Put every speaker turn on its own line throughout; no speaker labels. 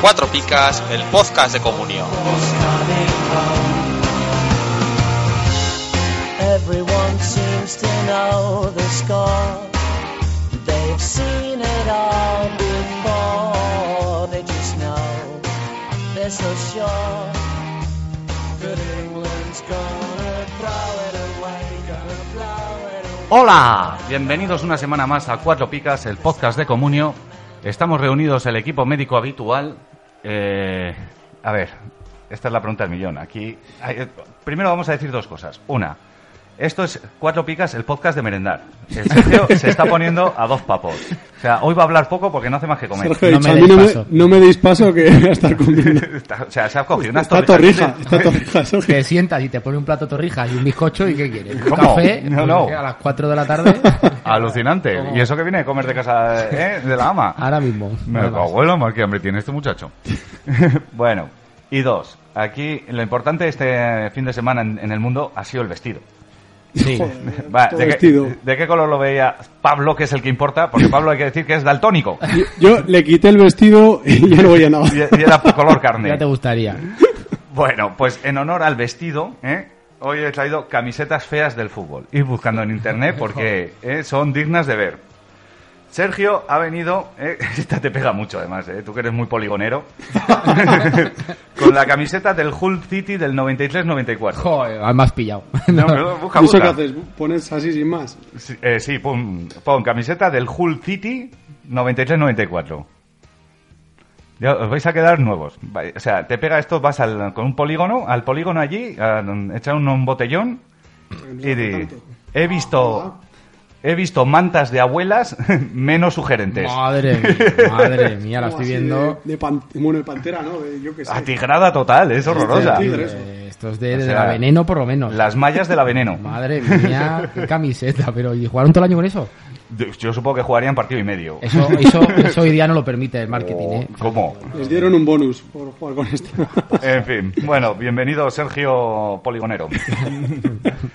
Cuatro Picas, el podcast de comunión.
Everyone seems to know the score. They've seen it all before. They just know they're so sure that England's gonna throw it away, gonna blow it away.
¡Hola! Bienvenidos una semana más a Cuatro Picas, el podcast de Comunio. Estamos reunidos el equipo médico habitual. Eh, a ver, esta es la pregunta del millón. Aquí, hay- eh, primero vamos a decir dos cosas. Una, esto es Cuatro Picas, el podcast de merendar. El Sergio se está poniendo a dos papos. O sea, hoy va a hablar poco porque no hace más que comer.
Sergio,
No
ha dicho,
me
a mí
deis
no
paso".
me, no me deis paso que voy a estar comiendo.
Está- o sea, se ha cogido unas
Está torrija, está torrija, Sergio.
Te sientas y te pone un plato torrija y un bizcocho y ¿qué quieres? ¿Un
¿Cómo?
café?
No,
Pues
no.
que A las 4 de la tarde.
Alucinante.
¿Cómo?
Y eso que viene de comer de casa eh, de la ama.
Ahora mismo.
Me
Nada más.
abuelo, mal que hambre tiene este muchacho. bueno, y dos. Aquí lo importante este fin de semana en, en el mundo ha sido el vestido.
Sí.
Va,
Todo
¿de,
vestido.
Qué, de qué color lo veía Pablo, que es el que importa? Porque Pablo hay que decir que es daltónico.
Yo, yo le quité el vestido y ya no voy a nada.
Y, y era color carne.
Ya te gustaría.
Bueno, pues en honor al vestido, ¿eh? hoy he traído camisetas feas del fútbol. Ir buscando en internet porque ¿eh? son dignas de ver. Sergio ha venido, ¿eh? esta te pega mucho además, ¿eh? tú que eres muy poligonero, con la camiseta del Hull City del 93-94.
Joder, me has pillado.
No, pero busca,
¿Y eso que
busca.
haces? ¿Pones así sin más?
Sí, eh, sí, pon, pon camiseta del Hull City 93-94. Ya os vais a quedar nuevos. Va- O sea, te pega esto, vas al- con un polígono, al polígono allí, a- echa un, un botellón y di, he visto he visto mantas de abuelas menos sugerentes.
Madre mía, madre mía, la
Como
estoy
así
viendo.
De, de pan- bueno, de pantera, ¿no? De- yo qué
Ah,
sé.
Atigrada total, es horrorosa.
Sí, tigre.
Eh, Esto es de,
O
de
sea,
la veneno, por lo menos.
Las mallas de la veneno.
Madre mía, qué camiseta. Pero, ¿y jugaron todo el año con eso?
Yo supongo que jugarían partido y medio.
Eso, eso, eso hoy día no lo permite el marketing, ¿eh?
¿Cómo?
Les dieron un bonus por jugar con esto.
En fin, bueno, bienvenido Sergio Poligonero.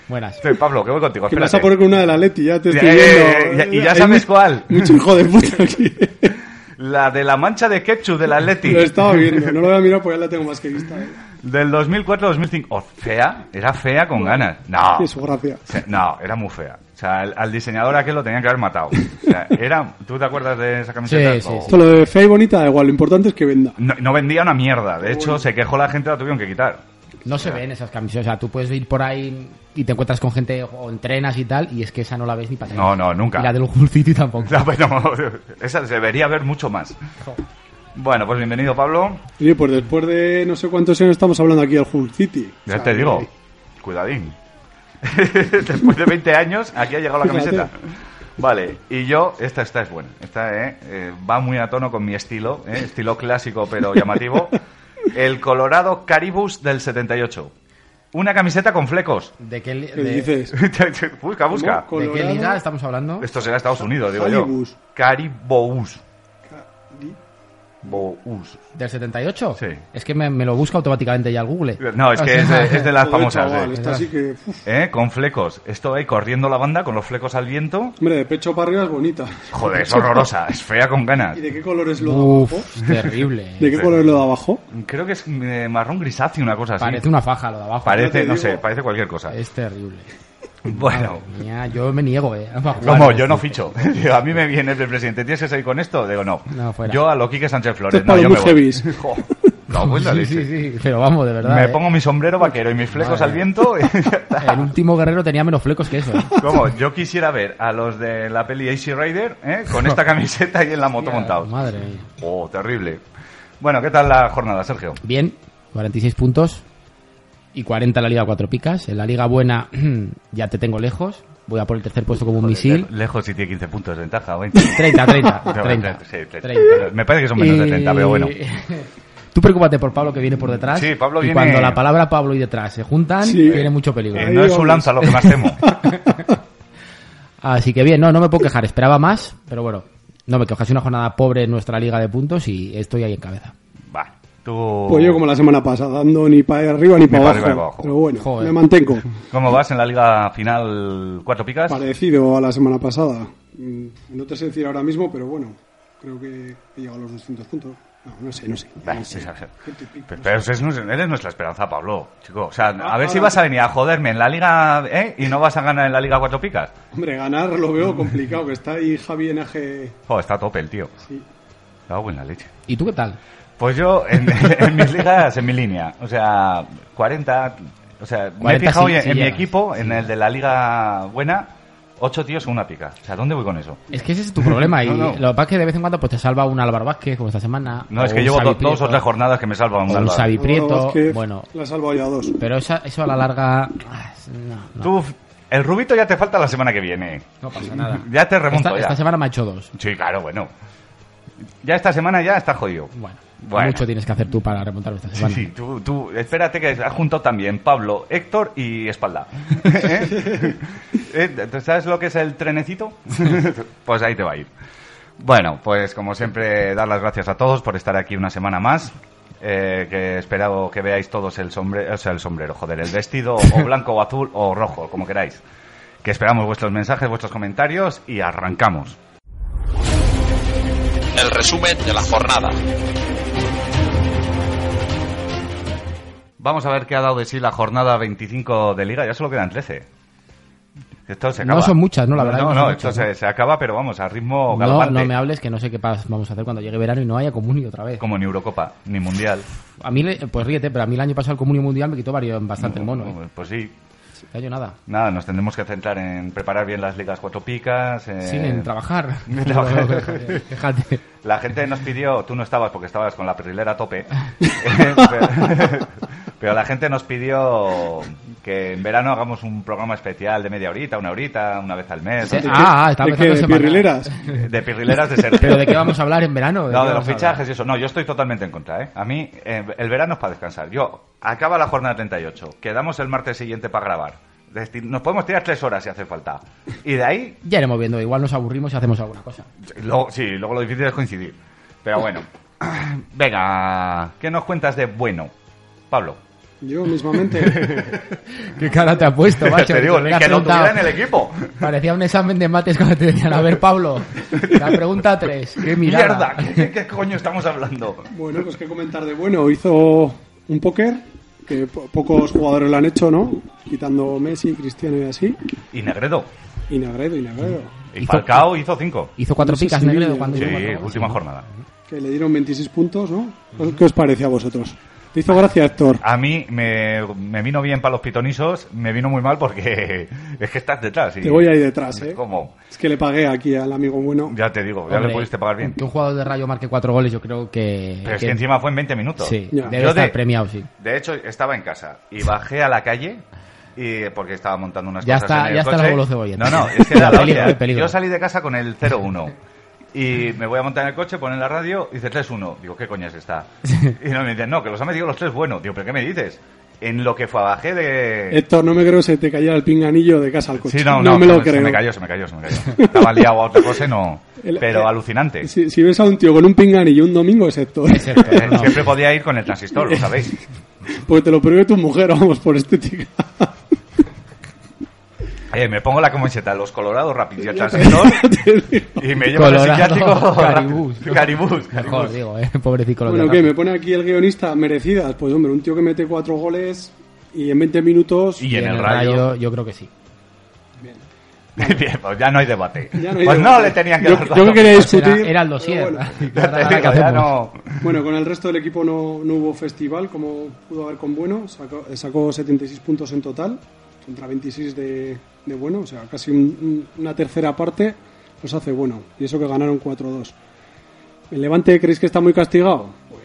Buenas.
Sí, Pablo, que voy contigo.
Que vas
espérate.
a poner con una de la Leti, ya te estoy
Eh, eh,
viendo.
eh, y ya
Hay
sabes
mu-
cuál.
Mucho hijo de puta aquí.
La de la mancha de ketchup del Atleti.
Lo estaba viendo, no lo voy a mirar porque ya la tengo más que vista. ¿eh?
Del 2004-2005. Oh, fea. Era fea con ganas. No.
Qué su gracia.
O sea, No, era muy fea. O sea, al, al diseñador aquel lo tenían que haber matado. O sea, era... ¿Tú te acuerdas de esa camiseta?
Sí, sí,
Oh.
Esto lo de fea y bonita, da igual, lo importante es que venda.
No, no vendía una mierda. De hecho, se quejó la gente, la tuvieron que quitar.
No se ven esas camisetas. O sea, tú puedes ir por ahí y te encuentras con gente o entrenas y tal, y es que esa no la ves ni pasar.
No, no, nunca.
Y la del Hull City tampoco.
No, bueno, esa se debería ver mucho más. Bueno, pues bienvenido, Pablo.
Oye, pues después de no sé cuántos años estamos hablando aquí al Hull City.
Ya
O sea,
te digo,
que-
cuidadín. Después de 20 años, aquí ha llegado la camiseta. Vale, y yo, esta, esta es buena. Esta eh, eh, va muy a tono con mi estilo, eh, estilo clásico pero llamativo. El Colorado Caribus del 78. Una camiseta con flecos.
¿De qué, li-
¿Qué
de-
dices?
busca, busca.
¿Cómo?
de qué
Colorado.
liga estamos hablando?
Esto será Estados Unidos, digo yo.
Caribous.
Caribous.
Cari-
Bous.
¿Del 78?
Sí.
Es que me, me lo busca automáticamente ya el Google.
No, es
O
que
sea,
es de, es de las
Ah, Joder,
famosas.
chaval,
eh.
esta sí que, uf,
Eh, Con flecos. Esto ahí corriendo la banda con los flecos al viento.
hombre, de pecho para arriba es bonita.
Joder, es horrorosa, es fea con ganas.
¿Y de qué color es lo de abajo?
Uf, terrible.
¿De qué color es lo de abajo?
Creo que es eh, marrón grisáceo, una cosa así.
Parece una faja lo de abajo.
Parece, no
digo.
sé, parece cualquier cosa.
Es terrible.
Bueno,
Mía, yo me niego, eh. a jugar
como
a
yo
esto.
no ficho. Digo, a mí me viene el presidente, ¿tienes que salir con esto? Digo, no.
No, fuera.
Yo a lo Quique Sánchez Flores.
Estos
No,
palos
yo
muy
me voy.
heavies.
Jo, no, pues la
Sí,
leche.
sí, sí. Pero vamos, de verdad.
Me
eh.
pongo mi sombrero vaquero y mis flecos
Madre.
al viento. y ya está.
El último guerrero tenía menos flecos que eso. eh.
Como yo quisiera ver a los de la peli AC Rider ¿eh? con esta camiseta y en la moto montados.
Madre mía.
Oh, terrible. Bueno, ¿qué tal la jornada, Sergio?
Bien, 46 puntos y 40 en la Liga Cuatro Picas. En la Liga Buena ya te tengo lejos. Voy a por el tercer puesto como un misil.
Lejos y tiene 15 puntos de ventaja. 20.
30, 30,
No,
30.
sí, 30.
30.
Me parece que son menos de 30, pero bueno.
Y- Tú preocúpate por Pablo que viene por detrás.
Sí, Pablo
y
viene-
cuando la palabra Pablo y detrás se juntan,
Sí.
viene mucho peligro.
Eh, no es un lanza lo que más temo.
Así que bien, no, no me puedo quejar. Esperaba más, pero bueno, no me quejo. Ha sido una jornada pobre en nuestra liga de puntos y estoy ahí en cabeza.
Va. Tú...
Pues yo como la semana pasada, dando ni para arriba ni para
para
abajo.
arriba, abajo.
Pero bueno,
Joder.
me mantengo.
¿Cómo vas en la liga final cuatro picas?
Parecido a la semana pasada. Mm, No te sé decir ahora mismo, pero bueno, creo que he llegado a los 200 puntos. No, no sé, no sé.
Bah,
No
sí,
sé.
sí, sí.
Ciento y pico,
Pero,
no
pero
sé.
es nu- eres nuestra esperanza, Pablo, chico. O sea, a
Ah,
ver si
ah,
vas a venir a joderme en la liga, ¿eh? Y no vas a ganar en la liga cuatro picas.
Hombre, ganar lo veo complicado, que está ahí Javi en AG.
Joder, está a tope el tío.
Sí.
Me cago en la leche.
¿Y tú qué tal?
Pues yo, en, en mis ligas, en mi línea. O sea, 40. O sea, me he
40
fijado
si-
en,
si
en mi
llegas.
equipo, en el de la liga buena, ocho tíos en una pica. O sea, ¿dónde voy con eso?
Es que ese es tu problema. Y
No, no.
lo que pasa es que de vez en cuando pues, te salva un Álvaro Vázquez, como esta semana.
No,
o
es que
un
llevo
Xavi
do- dos o
Prieto,
tres jornadas que me salvan un
o un
Galván.
Xavi
Bueno,
Prieto.
Vázquez,
Bueno,
La he salvado ya a dos.
pero esa- eso a la larga. ah, No, no,
Tú, el rubito ya te falta la semana que viene.
no pasa nada.
Ya te remonto
Esta,
ya.
esta semana me ha hecho dos.
Sí, claro, bueno. Ya esta semana ya está jodido.
Bueno,
Bueno.
mucho tienes que hacer tú para remontar esta
Sí,
semana.
sí, tú, tú, espérate que has juntado también Pablo, Héctor y Espalda. ¿Eh? ¿Eh? ¿Tú ¿Sabes lo que es el trenecito? pues ahí te va a ir. Bueno, pues como siempre, dar las gracias a todos por estar aquí una semana más. Eh, que esperado que veáis todos el sombrero, o sea, el sombrero, joder, el vestido o blanco o azul o rojo, como queráis. Que esperamos vuestros mensajes, vuestros comentarios y arrancamos.
El resumen de la jornada.
Vamos a ver qué ha dado de sí la jornada 25 de Liga. Ya solo quedan 13. Esto se
No
acaba.
son muchas, ¿no? La verdad
No,
que
no,
no son
esto
muchas,
se, se acaba, pero vamos, a ritmo
No,
galopante.
no me hables que no sé qué pas- vamos a hacer cuando llegue verano y no haya comunio otra vez.
Como ni Eurocopa, ni Mundial.
A mí, le- pues ríete, pero a mí el año pasado el comunio mundial me quitó varios, bastante el mono. ¿eh?
Pues sí.
Este año nada.
Nada, nos tendremos que centrar en preparar bien las ligas cuatro picas. eh,
Siguen en trabajar.
en trabajar.
Déjate, déjate.
La gente nos pidió, tú no estabas porque estabas con la perrilera a tope, pero, pero la gente nos pidió que en verano hagamos un programa especial de media horita, una horita, una vez al mes,
Sí,
así,
Ah, ah, estaba
¿De qué?
pensando
¿De
semanal.
pirrileras?
de pirrileras de Sergio.
¿Pero de qué vamos a hablar en verano? ¿De
No,
qué
de los
vamos a hablar?
fichajes y eso. No, yo estoy totalmente en contra, ¿eh? A mí, eh, el verano es para descansar. Yo, acaba la jornada 38, quedamos el martes siguiente para grabar. Es decir, nos podemos tirar tres horas si hace falta. Y de ahí,
Ya iremos viendo, igual nos aburrimos y hacemos alguna cosa.
luego, sí, luego lo difícil es coincidir. Pero bueno. Venga, ¿qué nos cuentas de bueno? Pablo.
Yo mismamente.
¿Qué cara te ha puesto, macho?
te digo,
Me
ni
has
que no
preguntado.
tuviera en el equipo.
Parecía un examen de mates cuando te decían, a ver, Pablo, la pregunta 3. ¡Qué mirada!
Mierda, ¿qué, qué- qué coño estamos hablando?
bueno, pues qué comentar de bueno. Hizo un póker que po- pocos jugadores lo han hecho, ¿no? Quitando Messi, Cristiano y así.
Y Negredo.
Y Negredo, y Negredo.
Y
Hizo-
Falcao hizo cinco.
Hizo cuatro
No sé
picas
si
negro
vi-
cuando
Sí,
hizo cuatro, algo así,
última
¿no?
jornada.
Que le dieron 26 puntos, ¿no? ¿Qué os parece a vosotros? ¿Te hizo gracia, Héctor?
A mí me, me vino bien para los pitonisos, me vino muy mal porque es que estás detrás. Y,
Te voy ahí detrás, ¿eh?
¿Cómo?
Es que le pagué aquí al amigo bueno.
Ya te digo, ya
Hombre,
le pudiste pagar bien.
Que un jugador de Rayo marque cuatro goles, yo creo que.
Pero es
que-
que encima fue en 20 minutos.
Sí,
Ya.
debe
Yo
estar
de-
premiado, sí.
De hecho, estaba en casa y bajé a la calle y porque estaba montando unas
Ya
cosas
está-
en el
ya está
coche.
la Golo Cebolla.
No, no, es que era la
Peligro,
hostia.
eh, peligro.
Yo salí de casa con el 0-1 y me voy a montar en el coche, ponen la radio y dice 3-1. Digo, ¿qué coño es esta? Y no, me dicen, no, que los han metido los tres buenos. Digo, ¿pero qué me dices? En lo que fue, bajé de...
Héctor, no me creo que se te cayera el pinganillo de casa al coche.
Sí, no, no,
me lo
se,
creo.
me cayó, se me cayó, se me cayó. Estaba liado a otra cosa y no.
El-
Pero
eh,
alucinante.
Si, si ves a un tío con un pinganillo un domingo es Héctor.
Es cierto,
Eh,
no.
Siempre podía ir con el transistor, lo sabéis.
Porque te lo prohíbe tu mujer, vamos, por estética.
Eh, me pongo la camiseta de los colorados rápidos y el transistor
Te digo.
y me llevo al
Colorado,
psiquiátrico.
caribús.
Caribús,
Mejor,
caribús.
digo, ¿eh? Pobrecito los
Bueno,
de
¿qué?
Rayo.
Me pone aquí el guionista merecidas. Pues, hombre, un tío que mete cuatro goles y en 20 minutos.
Y en el Rayo.
yo creo que sí.
Bien, pues ya no hay debate.
Ya no hay
pues no
debate.
le tenían que
Yo-
dar
yo
razón.
que quería discutir.
Pues Era, era el dossier.
Pero bueno.
Ya
Ahora,
te
¿qué
digo, ya
hacemos?
no.
Bueno, con el resto del equipo no, no hubo festival, como pudo haber con Bueno. Sacó, eh, sacó 76 puntos en total, contra 26 de, de Bueno, o sea, casi un- un- una tercera parte los hace Bueno. Y eso que ganaron 4-2. ¿El Levante creéis que está muy castigado? Pues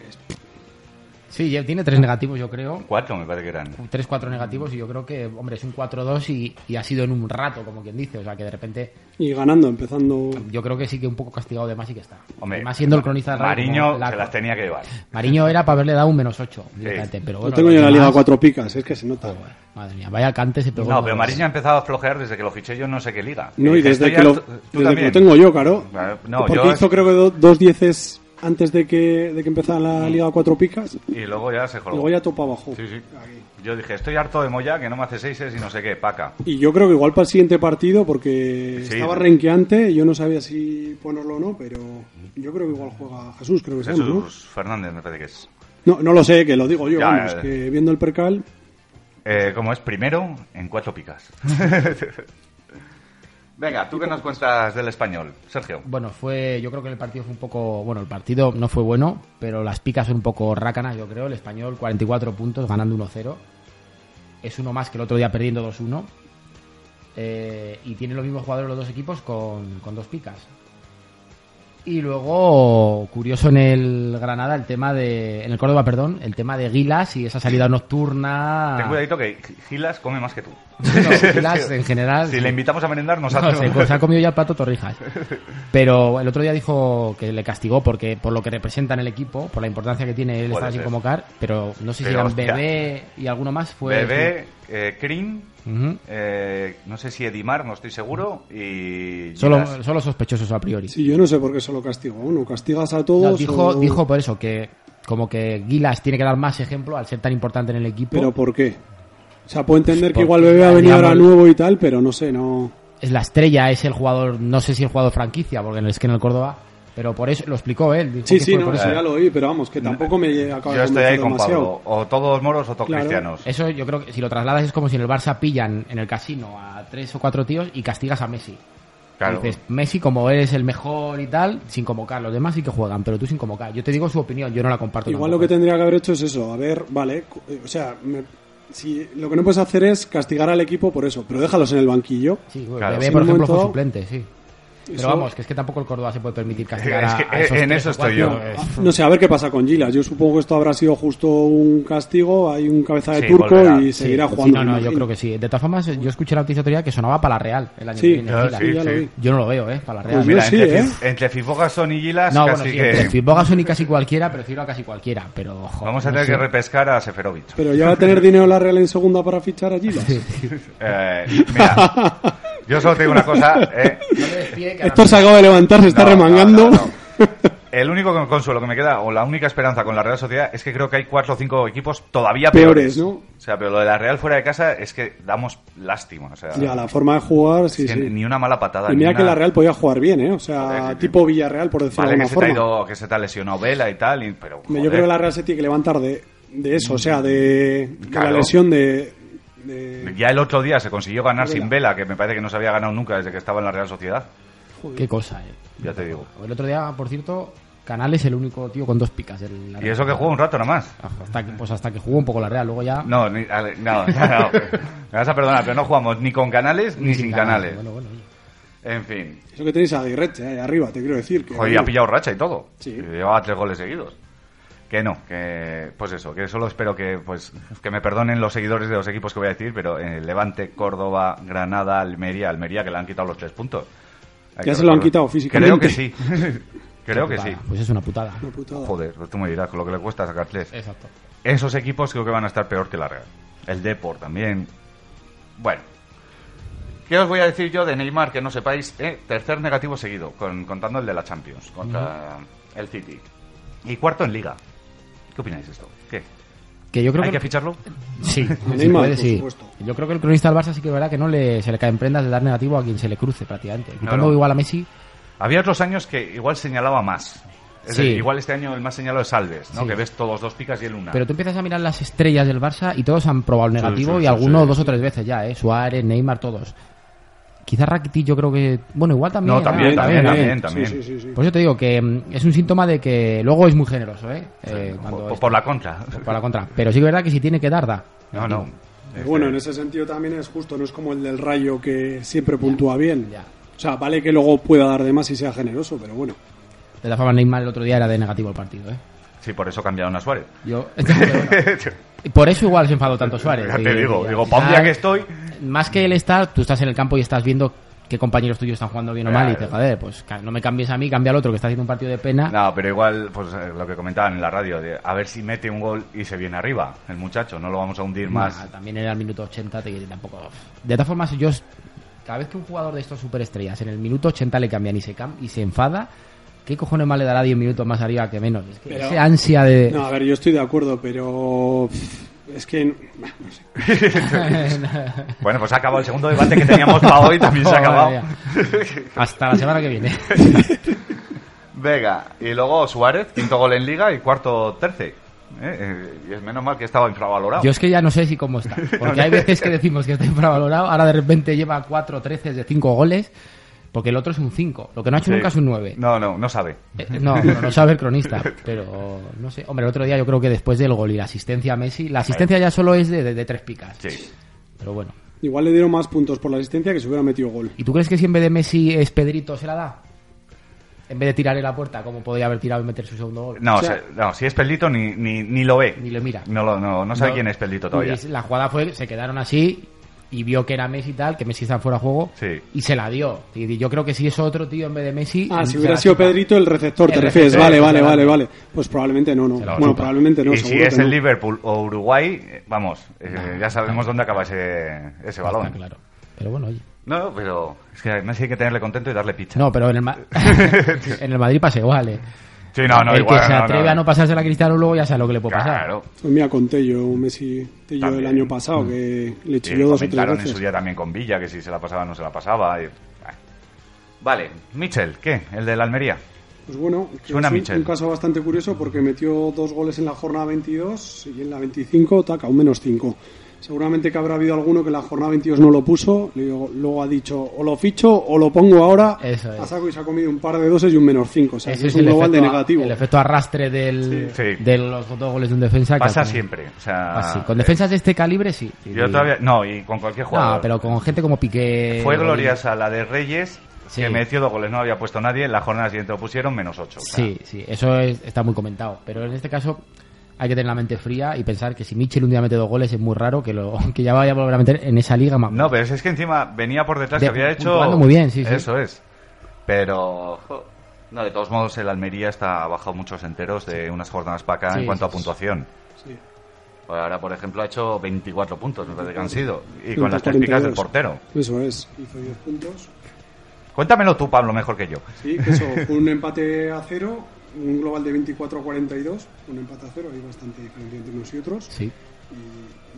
Sí, ya tiene tres negativos, yo creo.
Cuatro me parece que eran.
Tres, cuatro negativos y yo creo que, hombre, es un 4-2 y, y ha sido en un rato, como quien dice. O sea, que de repente
y ganando, empezando.
yo creo que sí que un poco castigado de más y que está.
Hombre,
más siendo el cronista de Rayo,
Mariño
como la-
se las tenía que llevar.
Mariño era para haberle dado un menos 8 directamente. Pero
Lo
bueno,
tengo yo en la
los
Liga
demás-
Cuatro Picas, es que se nota.
Madre mía, vaya cante se pegó.
No, pero Mariño ha empezado a flojear desde que lo fiché yo en no sé qué liga.
No, y
Dije, Eh,
desde
estoy
que lo,
harto- tú
desde que
también.
lo tengo yo, claro.
Claro, no,
Porque
yo-
hizo creo que do- dos dieces antes de que, de que empezara la Liga Cuatro Picas.
Y luego ya se joló.
Luego ya topa abajo.
Mm. Sí, sí.
Ahí.
Yo dije, estoy harto de Moya, que no me hace seises y no sé qué, paca.
Y yo creo que igual para el siguiente partido, porque
Sí.
estaba renqueante, yo no sabía si ponerlo o no, pero yo creo que igual juega Jesús, creo que se
Jesús
llama, ¿no?
Fernández, me parece que es.
No, no lo sé, que lo digo yo,
Ya,
vamos,
eh.
que viendo el percal,
Eh, como es primero, en cuatro picas. Venga, ¿tú qué nos cuentas del español, Sergio?
Bueno, fue, yo creo que el partido fue un poco, bueno, el partido no fue bueno, pero las picas son un poco rácanas, yo creo. El español 44 puntos, ganando 1-0. Es uno más que el otro día perdiendo 2-1. Eh, y tienen los mismos jugadores los dos equipos con, con dos picas. Y luego, curioso en el Granada, el tema de, en el Córdoba, perdón, el tema de Gilas y esa salida nocturna.
Ten cuidadito que Gilas come más que tú.
Bueno, Gilas en general.
Si le invitamos a merendar, nos
No,
hace...
se, co- se ha comido ya el plato torrijas. Pero el otro día dijo que le castigó porque por lo que representan el equipo, por la importancia que tiene él
Puede
estar sin
ser.
convocar, pero no sé si
Pero,
eran
hostia.
Bebé y alguno más fue
Bebé, eh, Crin,
Ujú.
eh, no sé si Edimar, no estoy seguro, y... Gilas.
Solo, solo sospechosos a priori.
sí, yo no sé por qué solo castigo a uno, castigas a todos.
No, dijo,
o-
dijo por eso que como que Gilas tiene que dar más ejemplo al ser tan importante en el equipo.
Pero ¿por qué? O sea, puedo entender que
Porque
igual Bebé ha venido ahora
Adrián-
nuevo y tal, pero no sé, no.
es la estrella, es el jugador, no sé si el jugador franquicia, porque es que en el Córdoba, pero por eso lo explicó él. dijo
Sí,
que
sí,
fue
no,
por
eso
eso.
ya lo oí, pero vamos, que tampoco me acaba
Yo
de
estoy ahí
convencer
con
demasiado.
Pablo. O todos moros o todos
Claro.
cristianos.
Eso yo creo que si lo trasladas es como si en el Barça pillan en el casino a tres o cuatro tíos y castigas a Messi.
Claro.
Dices, Messi como eres el mejor y tal, sin convocar. Los demás sí que juegan, pero tú sin convocar. Yo te digo su opinión, yo no la comparto.
Igual lo
tampoco.
que tendría que haber hecho es eso, a ver, vale, cu- eh, o sea, me- si lo que no puedes hacer es castigar al equipo por eso, pero déjalos en el banquillo.
Sí, güey,
Claro.
Bebé,
Sí,
por
en un
ejemplo, fue
momento-
suplente, sí. Pero
Eso-
vamos, que es que tampoco el Córdoba se puede permitir castigar
Es que,
a- a esos
en
tres
eso
o
estoy
cuatro.
yo.
Es-
Ah, No sé, a ver qué pasa con Gilas. Yo supongo que esto habrá sido justo un castigo, hay un cabeza de
Sí,
turco
volverá.
y
sí,
seguirá
sí,
jugando.
no, no,
me
yo
imagino.
creo que sí. De todas formas, yo escuché la noticia otro día que sonaba para la Real el año
Sí,
que viene.
Ah,
claro,
Gila.
sí, ya lo vi.
Yo no lo veo, ¿eh? Para la Real.
Pues
Mira,
Yo sí,
entre,
¿eh?
Fif- entre Fifogason y Gilas,
no, bueno,
casi
sí,
que...
el Bogason y casi cualquiera, prefiero a casi cualquiera, pero... joder,
Vamos a
no
tener
sé.
que repescar a Seferovic.
Pero ya va a tener dinero la Real en segunda para fichar a Gilas.
Eh, mira, yo solo te digo una cosa. eh,
No le despide, que
Héctor
ahora-
se acaba de levantar, se está
no,
remangando.
no, no, no. El único consuelo que me queda, o la única esperanza con la Real Sociedad, es que creo que hay cuatro o cinco equipos todavía peores.
Peores, ¿no?
O sea, pero lo de la Real fuera de casa es que damos lástima. O sea,
Ya, la forma de jugar, sí,
que
sí.
ni una mala patada.
Y
ni
mira
una-
que la Real podía jugar bien, ¿eh? O
Joder,
sea,
que-
tipo Villarreal, por decirlo
Vale,
de
que
alguna
se, te ha
forma.
ido, que se te ha lesionado Vela y tal, y- pero.
Yo
joder.
creo que la Real se tiene que levantar de, de eso, o sea, de, de
Claro.
la lesión de... de-
Ya el otro día se consiguió ganar
Vela.
sin Vela, que me parece que no se había ganado nunca desde que estaba en la Real Sociedad.
Qué cosa, eh.
Ya te digo.
El otro día, por cierto, Canales es el único tío con dos picas. del-
Y eso que jugó un rato nomás.
Hasta que, pues hasta que jugó un poco la Real, luego ya...
No, ni- ale- no, no, no. Me vas a perdonar, pero no jugamos ni con canales ni, sin canales.
Bueno, bueno, oye.
En fin.
Eso que tenéis a Aguirreche ahí arriba, te quiero decir. Que,
Joder, y ha pillado racha y todo.
Sí.
Y Llevaba tres goles seguidos. Que no, que pues eso, que solo espero que pues que me perdonen los seguidores de los equipos que voy a decir, pero eh, Levante, Córdoba, Granada, Almería, Almería que le han quitado los tres puntos. Hay
Ya
que
se lo han
recordar.
quitado
Creo
físicamente.
que sí. Creo que sí.
Putada. Pues es una putada.
Una putada.
Joder, pues tú me dirás con lo que le cuesta sacar tres.
Exacto.
Esos equipos creo que van a estar peor que la Real. El Depor también. Bueno. ¿Qué os voy a decir yo de Neymar que no sepáis? Eh, tercer negativo seguido, con- contando el de la Champions contra el City. Y cuarto en Liga. ¿Qué opináis de esto? ¿Qué?
Que yo creo
¿Hay
que...
que ficharlo?
Sí,
Neymar,
sí puede,
por
sí.
supuesto.
Yo creo que el cronista del Barça sí que verá que no le, se le caen prendas de dar negativo a quien se le cruce prácticamente. Quitando
no.
igual a Messi,
Había otros años que igual señalaba más. Es
Sí.
decir, igual este año el más señalado es Alves, ¿no?
Sí.
Que ves todos dos picas y el una.
pero tú empiezas a mirar las estrellas del Barça y todos han probado el negativo
sí, sí,
y algunos
sí.
dos o tres veces ya, ¿eh? Suárez, Neymar, todos. Quizá Rakitic yo creo que... Bueno, igual también.
No,
¿eh?
también, también, también,
Sí,
también.
sí, sí, sí.
Pues yo te digo que mm, es un síntoma de que luego es muy generoso, ¿eh? Eh,
Por-
cuando
por,
es-
por la contra.
por la contra. Pero sí que es verdad que si tiene que dar, da.
No, no. este-
Pero bueno, en ese sentido también es justo, no es como el del Rayo que siempre puntúa bien.
ya.
O sea, vale que luego pueda dar de más y sea generoso, pero bueno.
De la forma Neymar el otro día era de negativo el partido, ¿eh?
Sí, por eso cambiaron a Suárez.
Yo... pero bueno. Y por eso igual se enfadó tanto Suárez.
Ya te
porque-
digo,
al
digo, para un día
final,
que estoy,
Más que él estar, tú estás en el campo y estás viendo qué compañeros tuyos están jugando bien o mal y te
Claro.
joder, pues ca- no me cambies a mí, cambia al otro que está haciendo un partido de pena.
No, pero igual, pues eh, lo que comentaban en la radio, de a ver si mete un gol y se viene arriba el muchacho, no lo vamos a hundir
Nah,
más.
también era el minuto 80, te- tampoco. De todas formas, yo. Cada vez que un jugador de estos superestrellas en el minuto 80 le cambian y se, cam- y se enfada, ¿Qué cojones más le dará 10 minutos más arriba que menos? Es que
Pero-
ese ansia de.
No, a ver, yo estoy de acuerdo, pero pff, es que bah, no sé.
Bueno, pues se ha acabado el segundo debate que teníamos para hoy, también se ha
Joder,
acabado.
ya. Hasta la semana que viene.
Vega, y luego Suárez, quinto gol en liga y cuarto terce. Eh, eh, y es menos mal que estaba infravalorado.
Yo es que ya no sé si cómo está. Porque hay veces que decimos que está infravalorado, ahora de repente lleva 4 13 de 5 goles, porque el otro es un 5. Lo que no ha hecho
Sí.
nunca es un 9.
No, no, no sabe.
Eh, No, bueno, no sabe el cronista, pero no sé. Hombre, el otro día yo creo que después del gol y la asistencia a Messi, la asistencia ya solo es de, de- de tres picas.
Sí.
Pero bueno.
Igual le dieron más puntos por la asistencia que se hubiera metido gol.
¿Y tú crees que si en vez de Messi es Pedrito se la da? En vez de tirarle la puerta, como podía haber tirado y meter su segundo gol.
No,
O sea-
se- no, si es Peldito ni, ni, ni lo ve.
Ni lo mira.
No, lo- no, no sabe
No.
quién es Peldito todavía.
Y la jugada fue, se quedaron así y vio que era Messi y tal, que Messi está fuera de juego
Sí.
y se la dio. Y yo creo que si es otro tío en vez de Messi.
Ah, si
se la
hubiera sido
chupa.
Pedrito el receptor, te
El
refieres.
receptor,
Vale, vale,
claro.
vale, vale. Pues probablemente no, no.
Se la
Bueno,
chupa.
probablemente no.
y si
seguro
es
que
el
no.
Liverpool o Uruguay, eh, vamos, eh, ya sabemos dónde acaba ese, ese
Está
balón.
claro. Pero bueno, oye.
No, pero es que a Messi hay que tenerle contento y darle picha.
No, pero en el, Ma- en el Madrid pasa igual, eh.
Sí, no, no,
el
igual,
que se
no,
atreve
no.
a no pasarse la Cristiano luego ya sabe lo que le puede
Claro.
Pues mira, con Tello, Messi Tello
También. Mm.
el año pasado, que le
Sí,
chilló dos o tres
comentaron en su
veces.
día también con Villa que si se la pasaba no se la pasaba. y- ah. Vale, Mitchell, ¿qué? El de la Almería.
Ah,
Pues bueno, que
Suena
es un-
Michel.
un caso bastante curioso porque metió dos goles en la jornada 22 y en la 25 taca un menos 5. Seguramente que habrá habido alguno que en la jornada 22 no lo puso, luego, luego ha dicho o lo ficho o lo pongo ahora,
Eso es.
a saco y se ha comido un par de doses y un menos 5. O sea,
pasar.
que es un global de
efecto,
negativo.
el efecto arrastre del,
Sí. Sí.
de los dos goles de un defensa. que
Pasa
al final-
siempre. O sea, eh,
Ah, sí. Con defensas de este calibre, sí.
Yo todavía. No, y con cualquier jugador.
No, pero con gente como Piqué.
Fue
Rodri-
gloriosa la de Reyes,
Sí.
que metió dos goles, no había puesto nadie. En la jornada siguiente lo pusieron menos ocho. o sea,
Sí, sí, eso es- está muy comentado. Pero en este caso hay que tener la mente fría y pensar que si Mitchell un día mete dos goles es muy raro que, lo, que ya vaya a volver a meter en esa liga más.
No, pero es que encima venía por detrás,
De-
que había hecho.
jugando muy bien, sí, sí.
Eso es. Pero. jo, No, de todos modos, el Almería está ha bajado muchos enteros de unas jornadas para acá
Sí,
en cuanto
sí,
a
sí.
puntuación. Pues
Sí.
Ahora, por ejemplo, ha hecho 24 puntos, me parece que han sido. Y
Sí,
con las tres picas del
42.
portero.
Eso es, hizo 10 puntos.
Cuéntamelo tú, Pablo, mejor que yo.
Sí, que eso, fue un empate a cero, un global de 24 a 42, un empate a cero, hay bastante diferencia entre unos y otros.
Sí.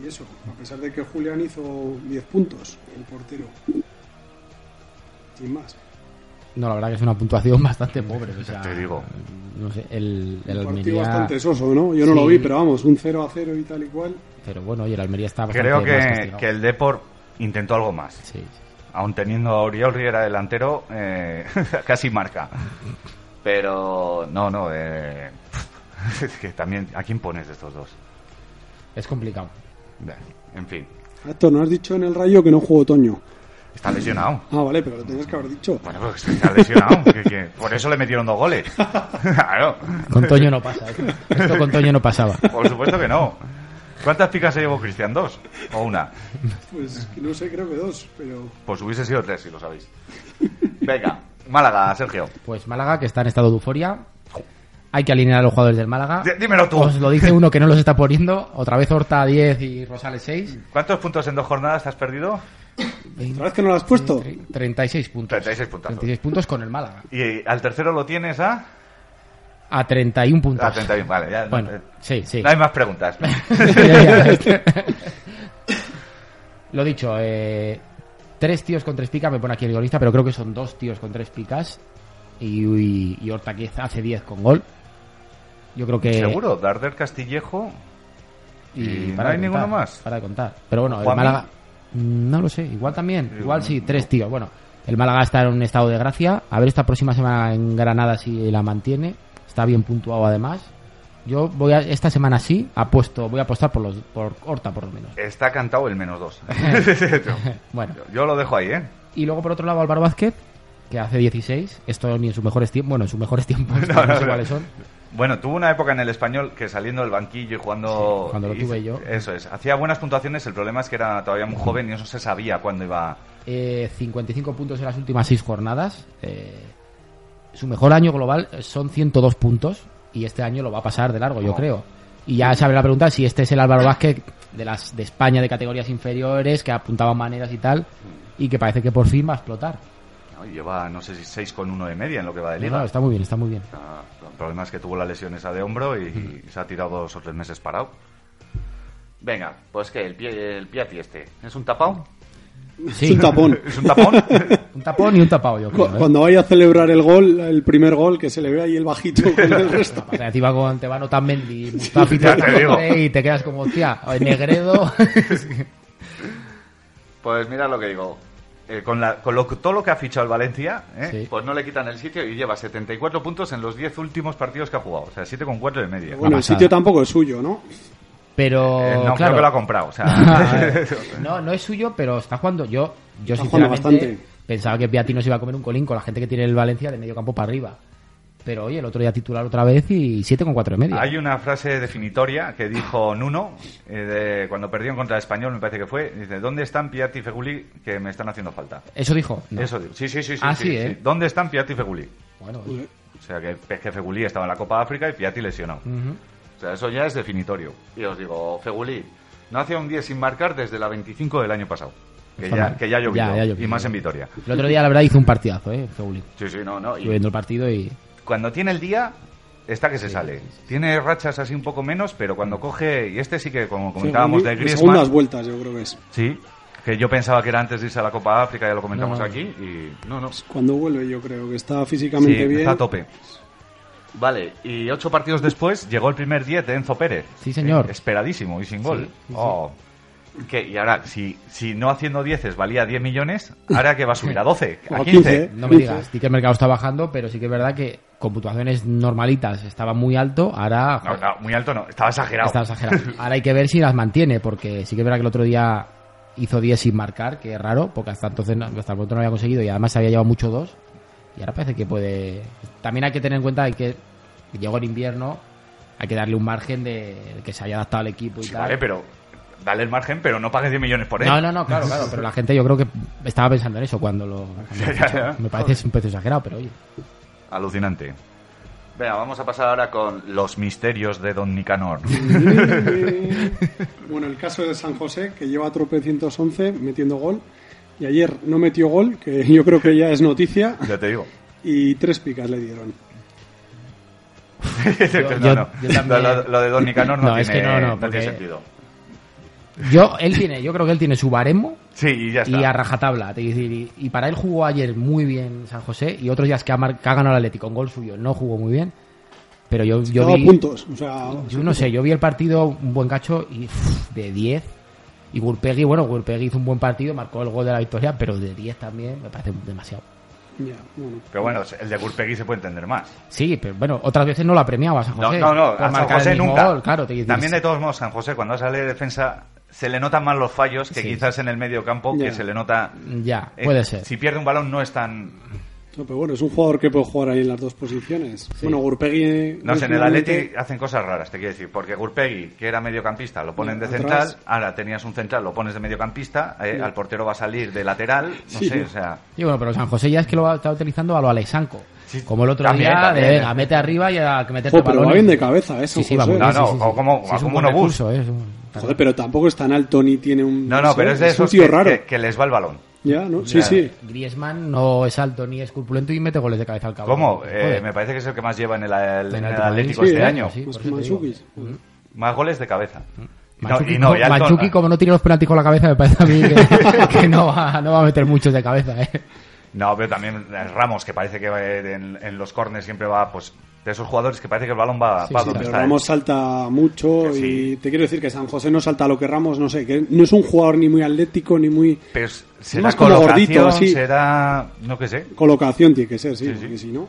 Y, y eso, a pesar de que Julián hizo 10 puntos, el portero. Sin más.
No, la verdad que es una puntuación bastante pobre. o sea,
Te digo.
No sé, el, el
Un partido
Almería.
bastante soso, ¿no? Yo no
Sí.
lo vi, pero vamos, un 0 a 0 y tal y cual.
Pero bueno, oye, el Almería está bastante
Creo
más
que,
castigado.
que el Depor intentó algo más.
Sí.
Aun teniendo a Oriol Riera delantero, eh, casi marca. Pero no, no. eh, es que también, ¿a quién pones de estos dos?
Es complicado.
Bueno, En fin,
Actor, no has dicho en el rayo que no jugó Toño.
está lesionado.
Ah, vale, pero lo tenías que haber dicho.
Bueno, pues está lesionado. que- que por eso le metieron dos goles. claro,
Con Toño no pasa. ¿eh? Esto con Toño no pasaba.
por supuesto que no. ¿Cuántas picas se llevó Cristian? ¿Dos? ¿O una?
Pues que no sé, creo que dos, pero.
Pues hubiese sido tres, si lo sabéis. Venga, Málaga, Sergio.
Pues Málaga, que está en estado de euforia. Hay que alinear a los jugadores del Málaga.
Dí- dímelo tú.
Os lo dice uno que no los está poniendo. Otra vez Horta 10 y Rosales 6.
¿Cuántos puntos en dos jornadas has perdido?
¿Otra vez que no lo has puesto?
Tre- 36 puntos.
36 puntazos.
36 puntos con el Málaga.
Y al tercero lo tienes a...
A 31 puntos.
A 31, vale. Ya,
Bueno,
eh,
sí, sí. Eh.
No hay más preguntas.
Ya, ya. lo dicho, eh, tres tíos con tres picas. Me pone aquí el golista, pero creo que son dos tíos con tres picas. Y, y, y Horta que hace 10 con gol. Yo creo que.
Seguro, Darder Castillejo... Y no
para de
hay ninguno
contar,
más.
Para de contar. Pero bueno, el
Juanmi.
Málaga. mm, No lo sé, igual también.
Yo
Igual
no-
sí, tres tíos. Bueno, el Málaga está en un estado de gracia. A ver esta próxima semana en Granada si la mantiene. Está bien puntuado además. Yo voy a, esta semana sí, apuesto, voy a apostar por los por Horta por lo menos.
Está cantado el menos dos.
Bueno,
Yo lo dejo ahí, ¿eh?
y luego por otro lado Álvaro Vázquez, que hace 16, esto ni en sus mejores tiempos, bueno, en sus mejores tiempos,
No,
no,
no,
sé
no.
cuáles son.
Bueno, tuvo una época en el español que saliendo del banquillo y jugando.
Sí, cuando lo
hizo-
tuve yo.
Eso es. Hacía buenas puntuaciones, el problema es que era todavía muy joven y eso se sabía cuándo iba.
eh, 55 puntos en las últimas 6 jornadas. eh, su mejor año global son 102 puntos y este año lo va a pasar de largo, yo
Oh.
creo. Y ya se abre la pregunta si este es el Álvaro Vázquez de las de España de categorías inferiores que apuntaba maneras y tal y que parece que por fin va a explotar.
¿no? Y lleva, no sé si 6,1 de media en lo que va de
No,
liga.
no, está muy bien, está muy bien.
Ah, El problema es que tuvo la lesión esa de hombro y,
Mm.
y se ha tirado dos o tres meses parado. Venga, pues que el, pie, el Piatti este, ¿es un tapón?
Sí,
Es un tapón.
¿Es un tapón?
un tapón y un tapado, yo
Cu-
creo. ¿eh?
Cuando vaya a celebrar el gol, el primer gol, que se le ve ahí el bajito con el resto.
O sea, te iba con te van Otamendi, Mustafi, te
te digo.
y te quedas como, hostia, Negredo.
pues mira lo que digo. Eh, con la- con lo que- todo lo que ha fichado el Valencia, ¿eh?
Sí.
pues no le quitan el sitio y lleva 74 puntos en los 10 últimos partidos que ha jugado. O sea, 7,4 de media.
Bueno, el
pasada.
sitio tampoco es suyo, ¿no?
Pero,
Eh, no, creo
claro. Ah,
que lo ha comprado. O sea,
no, no es suyo, pero está jugando. Yo, yo
Está jugando
sinceramente
bastante.
pensaba que Piatti no se iba a comer un colín con la gente que tiene el Valencia de medio campo para arriba. Pero oye, el otro día titular otra vez y 7,4 de media.
Hay una frase definitoria que dijo Nuno eh, de- cuando perdieron contra el español, me parece que fue. Dice: ¿Dónde están Piatti y Feguli que me están haciendo falta?
Eso dijo. No.
Eso digo. Sí, sí, sí. sí,
Ah,
sí,
sí, ¿eh?
¿Dónde están Piatti y Feguli?
Bueno, pues, oye.
O sea, que, es que Feguli estaba en la Copa de África y Piatti lesionado.
Ujú.
O sea, eso ya es definitorio. Y os digo: Feguli no hacía un 10 sin marcar desde la 25 del año pasado. Que
Está
ya,
mal.
que ya llovió.
Ya, ya llovió.
Y más en Vitoria.
El otro día, la verdad, hizo un partidazo, ¿eh? Feuli.
Sí, sí, no, no.
Estuve
Y
viendo el partido y.
cuando tiene el día. Está que se sale. Tiene rachas así un poco menos, pero cuando coge. Y este sí que, como comentábamos de
De
Griezmann.
segundas vueltas, yo creo que es.
Sí, que yo pensaba que era antes de irse a la Copa África, ya lo comentamos
No, no.
aquí, y no, no.
Cuando vuelve, yo creo que está
Sí,
físicamente bien.
está a tope. Vale, y ocho partidos después llegó el primer 10 de Enzo Pérez.
Sí, señor.
Eh, esperadísimo y sin gol.
Sí, sí, sí.
Oh. Que, y ahora, si, si no haciendo 10 valía 10 millones, ahora que va a subir a 12,
O
a
a
15.
15.
No me digas, sí que el mercado está bajando, pero sí que es verdad que con puntuaciones normalitas estaba muy alto, ahora
No, no, muy alto no, estaba exagerado.
está exagerado. Ahora hay que ver si las mantiene, porque sí que es verdad que el otro día hizo 10 sin marcar, que es raro, porque hasta entonces no, hasta el momento no había conseguido y además se había llevado mucho 2 y ahora parece que puede... También hay que tener en cuenta que llegó el invierno, hay que darle un margen de que se haya adaptado al equipo y
Sí,
tal.
vale, pero ¿eh? dale el margen, pero no pagues 10 millones por él.
No, no, no, claro, claro, pero la gente yo creo que estaba pensando en eso cuando lo... cuando lo
Ya, ya,
fichó.
ya.
Me parece un precio exagerado, pero oye.
Alucinante. Venga, vamos a pasar ahora con los misterios de Don Nicanor.
bueno, el caso de San José, que lleva tropecientos 111 metiendo gol. Y ayer no metió gol, que yo creo que ya es noticia.
ya te digo.
Y tres picas le dieron.
Yo-
no,
yo-
no.
yo también-
Lo, lo de Don Nicanor no,
No,
tiene,
es que no, no, porque-
tiene sentido.
Yo, él tiene, yo creo que él tiene su baremo
Sí, y ya está.
y a rajatabla. te quiero decir, y, y para él jugó ayer muy bien San José y otros días que ha, mar- que ha ganado el Atlético, un gol suyo, no jugó muy bien. Pero yo, yo
Daba
vi,
puntos. O sea,
yo no sé, yo vi el partido, un buen cacho y uff, de 10. Y Gurpegui, bueno, Gurpegui hizo un buen partido, marcó el gol de la victoria, pero de 10 también me parece demasiado.
ya, bueno.
Pero bueno, el de Gurpegui se puede entender más.
Sí, pero bueno, otras veces no la premiaba San
No,
José.
no, no,
por
a San
marcar el
José
mismo
nunca.
gol, claro, te quiero decir,
También de
sí.
todos modos, San José cuando sale de defensa se le notan más los fallos que
Sí.
quizás en el medio campo
Ya.
que se le nota...
Ya,
eh,
puede ser.
Si pierde un balón no es tan...
No, pero bueno, es un jugador que puede jugar ahí en las dos posiciones. Bueno, Gurpegui.
No sé, en el
originalmente-
Atleti hacen cosas raras, te quiero decir. Porque Gurpegui, que era mediocampista, lo ponen de
Atrás.
central. Ahora tenías un central, lo pones de mediocampista. eh, Al portero va a salir de lateral. No
Sí.
sé, o sea...
Y bueno, pero San José ya es que lo va- está utilizando a lo Alexanco.
Sí,
como el otro
también,
día,
también,
de
eh.
venga, mete arriba y a que meterte
Jo, Oh, pero va
balones.
bien de cabeza, ¿eh? San
Sí, sí, va
José.
muy
No, no,
bien, sí, sí,
o
sí.
como-
Sí, es
como
un buen
un obús.
recurso, eh, es un-
Joder, pero tampoco es tan alto ni tiene un.
No, no,
sé,
pero es de
un
esos
tío
que,
raro.
que- que les va el balón.
Ya, ¿no? Sí,
Ya.
sí.
Griezmann no es alto ni es corpulento y mete goles de cabeza al cabo.
¿Cómo? Eh, me parece que es el que más lleva en el, el- en el Atlético
Sí,
este
¿eh?
año.
Sí. Mm.
Más
por
que
eso te
Mansukic.
Más goles de cabeza. Y no-
Machuki,
y no, y Alton- eh.
Machuki, como no tiene los penaltis con la cabeza, me parece a mí que, que no, va, no va a meter muchos de cabeza, ¿eh?
No, pero también eh, Ramos, que parece que va eh, en, en los corners siempre va, pues, de esos jugadores que parece que el balón va,
Sí,
va
sí,
donde
Pero
está. ¿eh?
Ramos salta mucho
Que sí.
y te quiero decir que San José no salta lo que Ramos, no sé, que no es un jugador ni muy atlético ni muy
Pero es- será
más como
colocación,
gordito, así.
será... no qué sé.
colocación tiene que ser, sí,
Sí, sí.
porque si no.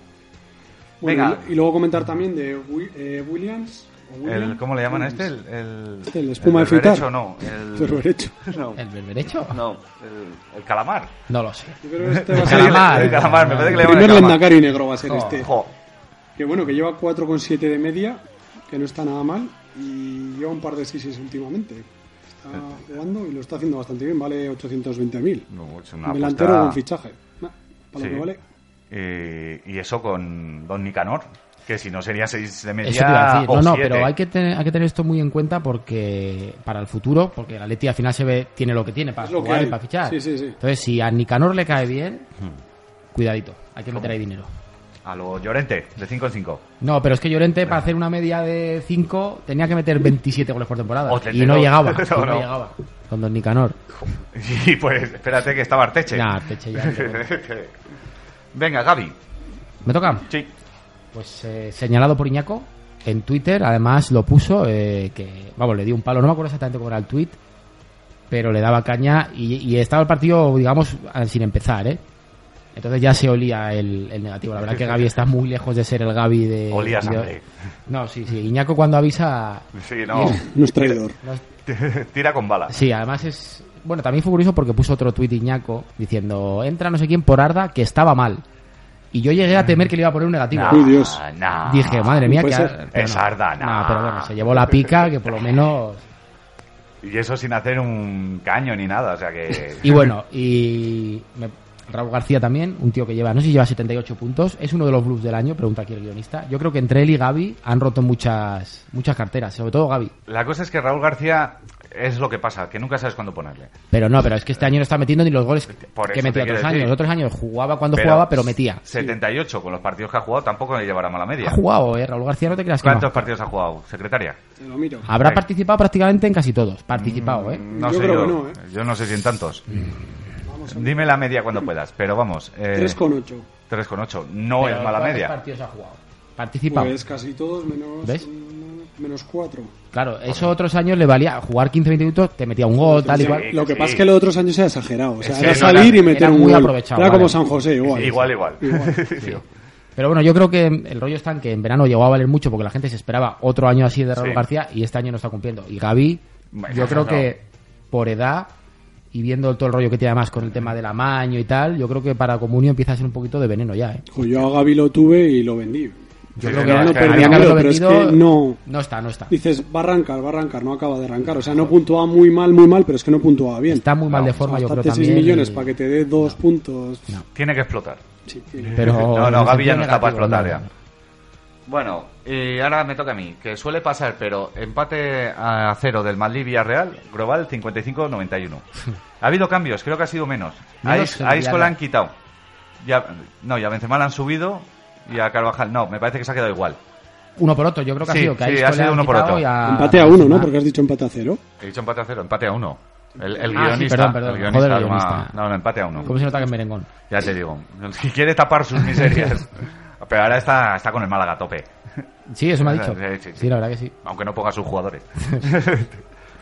Bueno,
Venga.
y y luego comentar también de Wi- eh, Williams, o William.
El, ¿Cómo le llaman a este? El, el,
Este, el espuma de fritar.
berberecho, no. El,
Pero derecho.
no,
¿El berberecho? No,
no, el, el calamar.
lo sé.
Yo creo que este va a ser
Calamar.
El calamar, me parece que
el
le llaman
primer
el calamar.
Lendakari negro va a ser
Oh,
este.
Jo,
Que bueno, que lleva 4,7 de media, que no está nada mal, y lleva un par de sisis últimamente. Está jugando y lo está haciendo bastante bien, vale 820.000.
no, es una
Un Delantero
apuesta-
con fichaje. Nah, para
Sí.
lo que vale.
Eh, y eso con Don Nicanor, que si no sería 6 de media
Eso te iba a decir.
o
No, no,
siete.
pero hay que, tener, hay que tener esto muy en cuenta porque para el futuro, porque el Atleti al final se ve, tiene lo que tiene para
Es lo que
jugar y
hay.
para fichar.
Sí, sí, sí.
Hmm.
Entonces, si a Nicanor le cae bien, Cuidadito, hay que meter ahí dinero.
A lo Llorente, de 5 en 5.
No, pero es que Llorente, para hacer una media de 5, tenía que meter 27 goles por temporada.
O
y no
32.
llegaba.
No,
y no
no.
llegaba. Con Don Nicanor.
Y pues, espérate que estaba Arteche.
Nah, Arteche ya, pero bueno.
Venga, Gaby.
¿Me toca?
Sí.
Pues eh, señalado por Iñaco en Twitter, además lo puso, eh, que, vamos, le dio un palo, no me acuerdo exactamente cómo era el tweet, pero le daba caña y, y estaba el partido, digamos, a- sin empezar, ¿eh? Entonces ya se olía el, el negativo. La verdad que Gaby está muy lejos de ser el Gaby de...
Olía
de-
sangre.
No, sí, sí. Iñaco cuando avisa...
Sí, no.
No es traidor.
Tira con balas.
Sí, además es... Bueno, también fue curioso porque puso otro tuit Iñaco diciendo, entra no sé quién por Arda, que estaba mal. Y yo llegué a temer que le iba a poner un negativo.
Uy, Dios.
nah.
Dije, madre mía,
Puede
que
ser.
Ah,
pero
pues Es
no.
Arda, nah.
No, pero bueno, se llevó la pica, que por lo menos.
Y eso sin hacer un caño ni nada, o sea que...
Y bueno, y. me- Raúl García también, un tío que lleva, no sé si lleva 78 puntos, es uno de los blues del año, pregunta aquí el guionista. Yo creo que entre él y Gaby han roto muchas muchas carteras, sobre todo Gaby.
La cosa es que Raúl García es lo que pasa, que nunca sabes cuándo ponerle.
Pero no, pero es que este año no está metiendo ni los goles
Por
que
eso te
metía otros
quiero
años.
decir.
Otros años jugaba cuando jugaba, pero metía.
78, con los partidos que ha jugado tampoco le llevará mala media.
Ha jugado, eh, Raúl García, no te creas que no.
¿Cuántos partidos ha jugado, secretaria?
Te lo miro.
Habrá
Venga.
participado prácticamente en casi todos, participado, eh.
Mm, No
Yo
sé
creo
yo.
que no, ¿eh?
Yo no sé si en tantos.
Mm.
Dime la media cuando puedas, pero vamos. Eh,
3,8.
3,8. No
Pero
es mala
¿cuántos
media.
partidos ha jugado? Participado.
Pues casi todos menos,
¿Ves?
mm, menos 4.
Claro, eso otros años le valía jugar 15-20 minutos, te metía un gol, tal y
Sí,
cual.
sí.
Lo que pasa es que los otros años era exagerado. O sea,
Sí,
era
no,
salir
era-
y meter
era
un
muy
gol.
aprovechado,
Era como
vale.
San José, igual.
Igual, igual.
Pero bueno, yo creo que el rollo está en que en verano llegó a valer mucho porque la gente se esperaba otro año así de Raúl
Sí.
García y este año no está cumpliendo. Y Gaby,
Bueno,
yo creo
no.
que por edad y viendo todo el rollo que tiene además con el tema del amaño y tal, yo creo que para Comunio empieza a ser un poquito de veneno ya, ¿eh?
Jo, yo a Gaby lo tuve y lo vendí.
Yo
Sí, sí,
creo que
no,
había
no,
que
pero
haberlo
pero es
vendido.
que no-
No está, no está.
Dices, va a arrancar, va a arrancar, no acaba de arrancar. O sea, no puntuaba muy mal, muy mal, pero es que no puntuaba bien.
Está muy mal
No,
de forma, yo creo
Gastarte 6
también.
millones
y-
para que te dé dos puntos.
No.
Tiene que explotar.
Sí, tío.
Pero
No,
en
no, Gaby
el
ya
sentido
no está para
negativo,
explotar
no,
ya.
no.
Bueno, y ahora me toca a mí, que suele pasar, pero empate a cero del Madrid Villarreal, global 55-91. Ha habido cambios, creo que ha sido menos. A,
Menos
Is-
el
a Isco
Villarreal.
la han quitado. Ya, no, y a Benzema la han subido y a Carvajal, no, me parece que se ha quedado igual.
Uno por otro, yo creo que
Sí,
ha sido que a
sí,
Isco
ha
le
sido
han
uno por
quitado
otro.
y a-
Empate a uno, ¿no? Porque has dicho empate a cero.
He dicho empate a cero, empate a uno. El, el
Ah, sí,
guionista.
perdón, perdón.
el guionista
Joder, el
toma-
guionista.
No, no, empate a uno.
¿Cómo se nota que es merengón?
Ya te digo. Si quiere tapar sus miserias. Pero ahora está, está con el Málaga a tope.
Sí, eso me ha
Sí,
dicho.
sí, sí.
Sí, la verdad que sí.
Aunque no ponga sus jugadores.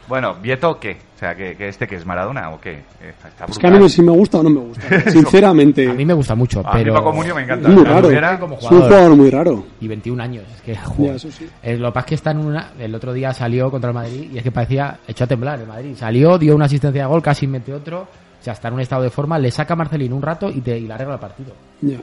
bueno, ¿Vieto qué? O sea, ¿que, que este que es Maradona o qué? Eh, Está
Es que a mí
brutal.
si me gusta o no me gusta. Sinceramente,
A mí me gusta mucho,
A mí
pero...
Paco Muñoz me encanta.
Muy
O sea,
raro. ¿eh?
Rivera,
como
es un
jugador.
jugador muy raro.
y 21 años. Es que, joder.
Ya, eso sí.
Eh, lo que pasa es que está en una. El otro día salió contra el Madrid y es que parecía echó a temblar el Madrid. Salió, dio una asistencia de gol, casi mete otro. O sea, está en un estado de forma, le saca a Marcelino un rato y, te, y le arregla el partido.
Ya.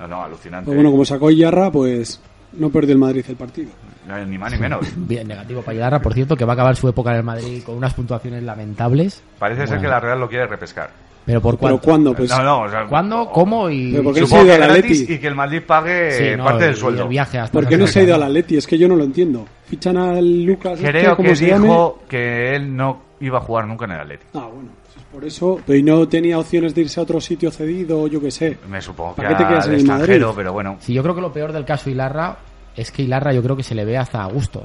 No, no, alucinante.
Pero bueno, como sacó Yarra, pues no perdió el Madrid el partido.
No, Ni más ni menos.
Bien, negativo para Ilarra, por cierto, que va a acabar su época en el Madrid con unas puntuaciones lamentables.
Parece ser
Bueno.
que la Real lo quiere repescar.
Pero por
¿Pero
cuánto.
cuándo? Pues
no, no, o sea,
¿Cuándo? ¿Cómo? Y.
Pero porque-
Supongo
Sí,
que
del
gratis
Atleti.
y que el Madrid pague
Sí, no,
parte
y-
del
y
sueldo.
el viaje hasta
¿Por qué no se ha ido al
Santiago.
Atleti? Es que yo no lo entiendo. Fichan al Lucas. este,
Creo
¿cómo
que
se llame?
dijo que él no iba a jugar nunca en el Atleti.
Ah, bueno, si es por eso. Pero y no tenía opciones de irse a otro sitio cedido, yo qué sé.
Me supongo que
¿Para qué te
al
quedas en el
extranjero,
Madrid?
pero bueno.
Sí, yo creo que lo peor del caso Ilarra es que Ilarra yo creo que se le ve hasta a gusto.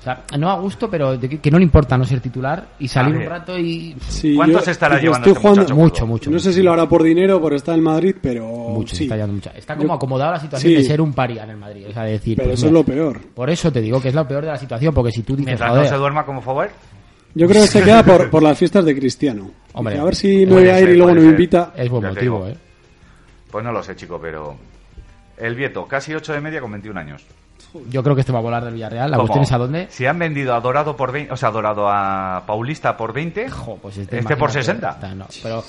O sea, no a gusto, pero de que, que no le importa no ser titular y salir
A
un
ver.
rato y...
Sí,
¿Cuántos
yo-
estará
yo
llevando
estoy
este
jugando-
muchacho?
Mucho, mucho.
No sé si lo hará por dinero, por estar en Madrid, pero.
mucho,
sí.
está, yendo mucho. Está como
Yo-
acomodada la situación
sí.
de ser un paria en el Madrid. O sea, de decir,
Pero
pues
eso es
mira,
lo peor.
por eso te digo que es lo peor de la situación, porque si tú dices,
Mientras no
joder,
se duerma como favor.
Yo creo que se queda por, por las fiestas de Cristiano.
Hombre,
Dice, a ver si me
puede
voy a ir
ser,
y luego
puede
no me
ser.
invita.
es buen
Ya te
motivo,
digo.
¿eh?
Pues no lo sé, chico, pero... El Vieto, casi 8 de media con 21 años.
Yo creo que este va a volar del Villarreal. La
¿Cómo?
cuestión es a dónde.
Si han vendido a Dorado por 20, o sea, Dorado a Paulista por 20,
Jo, pues
este,
imagínate,
por 60.
está, no, pero,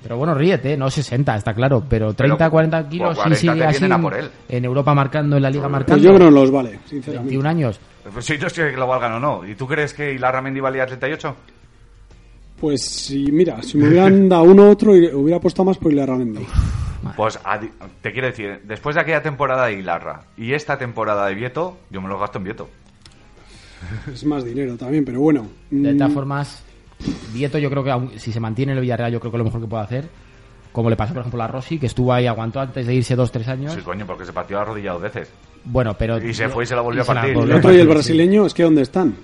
pero bueno, ríete, no 60, está claro. Pero 30,
Pero,
40 kilos,
bueno,
sí,
40
sigue
te
así
vienen a
en,
por él.
en Europa marcando, en la Liga
Pues
marcando.
yo creo que no los vale, sinceramente.
21 años.
Pues sí, yo sé que lo valgan o no. ¿Y tú crees que Ilarra Mendy valía 38?
Pues sí, mira, si me hubieran dado uno u otro, hubiera apostado más por Ilarra Mendy.
Pues adi- te quiero decir, después de aquella temporada de Ilarra y esta temporada de Vieto, yo me lo gasto en Vieto.
Es más dinero también, pero bueno.
De todas
mm,
formas, Vieto yo creo que aun- si se mantiene en el Villarreal yo creo que es lo mejor que puede hacer. Como le pasó, por ejemplo, a Rossi, que estuvo ahí, aguantó antes de irse dos, tres años.
Sí, coño, porque se partió arrodillado dos veces.
Bueno, pero.
Y se fue y se la volvió a
se la
partir.
volvió
El
a
otro y el
partir, sí.
brasileño, es que ¿dónde están?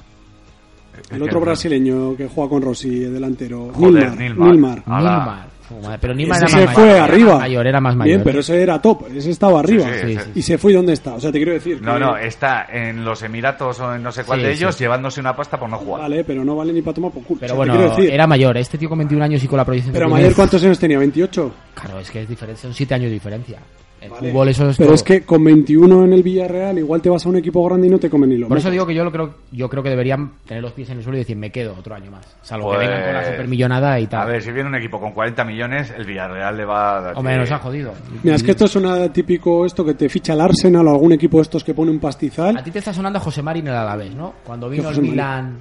Es
El otro
que-
brasileño que juega con Rossi, el delantero.
Joder,
Nilmar. Nilmar.
Ah,
Nilmar. Ala.
Nilmar. Fu, madre, Pero
Ese
Nilmar era más
se
mayor.
fue
era
arriba.
más mayor, era más mayor.
Bien, pero ese era top, ese estaba arriba.
Sí,
Sí,
sí.
sí.
Y se fue y ¿dónde está? O sea, te quiero decir.
No,
que-
no, está en los Emiratos o en no sé cuál
Sí,
de ellos
sí.
llevándose una pasta por no jugar.
Vale, pero no vale ni para tomar por culo.
Pero
O sea, te
bueno,
quiero decir.
era mayor. Este tío con 21 años y con la proyección que Pues
Pero
tiene-
mayor, ¿cuántos años tenía? ¿28?
Claro, es que es diferente, son 7 años de diferencia. El
Vale.
fútbol, eso es
Pero
todo.
es que con 21 en el Villarreal, igual te vas a un equipo grande y no te comen ni lo
Por eso
metes.
digo que yo lo creo, yo creo que deberían tener los pies en el suelo y decir, me quedo otro año más. Salvo
Pues-
que vengan con la supermillonada y tal.
A ver, si viene un equipo con 40 millones, el Villarreal le va a dar.
Hombre, nos han jodido.
Mira, es que esto suena típico esto que te ficha el Arsenal o algún equipo de estos que pone un
A
pastizal.
ti te está sonando José Mari en el Alavés, ¿no? Cuando vino el
José Mari?
Milan...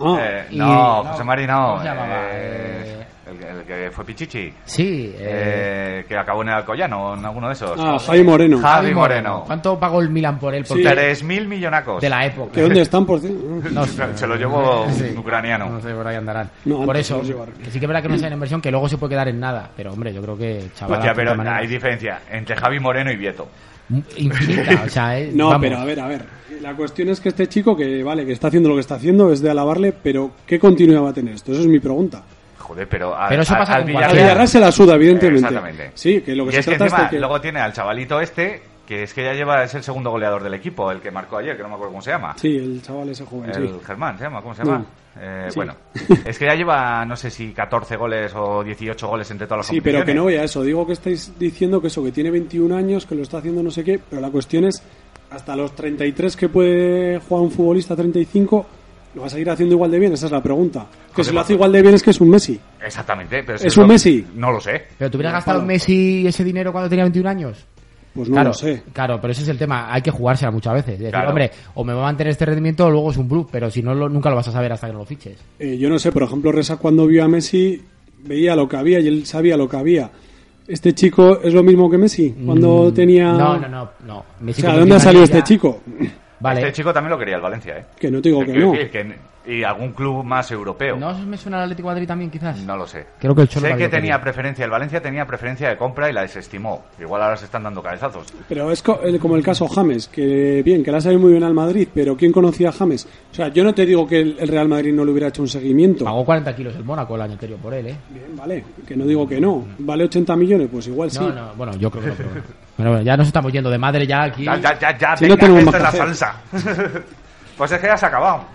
Ah,
Eh,
Y-
no,
no,
José Mari no.
¿cómo se llamaba?
eh, el, el que fue Pichichi.
Sí, eh,
eh, que acabó en el Alcoyano, en alguno de esos.
ah, Javi Moreno.
Ja- Javi Moreno.
¿Cuánto pagó el Milan por él? Por
Sí.
de
3.000 millonacos.
la época.
¿Que dónde están, por cierto? Ah.
No sé.
se, se lo llevó
Sí.
un ucraniano.
No sé, por ahí andarán.
No, antes
por
se
eso,
los llevaron.
que sí que es verdad que no es una inversión que luego se puede quedar en nada. Pero hombre, yo creo que chaval.
Hostia, pero hay diferencia entre Javi Moreno y Vieto.
Mm, infinita. O sea, eh,
No,
vamos.
pero a ver, a ver. La cuestión es que este chico que, vale, que está haciendo lo que está haciendo, es de alabarle, pero ¿qué continuidad va a tener esto? Esa es mi pregunta.
Joder, pero, a-
Pero eso
a-
pasa
al
con
Al
Claro.
Villarreal
Villarreal.
se la suda, evidentemente.
Exactamente.
Sí, que lo que
y
se
es que
trata es
encima
de que...
luego tiene al chavalito este, que es que ya lleva, es el segundo goleador del equipo, el que marcó ayer, que no me acuerdo cómo se llama.
Sí, el chaval ese joven,
El
sí.
Germán, ¿se llama? ¿Cómo se llama?
No.
Eh,
Sí.
Bueno, es que ya lleva, no sé si 14 goles o 18 goles entre todas las
Sí, pero que no
competiciones.
voy a eso. Digo que estáis diciendo que eso, que tiene 21 años, que lo está haciendo no sé qué, pero la cuestión es, hasta los 33 que puede jugar un futbolista, 35, ¿lo va a seguir haciendo igual de bien? Esa es la pregunta. Que si lo hace igual de bien es que es un Messi.
Exactamente. Pero
¿Es
eso
un
lo-
Messi?
No lo sé.
¿Pero te hubieras gastado
Pablo.
Messi ese dinero cuando tenía 21 años?
Pues no
claro,
lo sé.
claro, pero ese es el tema. Hay que jugársela muchas veces. Es decir,
Claro.
hombre, o me va a mantener este rendimiento o luego es un bluff, pero si no, lo- nunca lo vas a saber hasta que no lo fiches.
Eh, yo no sé, por ejemplo, Resa cuando vio a Messi veía lo que había y él sabía lo que había. ¿Este chico es lo mismo que Messi? Cuando
Mm,
tenía...
No, no, no. no.
O
Messi
sea,
con
¿de dónde
21
ha salido
años
este
ya-
chico?
Vale.
Este chico también lo quería el Valencia, ¿eh?
Que no te digo
Te
que
quiero
no.
decir que- y algún club más europeo.
¿No os me suena el Atlético de Madrid también, quizás?
No lo sé.
Creo que el Cholo
Sé que
Gabriel
tenía
quería.
preferencia, el Valencia tenía preferencia de compra y la desestimó. Igual ahora se están dando cabezazos.
Pero es co- el- como el caso James, que bien, que le ha salido muy bien al Madrid, pero ¿quién conocía a James? O sea, yo no te digo que el el Real Madrid no le hubiera hecho un seguimiento.
Pagó 40 kilos el Mónaco el año anterior por él, ¿eh?
Bien, vale, que no digo que no. ¿Vale 80 millones? Pues igual sí.
No, no, bueno, yo creo que no. Pero bueno. Bueno, bueno, ya nos estamos yendo de madre ya aquí.
Ya, ya, ya, ya,
Si no
venga,
tenemos
esta
más
es la
que
salsa. pues es que ya se ha acabado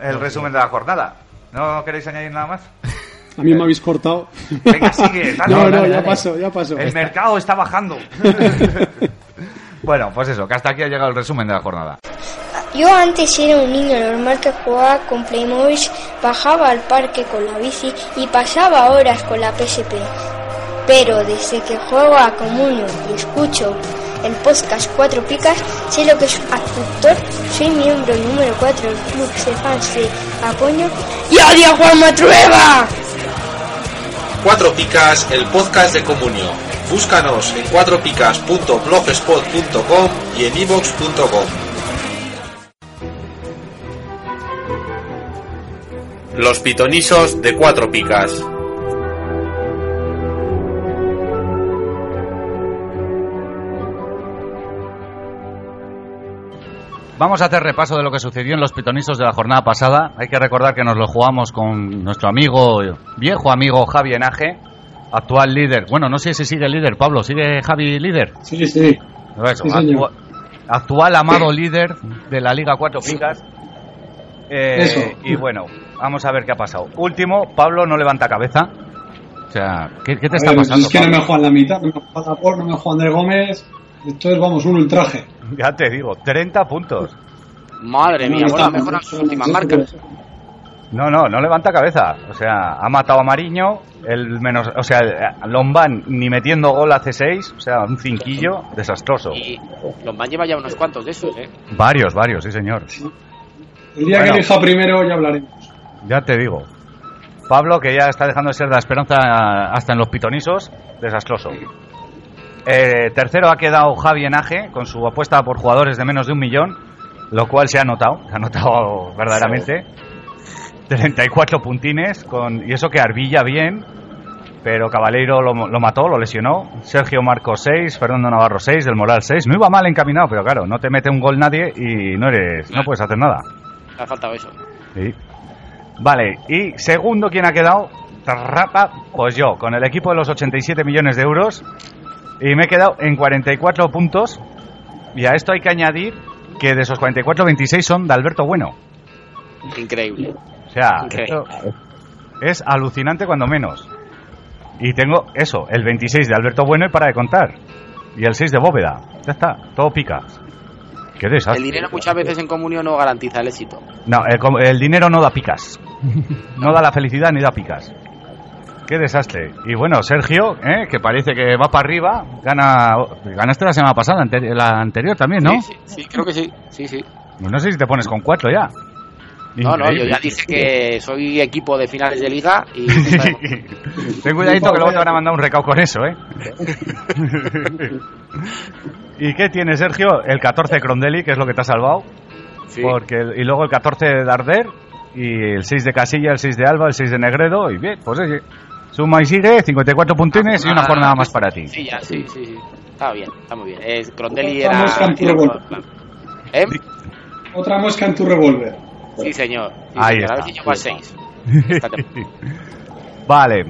el resumen de la jornada. ¿No queréis añadir nada más?
A mí me habéis cortado.
Venga, sigue, dale.
no, no,
Dale,
ya
dale.
paso, ya paso.
El mercado está bajando. bueno, pues eso, que hasta aquí ha llegado el resumen de la jornada.
Yo antes era un niño normal que jugaba con Playmobil, bajaba al parque con la bici y pasaba horas con la PSP. Pero desde que juego a Comunio y escucho el podcast Cuatro Picas, sé lo que es un actor, soy miembro número 4 del club de fans de Apoño y odio a Juan Matrueva.
Cuatro Picas, el podcast de Comunio. Búscanos en cuatropicas.blogspot.com y en ivox.com. Los pitonisos de Cuatro Picas.
Vamos a hacer repaso de lo que sucedió en los pitonisos de la jornada pasada. Hay que recordar que nos lo jugamos con nuestro amigo, viejo amigo Javi Enaje, actual líder. Bueno, no sé si sigue líder, Pablo. ¿Sigue Javi líder?
Sí, sí.
Eso,
Sí,
actua-
señor.
actual amado líder de la Liga Cuatro Picas. Eh,
Eso.
Y bueno, vamos a ver qué ha pasado. Último, Pablo no levanta cabeza. O sea, ¿qué, qué
A
te está
ver,
pasando?
Es que no
Pablo?
me juegan la mitad, no me juegan Laport, no me juegan Andrés Gómez. Esto es, vamos, un ultraje.
Ya te digo, 30 puntos.
Madre mía,
No
bueno,
está-
mejoran sus
no-
últimas
no-
marcas.
No, no, no levanta cabeza. O sea, ha matado a Mariño, el menos, o sea, el- Lombán ni metiendo gol hace 6, o sea, un cinquillo desastroso.
Y Lombán lleva ya unos cuantos de esos, ¿eh?
Varios, varios, sí señor.
El día
Bueno.
que elija primero ya hablaremos.
Ya te digo. Pablo, que ya está dejando de ser la esperanza hasta en los pitonisos, desastroso. Eh, tercero ha quedado Javi Enaje con su apuesta por jugadores de menos de un millón, lo cual se ha notado, se ha notado verdaderamente. 34 puntines, con, y eso que Arbilla bien, Pero Cabaleiro lo, lo mató, lo lesionó. Sergio Marcos 6, Fernando Navarro 6, Del Moral 6. No iba mal encaminado, pero claro, no te mete un gol nadie y no eres, no puedes hacer nada.
Le ha faltado eso.
Sí. Vale, y segundo, ¿quién ha quedado? Trapa, pues yo, con el equipo de los 87 millones de euros. Y me he quedado en 44 puntos. Y a esto hay que añadir que de esos 44, 26 son de Alberto Bueno.
Increíble.
O sea,
Ok.
esto es alucinante cuando menos. Y tengo eso, el 26 de Alberto Bueno y para de contar. Y el 6 de Bóveda. Ya está, todo pica. Qué desastre.
El dinero muchas veces en comunión no garantiza el éxito.
No, el, com- el dinero no da picas. No da la felicidad ni da picas. Qué desastre. Y bueno, Sergio, ¿eh? que parece que va para arriba, gana. Ganaste la semana pasada, anteri- la anterior también, ¿no?
Sí, sí, sí, creo que sí. Sí, sí.
No sé si te pones con cuatro ya.
No, no, yo
Increíble.
ya dije que soy equipo de finales de liga y
Ten cuidadito que luego te van a mandar un recao con eso, ¿eh? ¿Y qué tiene Sergio? El 14 Crondelli, que es lo que te ha salvado.
Sí.
Porque, y luego el 14 de Darder, y el 6 de Casilla, el 6 de Alba, el 6 de Negredo, y bien, pues oye, suma y sigue, 54 puntines y una jornada más para ti.
Sí, ya, sí, sí, sí. Está bien, está muy bien. Eh, Crondelli era...
Estamos campeón.
era otro plan. ¿Eh?
Otra mosca en tu revólver.
Sí, señor. Sí,
Ahí
señor.
está.
A ver si llego a seis. Esta temporada.
Vale.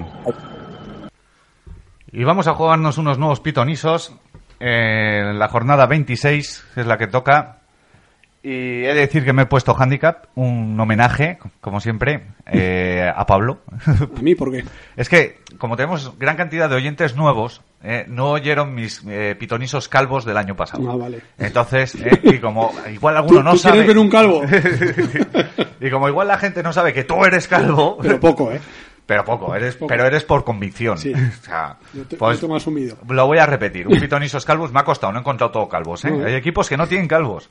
Y vamos a jugarnos unos nuevos pitonisos en la jornada 26, que es la que toca. Y he de decir que me he puesto handicap, un homenaje, como siempre, eh, a Pablo.
A mí, ¿por qué?
Es que, como tenemos gran cantidad de oyentes nuevos, eh, no oyeron mis eh, pitonisos calvos del año pasado.
Ah, vale.
Entonces, eh, y como igual alguno
¿Tú-
no
tú
sabe.
quieres ver un calvo?
y como igual la gente no sabe que tú eres calvo,
Pero poco, ¿eh?
pero poco, eres,
Poco.
pero eres por convicción.
Sí.
O sea,
Yo te-
pues,
yo tengo asumido.
lo voy a repetir. Un pitonisos calvos me ha costado, no he encontrado todo calvos. ¿eh?
No.
Hay equipos que no tienen calvos.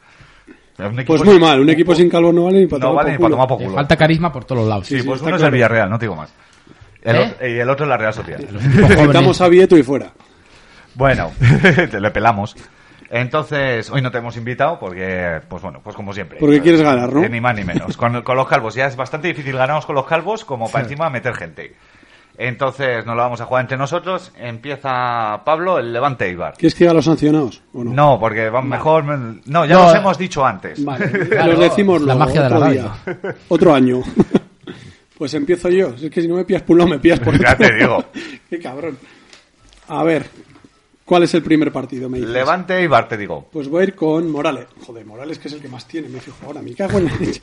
Un equipo
Pues muy mal, un equipo sin calvo no vale ni para
No
tomar
vale
por
ni para
culo.
tomar por
Le
culo.
falta carisma por todos los lados.
Sí,
Sí, sí,
pues
está
uno es el
claro.
Villarreal, no te digo más. El
¿Eh?
o- Y el otro es la Real Sociedad.
Los equipos jóvenes.
Quitamos a Vieto y fuera.
Bueno, te le pelamos. Entonces, hoy no te hemos invitado porque, pues bueno, pues como siempre.
Porque quieres ganar, ¿no?
Eh, ni más ni menos. Con, con los calvos, ya es bastante difícil ganarnos con los calvos como para encima meter gente. Entonces, nos lo vamos a jugar entre nosotros. Empieza Pablo, el Levante Ibar.
¿Quieres que diga a los sancionados? ¿O no?
No, porque van mejor. No, ya
No,
los
eh.
hemos dicho antes.
Vale,
Claro,
los decimos
la
luego,
magia de la
otro
radio.
día, otro año. Pues empiezo yo. Es que si no me pillas por un lado, me pillas por otro.
Ya te digo.
Qué cabrón. A ver, ¿cuál es el primer partido? Me dices?
Levante Ibar, te digo.
Pues voy a ir con Morales. Joder, Morales que es el que más tiene, me fijo ahora. Me cago en la leche.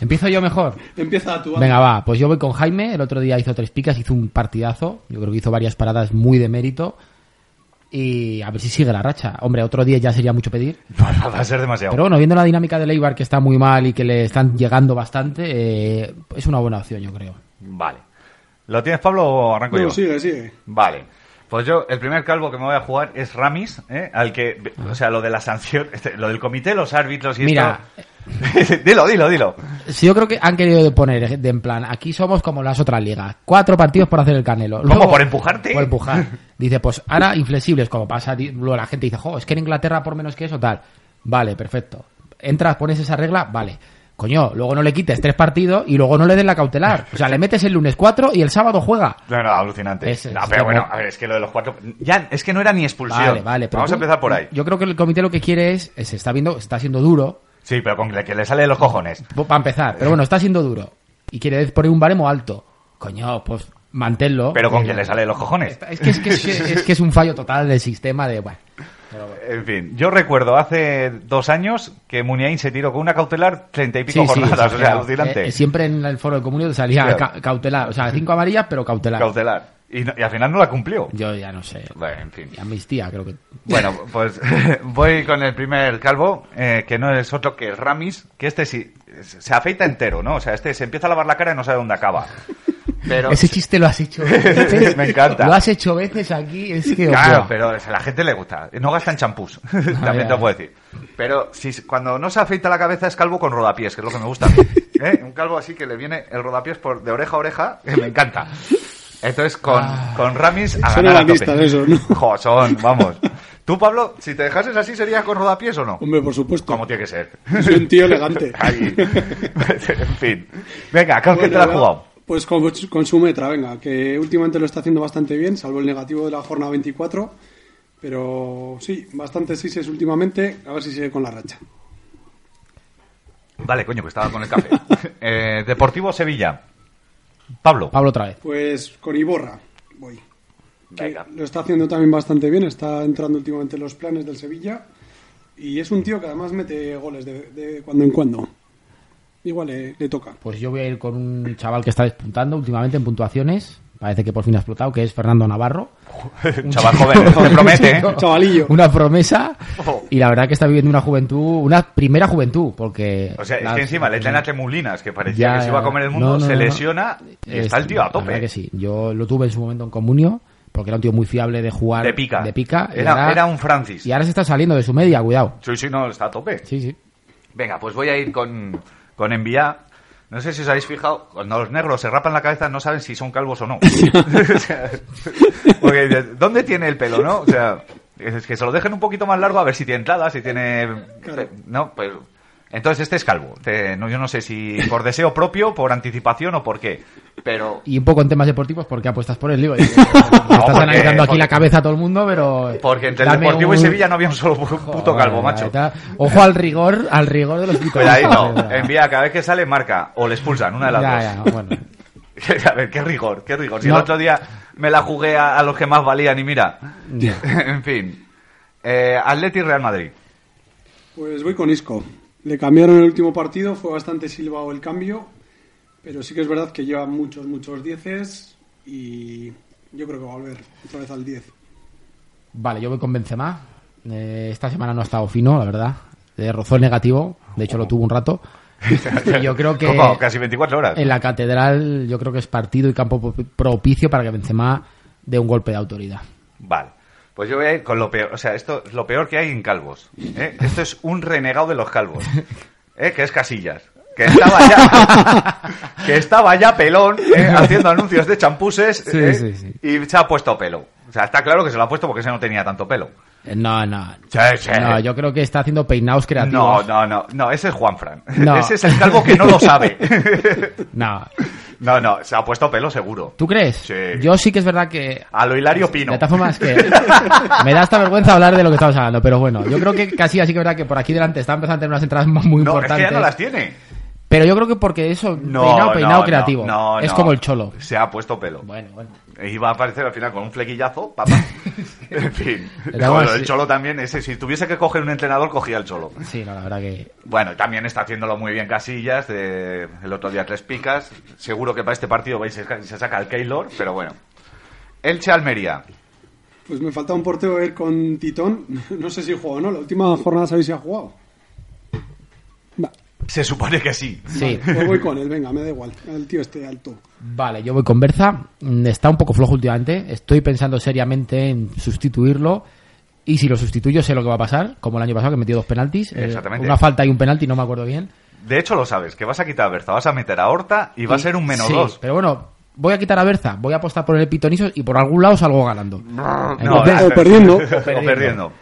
Empiezo yo mejor.
Empieza a tu
Venga, va, pues yo voy con Jaime. El otro día hizo tres picas, hizo un partidazo. Yo creo que hizo varias paradas muy de mérito. Y a ver si sigue la racha. Hombre, otro día ya sería mucho pedir.
Va a ser demasiado.
Pero bueno, viendo la dinámica del Eibar que está muy mal y que le están llegando bastante, eh, es una buena opción, yo creo.
Vale. ¿Lo tienes, Pablo, o arranco yo?
No, sigue, sigue.
Vale. Pues yo, el primer calvo que me voy a jugar es Ramis, ¿eh? al que, o sea, lo de la sanción, este, lo del comité, los árbitros y
Mira.
esto- dilo, dilo, dilo.
Sí, yo creo que han querido poner de en plan, aquí somos como las otras ligas, cuatro partidos por hacer el canelo.
¿Cómo, por empujarte?
Por empujar. Dice, pues ahora inflexibles, como pasa, di- luego la gente dice, jo, es que en Inglaterra por menos que eso, tal. Vale, perfecto. Entras, pones esa regla, vale. Coño, luego no le quites tres partidos y luego no le des la cautelar. O sea, le metes el lunes cuatro y el sábado juega.
No, no, alucinante.
Ese,
No,
ese
pero
como-
bueno, a ver, es que lo de los cuatro... Ya, es que no era ni expulsión.
Vale, vale. pero
Vamos
tú-
a empezar por ahí.
Yo creo que el comité lo que quiere es, es- está viendo, está siendo duro,
Sí, pero con la que le sale de los cojones.
para Pues, empezar, pero bueno, está siendo duro. Y quiere poner un baremo alto. Coño, pues manténlo.
Pero con
Eh,
que le sale de los cojones.
Es que es, que, es, que- es que es un fallo total del sistema de... Bueno,
En fin, yo recuerdo hace dos años que Muniain se tiró con una cautelar treinta y pico jornadas, o sea,
exagerado.
alucinante.
Eh, eh, siempre en el foro de comunio
Claro.
salía ca- cautelar, o sea, cinco amarillas, pero cautelar.
Cautelar. Y, no- y al final no la cumplió.
Yo ya no sé.
Bueno, en fin.
Amnistía, creo que...
Bueno, pues voy con el primer calvo, eh, que no es otro que Ramis, que este sí, se afeita entero, ¿no? O sea, este se empieza a lavar la cara y no sabe dónde acaba. Pero,
Ese chiste lo has hecho veces.
Me encanta.
Lo has hecho veces aquí, es que...
claro,
buah.
pero a la gente le gusta. No gastan champús,
Ah,
también te lo puedo decir. Pero si, cuando no se afeita la cabeza es calvo con rodapiés, que es lo que me gusta. a mí. ¿Eh? Un calvo así que le viene el rodapiés por, de oreja a oreja, que me encanta. Entonces, con, con Ramis... A
Ah. Son
ganar a
alarmistas
tope.
esos, ¿no?
Jo, son, vamos. Tú, Pablo, si te dejases así, ¿sería con rodapiés o no?
Hombre, por supuesto.
Como tiene que ser.
Soy un tío elegante.
Ahí. en fin. Venga, ¿con quién te
Bueno,
la has
va-
jugado?
Pues con, con su metra, venga, que últimamente lo está haciendo bastante bien, salvo el negativo de la jornada 24. Pero sí, bastantes sises últimamente, a ver si sigue con la racha.
Vale, coño, que estaba con el café. Eh, Deportivo Sevilla. Pablo.
Pablo otra vez.
Pues con Iborra, voy. que
Venga.
lo está haciendo también bastante bien, está entrando últimamente en los planes del Sevilla. Y es un tío que además mete goles de, de cuando en cuando. Igual le, le toca.
Pues yo voy a ir con un chaval que está despuntando últimamente en puntuaciones. Parece que por fin ha explotado, que es Fernando Navarro.
Un Chaval joven, te promete. ¿eh?
chico.
Chavalillo.
Una promesa.
Ojo.
Y la verdad que está viviendo una juventud, una primera juventud, porque...
O sea, es
las- pues,
que encima le traen mulinas que parecía
Ya,
que se iba a comer el mundo,
no, no,
se
no, no.
lesiona y
Es-
está el tío a
la
tope.
verdad que sí. Yo lo tuve en su momento en comunio, porque era un tío muy fiable de jugar.
De pica.
De pica. y
Era,
ahora-
era un Francis.
Y ahora se está saliendo de su media, cuidado.
Sí, sí, no, está a tope.
Sí, sí.
Venga, pues voy a ir con, con enviar. No sé si os habéis fijado, cuando los negros se rapan la cabeza no saben si son calvos o no. O sea, Porque dices, ¿dónde tiene el pelo, no? O sea, es que se lo dejen un poquito más largo a ver si tiene entrada, si tiene...
Claro.
No, pues... Entonces este es calvo. Te- no, yo no sé si por deseo propio, por anticipación o por qué. Pero
Y un poco en temas deportivos, porque apuestas por el lío. estás
porque-
analizando aquí
porque-
la cabeza a todo el mundo, pero.
Porque entre el
dame
Deportivo y
un-
Sevilla no había un solo pu- puto
Joder,
calvo, macho.
ahí está. Ojo al rigor, al rigor de los
Cuidadito,
futbolistas, de verdad.
envía cada vez que sale marca o le expulsan, una de las
Ya,
dos.
ya, bueno.
a ver, qué rigor, qué rigor. Si
No.
el otro día me la jugué a, a los que más valían y mira. en fin. Eh, Atleti Real Madrid.
Pues voy con Isco. Le cambiaron el último partido, fue bastante silbado el cambio, pero sí que es verdad que lleva muchos, muchos dieces y yo creo que va a volver otra vez al 10.
Vale, yo voy con Benzema. Eh, esta semana no ha estado fino, la verdad. Eh, rozó el negativo, de hecho lo tuvo un rato. Y yo creo que
Como casi 24 horas.
en la catedral yo creo que es partido y campo pro- propicio para que Benzema dé un golpe de autoridad.
Vale. Pues yo voy a ir con lo peor. O sea, esto es lo peor que hay en calvos. ¿eh? Esto es un renegado de los calvos. ¿eh? Que es Casillas. Que estaba ya, que estaba ya pelón ¿eh? haciendo anuncios de champuses
Sí,
¿eh?
sí, sí.
y se ha puesto pelo. O sea, está claro que se lo ha puesto porque ese no tenía tanto pelo.
Eh, No, no.
Sí, sí.
No, yo creo que está haciendo peinados
No,
creativos.
no, no, no, ese es Juanfran.
No.
Ese es el calvo que no lo sabe.
No.
No, no, se ha puesto pelo seguro.
¿Tú crees?
Sí.
Yo sí que es verdad que
A lo Hilario Pino.
De todas formas, que me da hasta vergüenza hablar de lo que estamos hablando, pero bueno, yo creo que casi así que es verdad que por aquí delante está empezando a tener unas entradas muy
no, es
muy
que
importantes.
ya no las tiene.
Pero yo creo que porque eso,
No,
¿eh? peinado, peinado
no,
creativo.
no, no,
es
no.
como el cholo.
Se ha puesto pelo.
Bueno, bueno.
Iba a aparecer al final con un flequillazo, papá. en fin.
Era
Bueno,
más-
el Cholo también, ese, si tuviese que coger un entrenador, cogía el Cholo.
Sí, no, la verdad que.
Bueno, y también está haciéndolo muy bien Casillas, de- el otro día tres picas. Seguro que para este partido vais se, se saca el Keylor, pero bueno. Elche Almería.
Pues me falta un portero ir con Titón. No sé si juega o no. La última jornada sabéis si ha jugado. Va,
Se supone que sí.
Sí.
pues voy con él, venga, me da igual. El tío este alto.
Vale, yo voy con Berza. Mm, Está un poco flojo últimamente. Estoy pensando seriamente en sustituirlo. Y si lo sustituyo, sé lo que va a pasar. Como el año pasado, que metió dos penaltis. Eh,
Exactamente.
Una falta y un penalti, no me acuerdo bien.
De hecho, lo sabes, que vas a quitar a Berza, vas a meter a Horta y va a ser un menos
Sí,
dos.
Pero bueno, voy a quitar a Berza, voy a apostar por el pitonizo y por algún lado salgo ganando.
No, eh.
Entonces,
o perdiendo.
O perdiendo.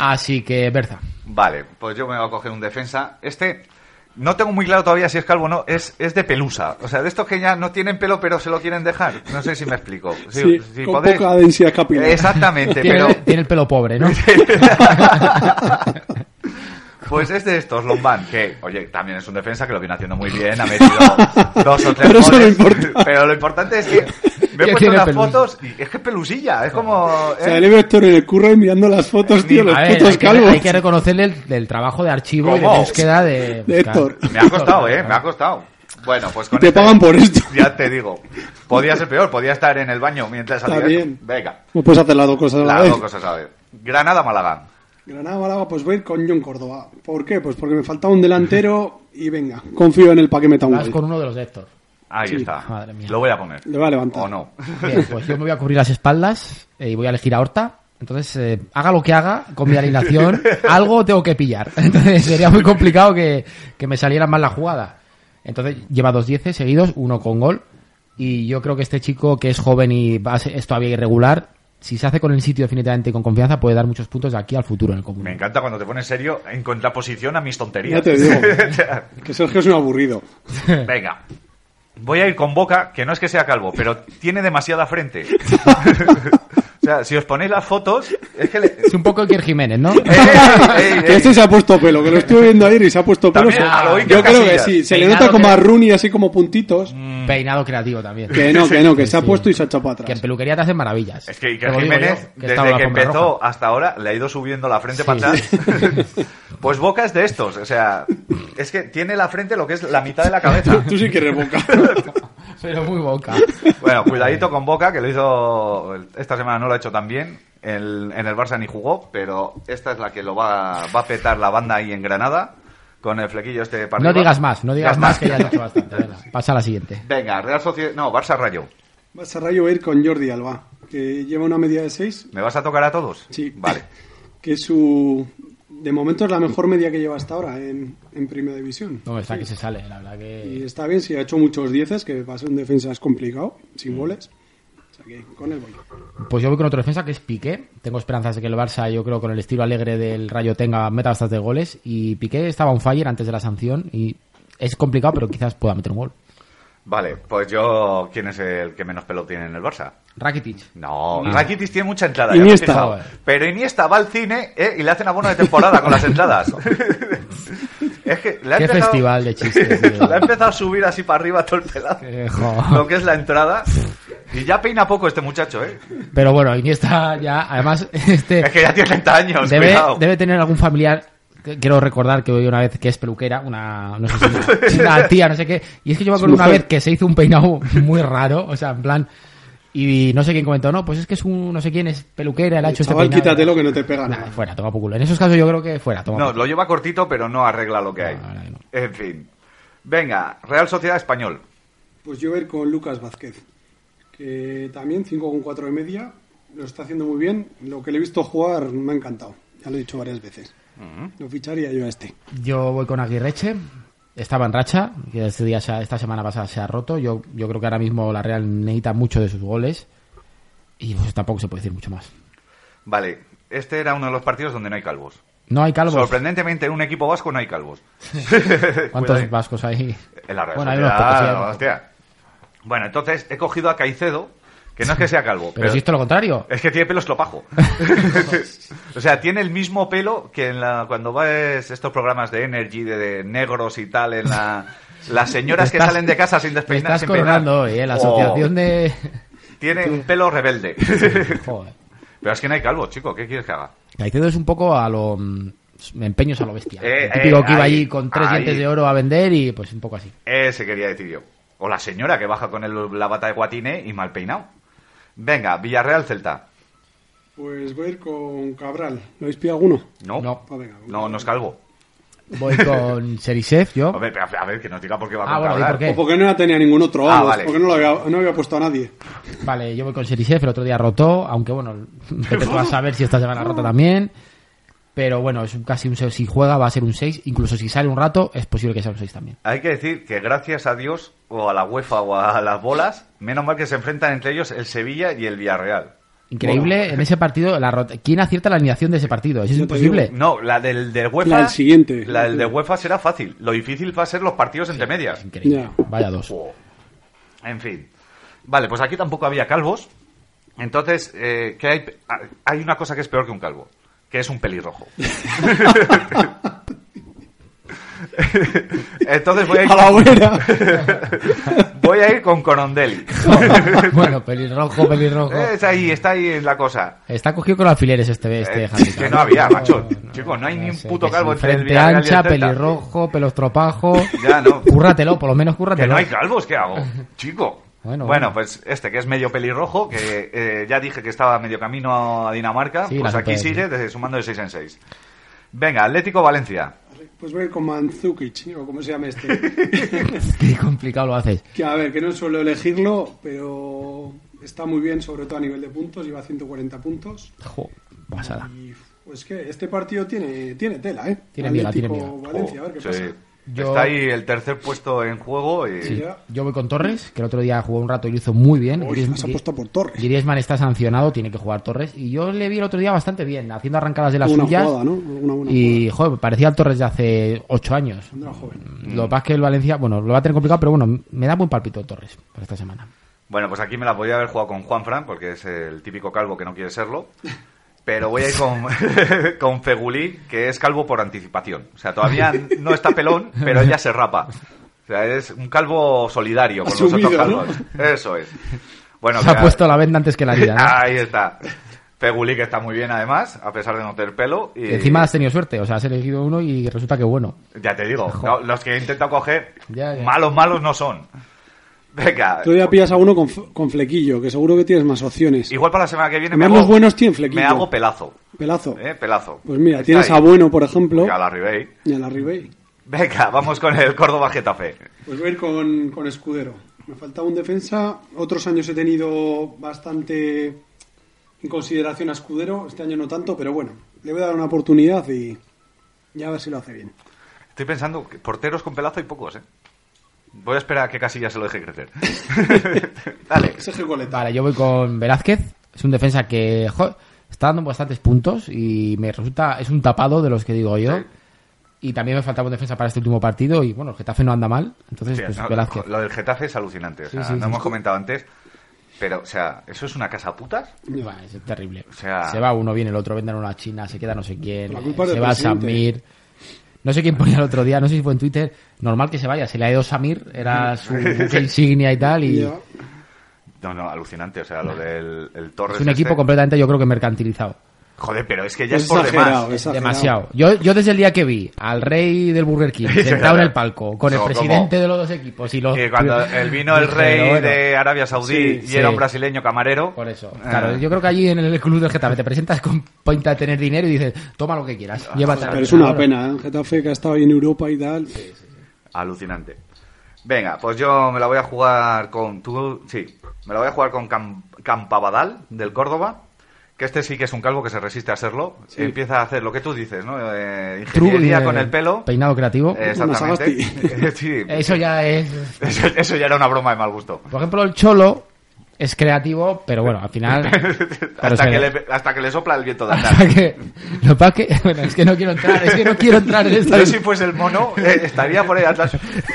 Así que Berza.
Vale, pues yo me voy a coger un defensa. Este, no tengo muy claro todavía si es calvo o no, es, es de pelusa. O sea, de estos que ya no tienen pelo pero se lo quieren dejar. No sé si me explico. Si-
Sí,
si
con
podéis-
poca densidad capilar.
Exactamente, pero...
Tiene, tiene el pelo pobre, ¿no?
Pues es de estos, Lombán, que, oye, también es un defensa que lo viene haciendo muy bien, ha metido dos o tres
Pero eso no
goles,
importa.
pero lo importante es que me he
Que
puesto
tiene
las
pelusa.
fotos y es que es pelusilla, es como...
O sea,
¿eh?
el Héctor en el curro y mirando las fotos, tío, los
Eh, A ver,
putos
hay, que,
calvos.
hay que reconocerle el, el trabajo de archivo y de
¿Cómo?
búsqueda de,
De Héctor.
Me ha costado, eh, me ha costado. Bueno, pues con
Te
este-
pagan por esto.
Ya te digo. Podía ser peor, podía estar en el baño mientras
Está
salía.
bien.
Venga,
No puedes hacer las dos cosas a la
las
vez.
dos cosas a ver. Granada, Málaga.
Granada, Málaga, pues voy a ir con John Córdoba. ¿Por qué? Pues porque me falta un delantero y venga, confío en el pa' que meta un
Vas
gol.
con uno de los de Héctor.
Ahí
Sí.
está.
Madre mía.
Lo voy a poner.
Le va a levantar.
O Oh, no.
Bien, pues yo me voy a cubrir las espaldas eh, y voy a elegir a Horta. Entonces, eh, haga lo que haga con mi alineación, algo tengo que pillar. Entonces, sería muy complicado que, que me saliera mal la jugada. Entonces, lleva dos dieces seguidos, uno con gol. Y yo creo que este chico, que es joven y va a ser- es todavía irregular, si se hace con el sitio definitivamente y con confianza, puede dar muchos puntos de aquí al futuro en el común.
Me encanta cuando te pones serio en contraposición a mis tonterías.
Ya te digo. que Sergio es un aburrido.
Venga. voy a ir con Boca, que no es que sea calvo, pero tiene demasiada frente. o sea, si os ponéis las fotos, es que le...
Es un poco Iker Jiménez, ¿no?
¡Ey, ey, ey, ey!
Este se ha puesto pelo, que lo estuve viendo ayer y se ha puesto pelo.
También a lo Iker
Yo creo que
Casillas.
sí, se le
Peinado
nota como
que-
a Rooney así como puntitos.
Mm.
Peinado creativo también.
Que no, que no, que se ha
Sí.
puesto y se ha echado para
Que en
atrás.
peluquería te hacen maravillas.
Es que
Te
Iker
lo digo
Jiménez,
yo, que estaba en
desde
la
que
alfombra
empezó
roja.
hasta ahora, le ha ido subiendo la frente
Sí.
para atrás. pues Boca es de estos, o sea, es que tiene la frente lo que es la mitad de la cabeza.
Tú sí quieres boca.
Pero muy boca.
Bueno, cuidadito con Boca, que lo hizo. Esta semana no lo ha hecho tan bien. El- en el Barça ni jugó, pero esta es la que lo va, va a petar la banda ahí en Granada. Con el flequillo este para
No
arriba.
digas más, no digas
Ya
más
está.
que ya has dicho bastante. Venga, pasa a la siguiente.
Venga, Real Sociedad. No, Barça Rayo.
Vas a rayo ir con Jordi Alba, que lleva una media de 6,
¿Me vas a tocar a todos?
Sí.
Vale.
que es su. De momento es la mejor media que lleva hasta ahora en, en Primera División.
No, está que se sale, la verdad
Y
que.
está bien, si ha hecho muchos dieces, que va a ser un defensa es complicado,
Mm.
sin goles. O sea que con el voy.
Pues yo voy con otro defensa que es Piqué. Tengo esperanzas de que el Barça, yo creo, con el estilo alegre del Rayo tenga meta bastante de goles. Y Piqué estaba un fire antes de la sanción y es complicado, pero quizás pueda meter un gol.
Vale, pues yo. ¿Quién es el que menos pelo tiene en el Barça?
Rakitic.
No, Rakitic tiene mucha entrada. ya me he
Iniesta.
fijado. Pero Iniesta va al cine ¿eh? y le hacen abono de temporada con las entradas. es que le ha
Qué
empezado-
festival de chistes. tío.
Le ha empezado a subir así para arriba todo el pelado.
Eh, jo.
Lo que es la entrada. Y ya peina poco este muchacho, ¿eh?
Pero bueno, Iniesta ya, además,
Es
este
que ya tiene 30 años,
debe,
cuidado.
debe tener algún familiar. que- Quiero recordar que hoy una vez que es peluquera, una, no sé si una, una tía, no sé qué. Y es que yo me acuerdo
Su
una
mujer.
vez que se hizo un peinado muy raro, o sea, en plan. Y no sé quién comentó, no, pues es que es un, no sé quién es peluquera, le ha hecho este
Chaval,
peinado.
quítatelo que no te pega
Nah,
nada.
fuera, toma por culo. En esos casos yo creo que fuera, toma
No,
por
lo lleva cortito, pero no arregla lo que
No,
hay.
la verdad que no.
En fin. Venga, Real Sociedad Español.
Pues yo voy a ir con Lucas Vázquez, que también 5,4 de media, lo está haciendo muy bien. Lo que le he visto jugar me ha encantado, ya lo he dicho varias veces.
Mm.
Lo ficharía yo a este.
Yo voy con Aguirreche. Estaba en racha, que este día se ha- esta semana pasada se ha roto. Yo, yo creo que ahora mismo la Real necesita mucho de sus goles. Y pues tampoco se puede decir mucho más.
Vale, este era uno de los partidos donde no hay calvos.
No hay calvos.
Sorprendentemente, en un equipo vasco no hay calvos.
¿Cuántos
Cuidado.
vascos hay?
En la Real
Bueno, hay unos
Sociedad,
pocos, sí, hay unos
hostia. Bueno, entonces he cogido a Caicedo, que no es que sea calvo,
Pero si esto lo contrario.
Es que tiene pelo estropajo. o sea, tiene el mismo pelo que en la, cuando ves estos programas de Energy, de, de negros y tal, en la, las señoras
Te
que
estás-
salen de casa sin
Te
despeinar.
estás
sin peinar.
coronando hoy, ¿eh? La
Oh,
asociación de...
Tiene un pelo rebelde.
Joder.
Pero es que no hay calvo, chico, ¿qué quieres que haga?
Caicedo es un poco a lo... mm, Empeños a lo bestia.
Eh,
El típico
eh,
que iba
ahí,
allí con tres
ahí.
dientes de oro a vender y pues un poco así.
Ese quería decir yo. O la señora que baja con el- la bata de guatine y mal peinado. Venga, Villarreal Celta.
Pues voy a ir con Cabral, ¿lo habéis pillado alguno?
No,
No.
no,
Ah, venga,
no, es calvo.
Voy con Serisev, yo.
A ver, pero a ver, que nos diga por qué va
Ah,
a
bueno, ¿y por qué?
O porque no tenía ningún otro,
Ah,
vamos,
vale.
porque no, lo había, no había puesto a nadie.
Vale, yo voy con Serisev, el otro día rotó, aunque bueno, Pepe va a saber si esta semana rota también. Pero bueno, es un- casi un 6. Si juega va a ser un 6, incluso si sale un rato, es posible que sea un 6 también.
Hay que decir que gracias a Dios, o a la UEFA o a las bolas, menos mal que se enfrentan entre ellos el Sevilla y el Villarreal.
Increíble, en ese partido, la rota- ¿quién acierta la alineación de ese partido? Eso es
Yo te
imposible.
No, la del, del UEFA.
La del siguiente.
La del de UEFA será fácil. Lo difícil va a ser los partidos entre medias.
Increíble.
Ya.
Vaya dos.
Oh. En fin. Vale, pues aquí tampoco había calvos. Entonces, eh, que hay, hay una cosa que es peor que un calvo, que es un pelirrojo. Entonces voy a ir,
A la buena.
voy a ir con Corondelli.
bueno, pelirrojo, pelirrojo.
Es ahí, está ahí la cosa.
Está cogido con alfileres este, este
Eh,
handicap.
que no había, macho.
no,
Chicos, no hay ni un
sé,
puto
que
calvo
sí,
entre el
Frente
Villarreal y el
ancha,
Celta.
pelirrojo, pelostropajo.
Ya, no.
Cúrratelo, por lo menos
Que
cúrratelo.
no hay calvos, ¿qué hago? Chico.
Bueno,
Bueno,
bueno.
pues este que es medio pelirrojo, que eh, ya dije que estaba medio camino a Dinamarca,
Sí,
pues
la
aquí
supe,
sigue desde- sumando de 6 en 6. Venga, Atlético Valencia.
Pues voy a ir con Manzukic, o como se llama este.
Qué complicado lo haces.
Que a ver, que no suelo elegirlo, pero está muy bien, sobre todo a nivel de puntos, lleva 140 puntos.
Jo, pasada.
Y pues que este partido tiene, tiene tela, ¿eh?
Tiene miga, tiene
Atlético
Oh,
Valencia, a ver qué
sí.
pasa.
Yo-
Está ahí el tercer puesto en juego y
Sí.
Ya.
Yo voy con Torres, que el otro día jugó un rato y lo hizo muy bien.
Uy,
Griezmann-
has apostado por Torres.
Griezmann está sancionado, tiene que jugar Torres. Y yo le vi el otro día bastante bien, haciendo arrancadas de las
Alguna
suyas.
jugada, ¿no? Alguna buena
Y, joder, parecía el Torres de hace ocho años.
jugada. Cuando era joven.
Mm.
Lo que pasa es que el Valencia, bueno, lo va a tener complicado, pero bueno, me da buen palpito Torres para esta semana.
Bueno, pues aquí me la podía haber jugado con Juan Fran, porque es el típico calvo que no quiere serlo. Pero voy a ir con, con Fegulí, que es calvo por anticipación. O sea, todavía no está pelón, pero él ya se rapa. O sea, es un calvo solidario con los otros
Asumido, ¿no?
calvos. Eso es. Bueno,
Se ha
que-
puesto la venda antes que la vida. ¿no?
Ahí está. Fegulí, que está muy bien además, a pesar de no tener pelo. Y...
Y Encima has tenido suerte, o sea, has elegido uno y resulta que bueno.
Ya te digo, no, los que he intentado coger,
Ya, ya.
malos, malos no son. Venga.
Tú ya pillas a uno con, f- con flequillo, que seguro que tienes más opciones.
Igual para la semana que viene me
Además,
hago,
los buenos tienen flequillo.
me hago pelazo.
Pelazo.
¿eh? Pelazo.
Pues mira,
Está
tienes
ahí.
a Bueno, por ejemplo,
Y a la Ribey.
y a la Ribey.
Venga, vamos con el Córdoba Getafe.
Pues voy a ir con, con Escudero. Me faltaba un defensa. Otros años he tenido bastante en consideración a Escudero. Este año no tanto, pero bueno, le voy a dar una oportunidad y ya a ver si lo hace bien.
Estoy pensando, que porteros con pelazo hay pocos, ¿eh? Voy a esperar a que casi ya se lo deje crecer.
Pues
Dale.
Ese es el goleta.
Vale, yo voy con Velázquez. Es un defensa que jo, está dando bastantes puntos y me resulta, es un tapado de los que digo yo. Y también me faltaba un defensa para este último partido y bueno, el Getafe no anda mal. Entonces,
Hostia,
pues
no,
Velázquez.
lo del Getafe es alucinante. O sea,
Sí, sí,
no
sí.
hemos comentado antes. Pero, o sea, ¿eso es una casa a putas?
Buah, es terrible.
O sea-
se va uno, viene el otro, venden a una China, se queda no sé quién,
La culpa es
se
del
va
presidente.
Samir. No sé quién ponía el otro día, no sé si fue en Twitter. Normal que se vaya, se le ha ido Samir, era su buque insignia y tal. Y
Ya.
No, no, alucinante. O sea, lo del el Torres.
es un
este.
equipo completamente, yo creo que mercantilizado.
Joder, pero es que ya
pues
es
Es
por demás.
exagerado, es-
eh.
exagerado.
Demasiado. Yo, yo desde el día que vi al rey del Burger King sentado en el palco con el
No, ¿cómo?
presidente de los dos equipos y los...
Y cuando el vino el
Dije,
rey
bueno,
de Arabia Saudí y
Sí,
era
sí.
un brasileño camarero.
Por eso.
Ah.
Claro, yo creo que allí en el club del Getafe te presentas con pinta de tener dinero y dices, toma lo que quieras,
Ah,
llévate.
Pero es una pena, ¿eh? El Getafe que ha estado ahí en Europa y tal.
Alucinante. Venga, pues yo me la voy a jugar con tú, sí, me la voy a jugar con Cam- Campabadal del Córdoba, que este sí que es un calvo que se resiste a serlo, empieza a hacer lo que tú dices, ¿no? Eh, ingeniería
Truco,
con
eh,
el pelo.
Peinado creativo.
Eh, Exactamente.
Una
Sí.
Eso ya es...
Eso, eso ya era una broma de mal gusto.
Por ejemplo, el Cholo es creativo, pero bueno, al final... pero
hasta,
se-
que le, hasta que le sopla el viento de atrás.
hasta que- Lo que pasa es que... Bueno, es que no quiero entrar, es que no quiero entrar en esta...
Yo si fuese el mono, eh, estaría por ahí atrás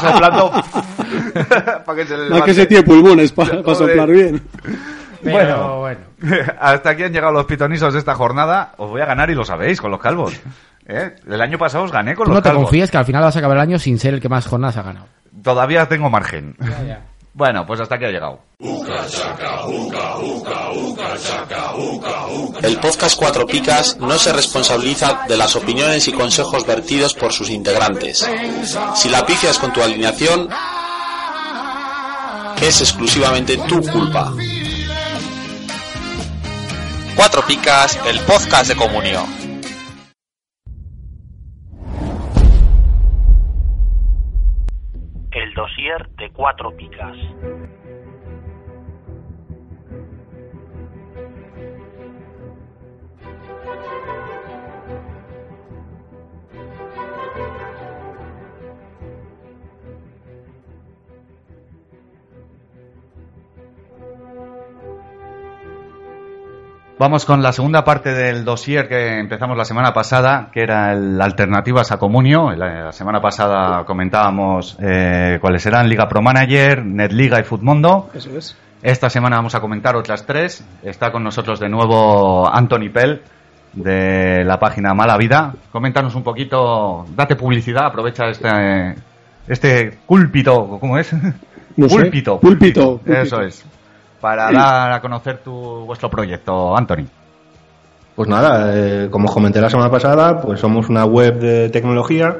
soplando para que se le
que se
levante.
tiene pulmones para
Joder.
soplar bien.
Pero
Bueno.
bueno.
Hasta aquí han llegado los pitonisos de esta jornada. Os voy a ganar y lo sabéis con los calvos. ¿Eh? El año pasado os gané con
Tú
los
no te
calvos.
confíes que al final vas a acabar el año sin ser el que más jornadas ha ganado.
Todavía tengo margen. Bueno, pues hasta aquí ha llegado.
El podcast Cuatro Picas no se responsabiliza de las opiniones y consejos vertidos por sus integrantes. Si la pifias con tu alineación, es exclusivamente tu culpa. Cuatro Picas, el podcast de comunión.
El dossier de cuatro picas.
Vamos con la segunda parte del dossier que empezamos la semana pasada, que era el Alternativas a Comunio. La, la semana pasada comentábamos eh, cuáles eran Liga Pro Manager, Netliga y Futmundo.
Eso es.
Esta semana vamos a comentar otras tres. Está con nosotros de nuevo Anthony Pell de la página Mala Vida. Coméntanos un poquito, date publicidad, aprovecha este, este cúlpito, ¿cómo es?
No sé.
Púlpito,
Púlpito, púlpito.
Eso es. Para dar a conocer tu, vuestro proyecto, Anthony.
Pues nada, eh, como os comenté la semana pasada, pues somos una web de tecnología.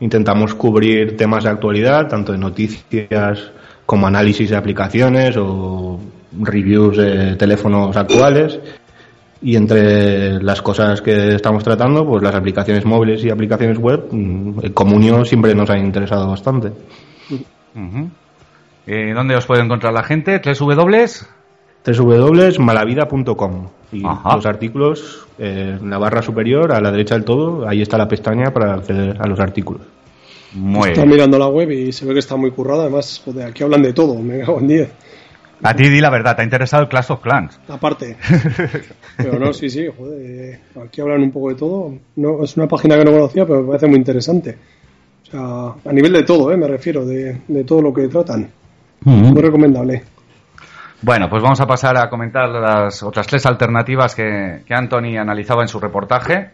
Intentamos cubrir temas de actualidad, tanto de noticias como análisis de aplicaciones o reviews de teléfonos actuales. Y entre las cosas que estamos tratando, pues las aplicaciones móviles y aplicaciones web, mm, el comunio siempre nos ha interesado bastante.
Ujú. Eh, ¿Dónde os puede encontrar la gente? ¿Tres W?
www.malavida.com y
Ajá.
los artículos eh, en la barra superior a la derecha del todo ahí está la pestaña para acceder a los artículos
Muy
Está
bien.
mirando la web y se ve que está muy currada. Además, joder, aquí hablan de todo. Me cago en 10.
A ti di la verdad, te ha interesado el Clash of Clans.
Aparte. Pero no, sí, sí, joder. eh, Aquí hablan un poco de todo. No, es una página que no conocía, pero me parece muy interesante. O sea, a nivel de todo, eh, me refiero, de, de todo lo que tratan. Muy recomendable.
Bueno, pues vamos a pasar a comentar las otras tres alternativas que, que Anthony analizaba en su reportaje.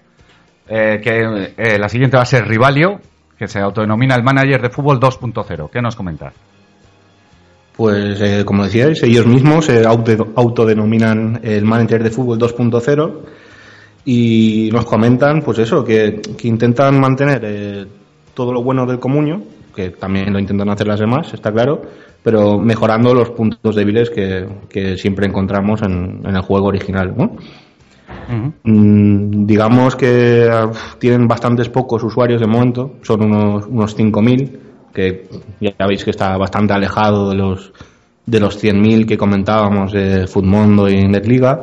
Eh, que eh, la siguiente va a ser Rivalio, que se autodenomina el manager de fútbol 2.0. ¿Qué nos comentas?
Pues eh, como decíais, ellos mismos se auto- autodenominan el manager de fútbol 2.0 y nos comentan, pues eso, que, que intentan mantener eh, todo lo bueno del comunio, que también lo intentan hacer las demás, está claro, pero mejorando los puntos débiles que, que siempre encontramos en, en el juego original, ¿no? Mm, digamos que ah, tienen bastantes pocos usuarios de momento, son unos, unos 5.000, que ya veis que está bastante alejado de los, de los 100.000 que comentábamos de Futmundo y Netliga.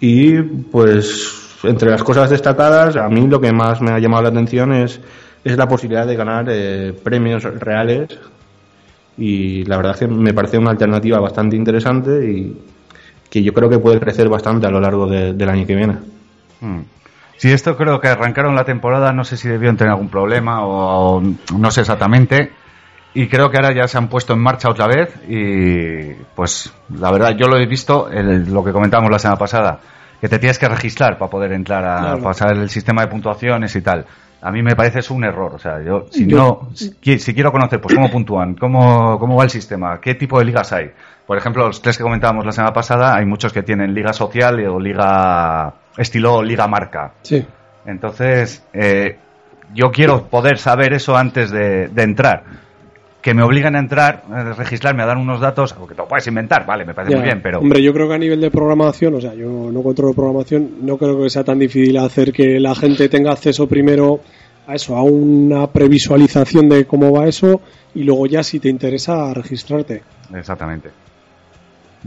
Y pues entre las cosas destacadas, a mí lo que más me ha llamado la atención es, es la posibilidad de ganar eh, premios reales. Y la verdad es que me parece una alternativa bastante interesante y que yo creo que puede crecer bastante a lo largo de- del año que viene.
Si Hmm. esto creo que arrancaron la temporada, no sé si debieron tener algún problema o, o no sé exactamente. Y creo que ahora ya se han puesto en marcha otra vez y pues la verdad yo lo he visto, el- lo que comentábamos la semana pasada, que te tienes que registrar para poder entrar a
Claro.
pasar el sistema de puntuaciones y tal. A mí me parece es un error, o sea, yo si
Yo-
no si, qui- si quiero conocer pues cómo puntúan, cómo cómo va el sistema, qué tipo de ligas hay. Por ejemplo, los tres que comentábamos la semana pasada, hay muchos que tienen liga social o liga estilo liga marca.
Sí.
Entonces, eh, yo quiero poder saber eso antes de, de entrar. Que me obligan a entrar, a registrarme, a dar unos datos, porque te lo puedes inventar, vale, me parece
Ya,
muy bien, pero...
Hombre, yo creo que a nivel de programación, o sea, yo no controlo programación, no creo que sea tan difícil hacer que la gente tenga acceso primero a eso, a una previsualización de cómo va eso y luego ya si te interesa registrarte.
Exactamente.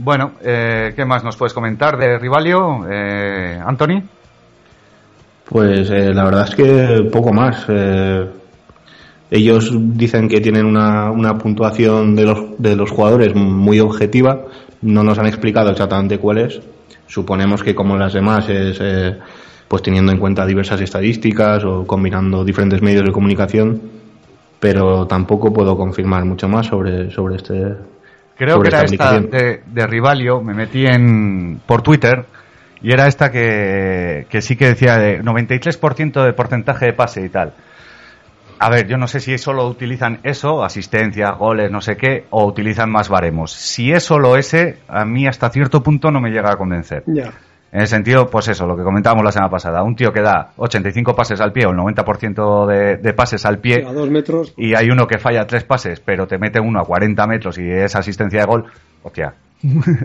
Bueno, eh, ¿qué más nos puedes comentar de Rivalio, eh, Anthony?
Pues eh, la verdad es que poco más. eh, ellos dicen que tienen una, una puntuación de los, de los jugadores muy objetiva. No nos han explicado exactamente cuál es. Suponemos que como las demás es eh, pues teniendo en cuenta diversas estadísticas o combinando diferentes medios de comunicación. Pero tampoco puedo confirmar mucho más sobre, sobre este.
Creo que
sobre
era esta
aplicación.
de, de Rivalio, me metí en por Twitter y era esta que, que sí que decía de 93% de porcentaje de pase y tal. A ver, yo no sé si solo utilizan eso, asistencia, goles, no sé qué, o utilizan más baremos. Si es solo ese, a mí hasta cierto punto no me llega a convencer.
Ya.
En el sentido, pues eso, lo que comentábamos la semana pasada, un tío que da 85 pases al pie o el 90% de, de pases al pie
A dos metros,
y hay uno que falla tres pases, pero te mete uno a 40 metros y es asistencia de gol, hostia,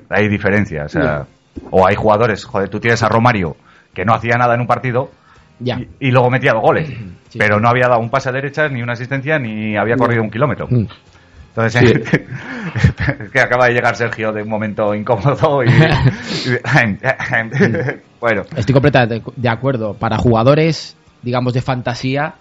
hay diferencia. O, sea,
Ya.
o hay jugadores, joder, tú tienes a Romario que no hacía nada en un partido
Ya.
y, y luego metía dos goles, pero no había dado un pase a derechas, ni una asistencia, ni había corrido un kilómetro.
Mm.
Entonces, es que acaba de llegar Sergio de un momento incómodo y.
Mm.
y- bueno,
Estoy completamente de acuerdo. Para jugadores, digamos, de fantasía,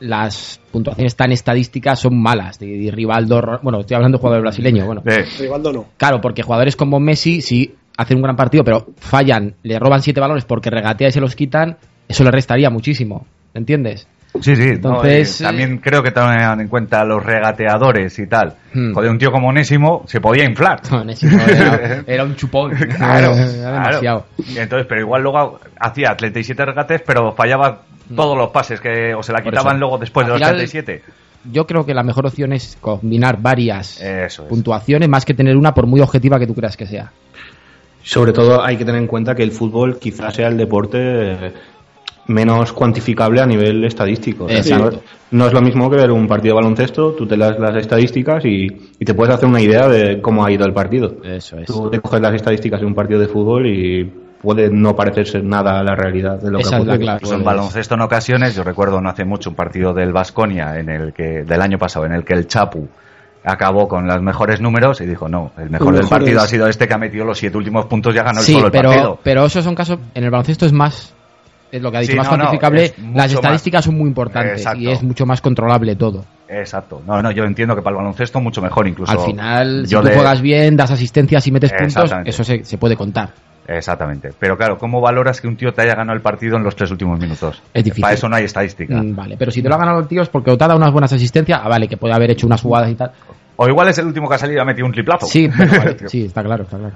las puntuaciones tan estadísticas son malas. De, de Rivaldo, Ro- bueno, estoy hablando de jugadores brasileños, bueno.
eh,
Rivaldo no.
Claro, porque jugadores como Messi, si hacen un gran partido, pero fallan, le roban siete balones porque regatea y se los quitan, eso le restaría muchísimo. ¿Entiendes?
Sí, sí.
Entonces,
no, eh, también creo que tengan en cuenta los regateadores y tal.
Hmm.
Joder, un tío como Onésimo se podía inflar.
No, Messi no, era, era un chupón.
Claro,
Era demasiado.
claro. Y Entonces, pero igual luego hacía 37 regates, pero fallaba todos los pases que o se la
Hmm. Por
quitaban
eso.
luego después de
Al
los
final-
37.
Yo creo que la mejor opción es combinar varias
Eso es.
puntuaciones más que tener una por muy objetiva que tú creas que sea.
Sobre todo hay que tener en cuenta que el fútbol quizás sea el deporte eh, menos cuantificable a nivel estadístico. O sea,
Exacto.
no- No es lo mismo que ver un partido de baloncesto, tú te las, las estadísticas y, y te puedes hacer una idea de cómo ha ido el partido.
Eso es.
Tú te coges las estadísticas de un partido de fútbol y puede no parecerse nada a la realidad de lo
Esa
que ha
es la
ocurrido.
clave.
Pues en baloncesto en ocasiones, yo recuerdo no hace mucho un partido del Vasconia en el que del año pasado en el que el Chapu acabó con los mejores números y dijo, "No, el mejor
Los
del
mejores.
partido ha sido este que ha metido los siete últimos puntos y ha ganado
sí,
solo el
pero,
partido."
pero esos son casos. En el baloncesto es más
es lo que ha dicho,
Sí,
más
no, no,
cuantificable,
es mucho
las
más.
estadísticas son muy importantes
Exacto.
y es mucho más controlable todo.
Exacto. No, no, yo entiendo que para el baloncesto mucho mejor incluso.
Al final, si
Yo
tú
de-
juegas bien, das asistencias y metes puntos,
Exactamente.
eso se, se puede contar.
Exactamente. Pero claro, ¿cómo valoras que un tío te haya ganado el partido en los tres últimos minutos? Eh,
Es difícil.
Para eso no hay estadística.
Mm, Vale, pero si te lo ha ganado el tío es porque o te ha dado unas buenas asistencias, ah, vale, que puede haber hecho unas jugadas y tal.
O igual es el último que ha salido y ha metido un triplazo.
Sí, pero vale, sí, está claro, está claro.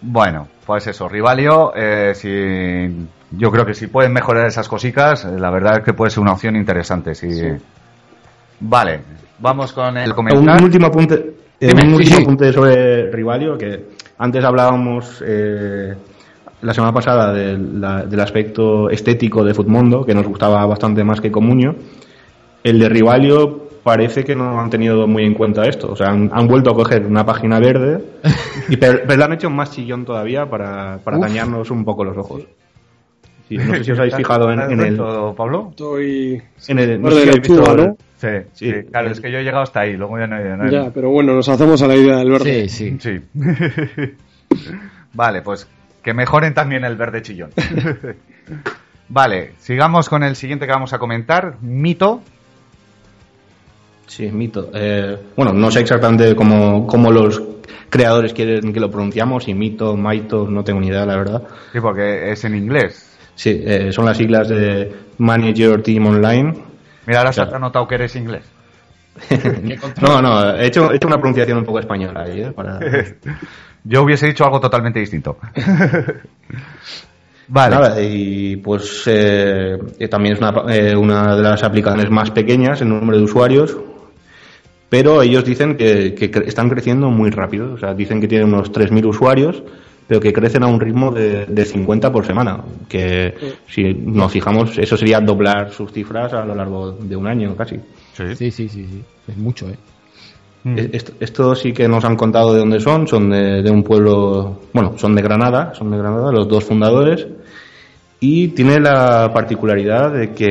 Bueno, pues eso, Rivalio, eh, si, yo creo que si pueden mejorar esas cositas, eh, la verdad es que puede ser una opción interesante. Si... Vale, vamos con el
Un
comentario.
último apunte, eh,
Dime,
un
sí,
último
sí.
apunte sobre Rivalio, que antes hablábamos eh, la semana pasada de la- del aspecto estético de Futmundo, que nos gustaba bastante más que Comunio. El de Rivalio parece que no han tenido muy en cuenta esto. O sea, han, han vuelto a coger una página verde, y, pero, pero la han hecho más chillón todavía para, para
Uf.
dañarnos un poco los ojos. Sí, no sé si os habéis fijado en, en el...
Pablo?
Estoy.
En el, no
Orden
sé si habéis
Ochoa,
visto el-
¿no?
Sí, sí, claro, es que yo he llegado hasta ahí, luego ya no he... no he-
Ya, pero bueno, nos hacemos a la idea del verde.
Sí, sí.
Sí. vale, pues que mejoren también el verde chillón. vale, sigamos con el siguiente que vamos a comentar, mito.
Sí, mito. Eh, bueno, no sé exactamente cómo, cómo los creadores quieren que lo pronunciamos, y mito, maito, no tengo ni idea, la verdad.
Sí, porque es en inglés.
Sí, eh, son las siglas de Manage Your Team Online.
Mira, ahora se
Claro.
ha notado que eres inglés.
No, no, he hecho, he hecho una pronunciación un poco española ahí, eh, para-
Yo hubiese dicho algo totalmente distinto. vale.
Nada, y pues eh, eh, también es una, eh, una de las aplicaciones más pequeñas en número de usuarios, pero ellos dicen que, que cre- están creciendo muy rápido, o sea, dicen que tienen unos 3.000 usuarios, pero que crecen a un ritmo de, de 50 por semana, que si nos fijamos, eso sería doblar sus cifras a lo largo de un año casi.
Sí, sí, sí, sí. Es mucho, ¿eh?
Es- Esto, E-, esto sí que nos han contado de dónde son, son de, de un pueblo, bueno, son de Granada, son de Granada, los dos fundadores, y tiene la particularidad de que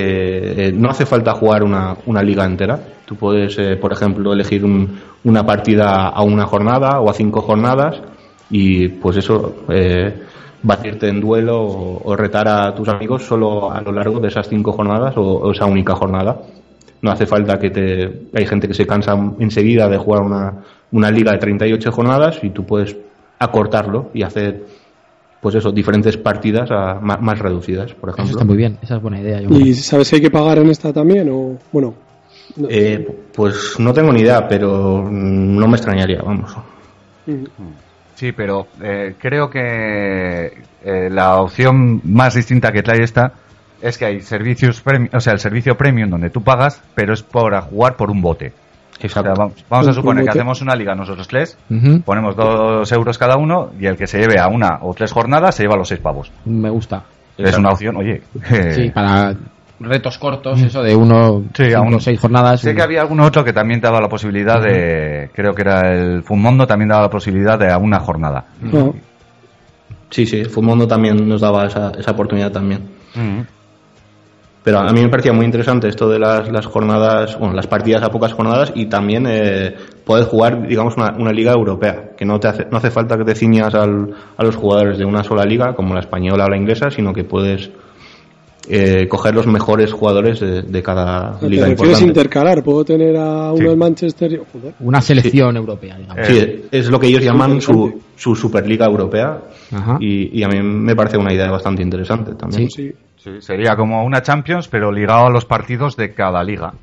eh, no hace falta jugar una, una liga entera. Tú puedes, eh, por ejemplo, elegir un- una partida a una jornada o a cinco jornadas, y pues eso, eh, batirte en duelo o, o retar a tus amigos solo a lo largo de esas cinco jornadas o- o esa única jornada. No hace falta que te. Hay gente que se cansa enseguida de jugar una, una liga de 38 jornadas y tú puedes acortarlo y hacer, pues eso, diferentes partidas a- ma- más, reducidas, por
Eso
ejemplo.
está muy bien, esa es buena idea. Yo creo.
¿Y sabes si hay que pagar en esta también? O, bueno,
Eh, pues no tengo ni idea, pero mm, no me extrañaría, vamos.
Sí, pero eh, creo que eh, la opción más distinta que trae esta es que hay servicios premium, o sea, el servicio premium donde tú pagas, pero es para jugar por un bote. O sea, vamos, vamos a
Un
suponer que
bote.
hacemos una liga nosotros tres,
Ujú.
ponemos dos euros cada uno y el que se lleve a una o tres jornadas se lleva los seis pavos.
Me gusta.
Es una opción, oye. eh,
Sí, para retos
Mm.
cortos, eso de uno,
Sí, a
cinco,
un-
seis jornadas.
Sé
un-
que había algún otro que también daba la posibilidad de, creo que era el Fumondo, también daba la posibilidad de a una jornada.
no.
mm,
Sí, sí, Fumondo también nos daba esa, esa oportunidad también. Pero a mí me parecía muy interesante esto de las, las jornadas, bueno, las partidas a pocas jornadas y también eh, poder jugar, digamos, una, una liga europea, que no, te hace, no hace falta que te ciñas al- a los jugadores de una sola liga, como la española o la inglesa, sino que puedes eh, coger los mejores jugadores de, de cada
¿Te
liga
refieres a
importante.
intercalar? ¿Puedo tener a uno
Sí.
del Manchester? Joder.
Una selección europea, digamos.
Sí, es lo que ellos llaman su, su Superliga Europea
Eh,
Ajá.
y, y a mí me parece una idea bastante interesante también.
Sí,
Sí.
Sí, sería como una Champions, pero ligado a los partidos de cada liga.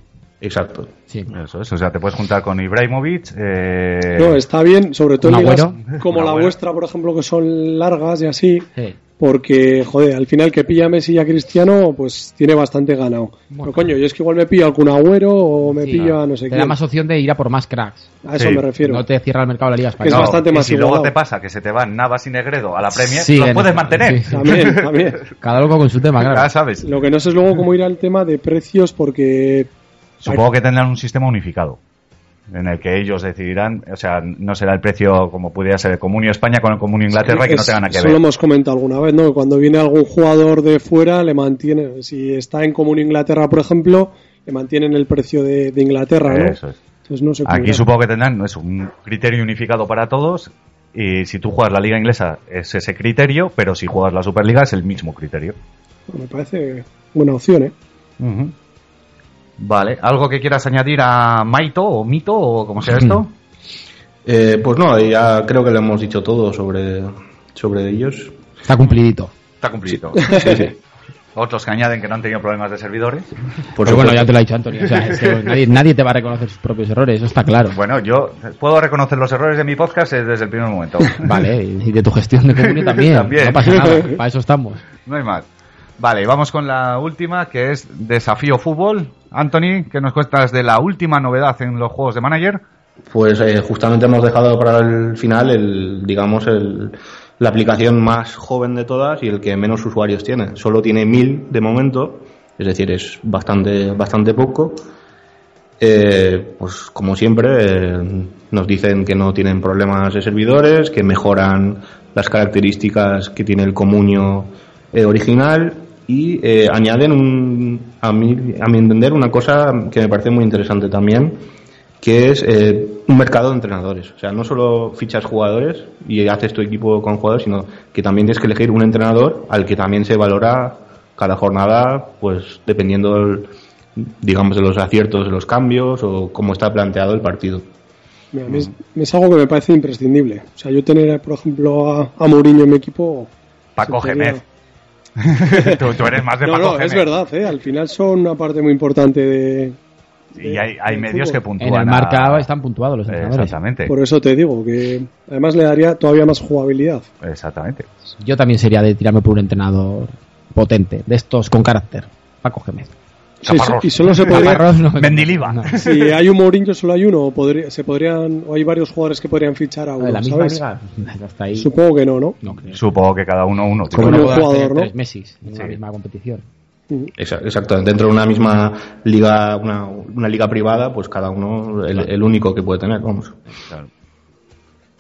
Exacto.
sí.
Eso es, o sea, te puedes juntar con Ibrahimovic. eh,
No, está bien, sobre todo en
Un
ligas
agüero.
como
Un
la
agüero.
vuestra, por ejemplo, que son largas y así,
Sí.
porque, joder, al final que pilla a Messi y a Cristiano, pues tiene bastante ganado.
Bueno.
Pero coño, yo es que igual me pilla algún agüero o me
Sí.
pilla no sé
Te
qué.
da más opción de ir a por más cracks.
A eso
Sí.
me refiero.
No te cierra el mercado de la Liga
es
no,
Española.
bastante
y
más
si luego
igualado.
te pasa que se te van Navas y Negredo a la Premier,
Sí,
los
en-
puedes mantener.
sí.
También, también.
Cada loco con su
Ah,
tema,
Ya
claro.
sabes.
Lo que no sé es luego cómo ir al tema de precios, porque
Supongo que tendrán un sistema unificado en el que ellos decidirán, o sea, no será el precio como pudiera ser el Comunio España con el Comunio Inglaterra que no
Es-
tengan nada que
eso lo
ver.
hemos comentado alguna vez, ¿no? Que Cuando viene algún jugador de fuera, le mantienen, si está en Común Inglaterra, por ejemplo, le mantienen el precio de, de Inglaterra, ¿no?
Eso es.
Entonces no sé pues,
Aquí
cubrirá.
supongo que tendrán ¿no? es un criterio unificado para todos y si tú juegas la liga inglesa es ese criterio, pero si juegas la Superliga es el mismo criterio.
Me parece buena opción, ¿eh?
Ujú. Vale, ¿algo que quieras añadir a Maito o Mito o como sea esto?
Eh, pues no, ya creo que le hemos dicho todo sobre, sobre ellos.
Está cumplidito.
Está cumplido.
Sí, sí.
Otros que añaden que no han tenido problemas de servidores.
Por
Pero Pues bueno,
supuesto.
ya te lo ha dicho Antonio. O sea, es que nadie, nadie te va a reconocer sus propios errores, eso está claro.
Bueno, yo puedo reconocer los errores de mi podcast eh, desde el primer momento.
Vale, y de tu gestión de comunidad también.
También.
No pasa nada, para eso estamos.
No hay más. Vale, vamos con la última, que es Desafío Fútbol. Anthony, ¿qué nos cuentas de la última novedad en los juegos de manager?
Pues eh, justamente hemos dejado para el final el, digamos, el, la aplicación más joven de todas y el que menos usuarios tiene. Solo tiene mil de momento, es decir, es bastante, bastante poco. Eh, pues como siempre, eh, nos dicen que no tienen problemas de servidores, que mejoran las características que tiene el comunio eh, original y eh, añaden, un, a, mi, a mi entender, una cosa que me parece muy interesante también, que es eh, un mercado de entrenadores. O sea, no solo fichas jugadores y haces tu equipo con jugadores, sino que también tienes que elegir un entrenador al que también se valora cada jornada, pues dependiendo, el- digamos, de los aciertos, de los cambios o cómo está planteado el partido.
Mira, a
Mm.
mí es, es algo que me parece imprescindible. O sea, yo tener, por ejemplo, a, a Mourinho en mi equipo.
Paco
sentiría-
Gémez. tú, tú eres más de
No,
Paco
no, es
Gémez.
verdad, ¿eh? Al final son una parte muy importante de.
Y hay, hay
del
medios
fútbol.
que
En
puntúan.
el
a-
marca están puntuados los entrenadores.
Exactamente.
Por eso te digo que además le daría todavía más jugabilidad.
Exactamente.
Yo también sería de tirarme por un entrenador potente, de estos con carácter. Paco Gémez.
Sí,
Chaparrós.
y solo se podría.
Chaparrón, no me-
Mendiliva.
no.
Si hay un Mourinho, solo hay uno. o podría- se podrían, o hay varios jugadores que podrían fichar a
¿De la
uno,
misma
¿sabes?
liga? Hasta ahí.
Supongo que no, ¿no?
No creo.
Supongo que cada uno uno. tío.
Como
Como
no
un
puedo hacer
jugador, ¿no?
tres Messi en
Sí.
la misma competición.
Exa- Exacto, dentro de una misma liga, una, una liga privada, pues cada uno el, el único que puede tener, vamos.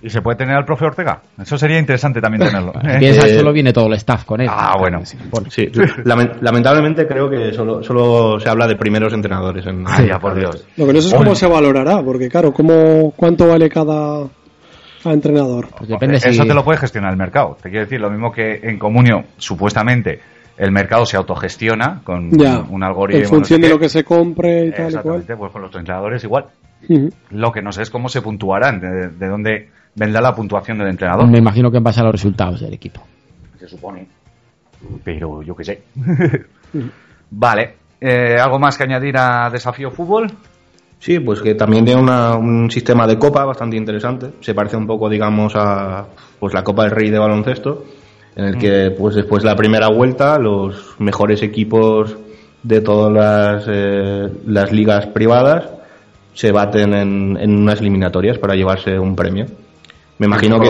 ¿Y se puede tener al profe Ortega? Eso sería interesante también tenerlo. ¿eh?
Piensa,
Eh,
solo viene todo el staff con él.
Ah, bueno.
Bueno,
Sí, lame- lamentablemente creo que solo, solo se habla de primeros entrenadores. En,
Ay, ya, por Dios.
Lo que no sé es cómo se valorará, porque claro, ¿cómo, ¿cuánto vale cada, cada entrenador?
pues depende si...
Eso te lo puede gestionar el mercado. Te quiero decir, lo mismo que en Comunio, supuestamente, el mercado se autogestiona con
Ya.
un algoritmo.
En función
no sé
de
qué.
lo que se compre y tal y cual.
Exactamente, pues con los entrenadores igual.
Ujú.
Lo que no sé es cómo se puntuarán, de, de dónde vendrá la puntuación del entrenador.
Me imagino que en base a los resultados del equipo.
Se supone. Pero yo qué sé. vale. eh, ¿Algo más que añadir a Desafío Fútbol?
Sí, pues que también tiene una- un sistema de copa bastante interesante. Se parece un poco, digamos, a pues la Copa del Rey de baloncesto, en el que pues después de la primera vuelta los mejores equipos de todas las, eh, las ligas privadas se baten en, en unas eliminatorias para llevarse un premio. Me imagino que,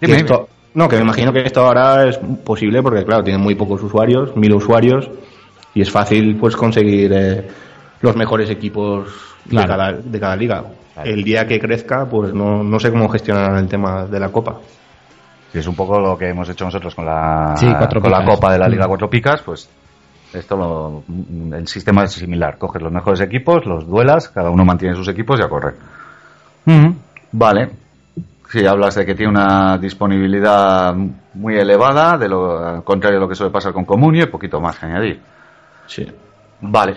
que
Dime,
esto- no, que me imagino que esto ahora es posible porque claro, tiene muy pocos usuarios, mil usuarios y es fácil pues conseguir eh, los mejores equipos
Claro.
de, cada, de cada liga. El día que crezca, pues no, no sé cómo gestionarán el tema de la copa.
Que es un poco lo que hemos hecho nosotros con la,
Sí, cuatro
con la
picas.
Copa de la Liga Cuatro Picas, pues esto lo, el sistema es similar. Coges los mejores equipos, los duelas, cada uno mantiene sus equipos y a correr. Vale. Si hablas de que tiene una disponibilidad muy elevada, de lo al contrario de lo que suele pasar con Comunio, y poquito más que añadir.
Sí.
Vale.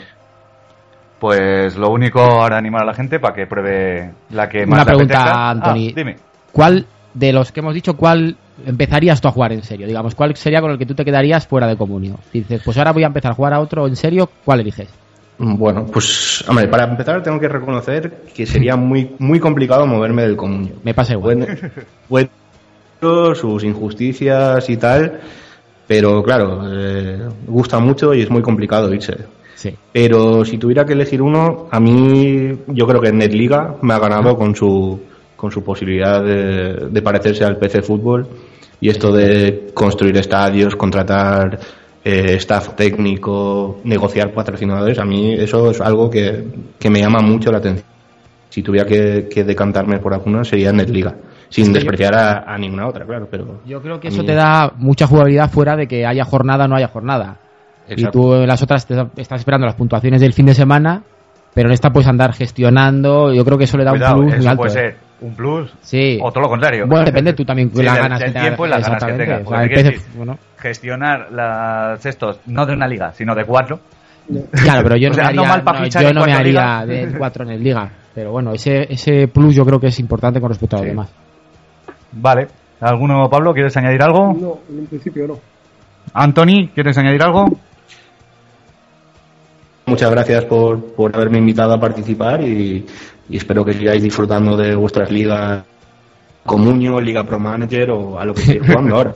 Pues lo único ahora animar a la gente para que pruebe la que más
Una
le
pregunta,
apetezca.
Anthony.
Ah, dime.
¿Cuál de los que hemos dicho, cuál empezarías tú a jugar en serio? Digamos, ¿cuál sería con el que tú te quedarías fuera de comunio? Dices, pues ahora voy a empezar a jugar a otro en serio, ¿cuál eliges?
Bueno, pues hombre, para empezar tengo que reconocer que sería muy, muy complicado moverme del comunio.
Me pasa igual.
Bueno, bueno, sus injusticias y tal, pero claro, eh, gusta mucho y es muy complicado irse.
Sí.
Pero si tuviera que elegir uno, a mí yo creo que Netliga me ha ganado con su, con su posibilidad de, de parecerse al PC Fútbol y esto de construir estadios, contratar eh, staff técnico, negociar patrocinadores, a mí eso es algo que, que me llama mucho la atención. Si tuviera que, que decantarme por alguna sería Netliga, sin
Es que yo-
despreciar a, a ninguna otra, claro, pero...
Yo creo que
a
eso
mí-
te da mucha jugabilidad fuera de que haya jornada o no haya jornada. Y
Exacto.
tú en las otras te estás esperando las puntuaciones del fin de semana, pero en esta puedes andar gestionando. Yo creo que eso le da
Cuidado,
un plus muy
eso
alto.
puede
¿eh?
ser ¿Un plus?
Sí.
O todo lo contrario.
Bueno, depende tú también
Sí,
las
del-
ganas
del
que tengas.
tiempo y las ganas que
Exactamente. Pues
tengas.
O
Porque
sea, el
quiero
PC
decir,
bueno,
Gestionar las estos, no de una liga, sino de cuatro.
claro, pero yo
O
no
sea,
me
ando
haría,
mal pa'
no,
fichar
yo
en
no me
cuatro
haría
ligas.
de cuatro en el liga. Pero bueno, ese, ese plus yo creo que es importante con respecto a los
Sí.
demás.
Vale. ¿Alguno, Pablo, quieres añadir algo?
No, en un principio no.
Anthony, ¿quieres añadir algo?
Muchas gracias por, por haberme invitado a participar y, y espero que sigáis disfrutando de vuestras ligas Comunio, Liga Pro Manager o a lo que estéis jugando ahora.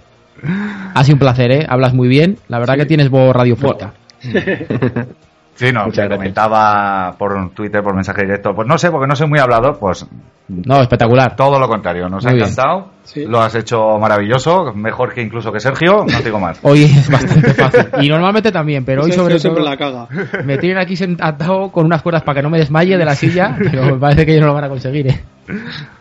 Ha sido un placer, ¿eh? Hablas muy bien. La verdad que tienes voz radiofuerta.
Sí, no, me comentaba por Twitter, por mensaje directo. Pues no sé, porque no soy muy hablador, pues
No, espectacular.
todo lo contrario. Nos ha
Muy bien.
encantado,
Sí.
lo has hecho maravilloso, mejor que incluso que Sergio, no te digo más.
Hoy es bastante fácil. Y normalmente también, pero hoy
Sergio
sobre todo
siempre la caga.
me tienen aquí sentado con unas cuerdas para que no me desmaye de la silla, pero me parece que ellos no lo van a conseguir, ¿eh?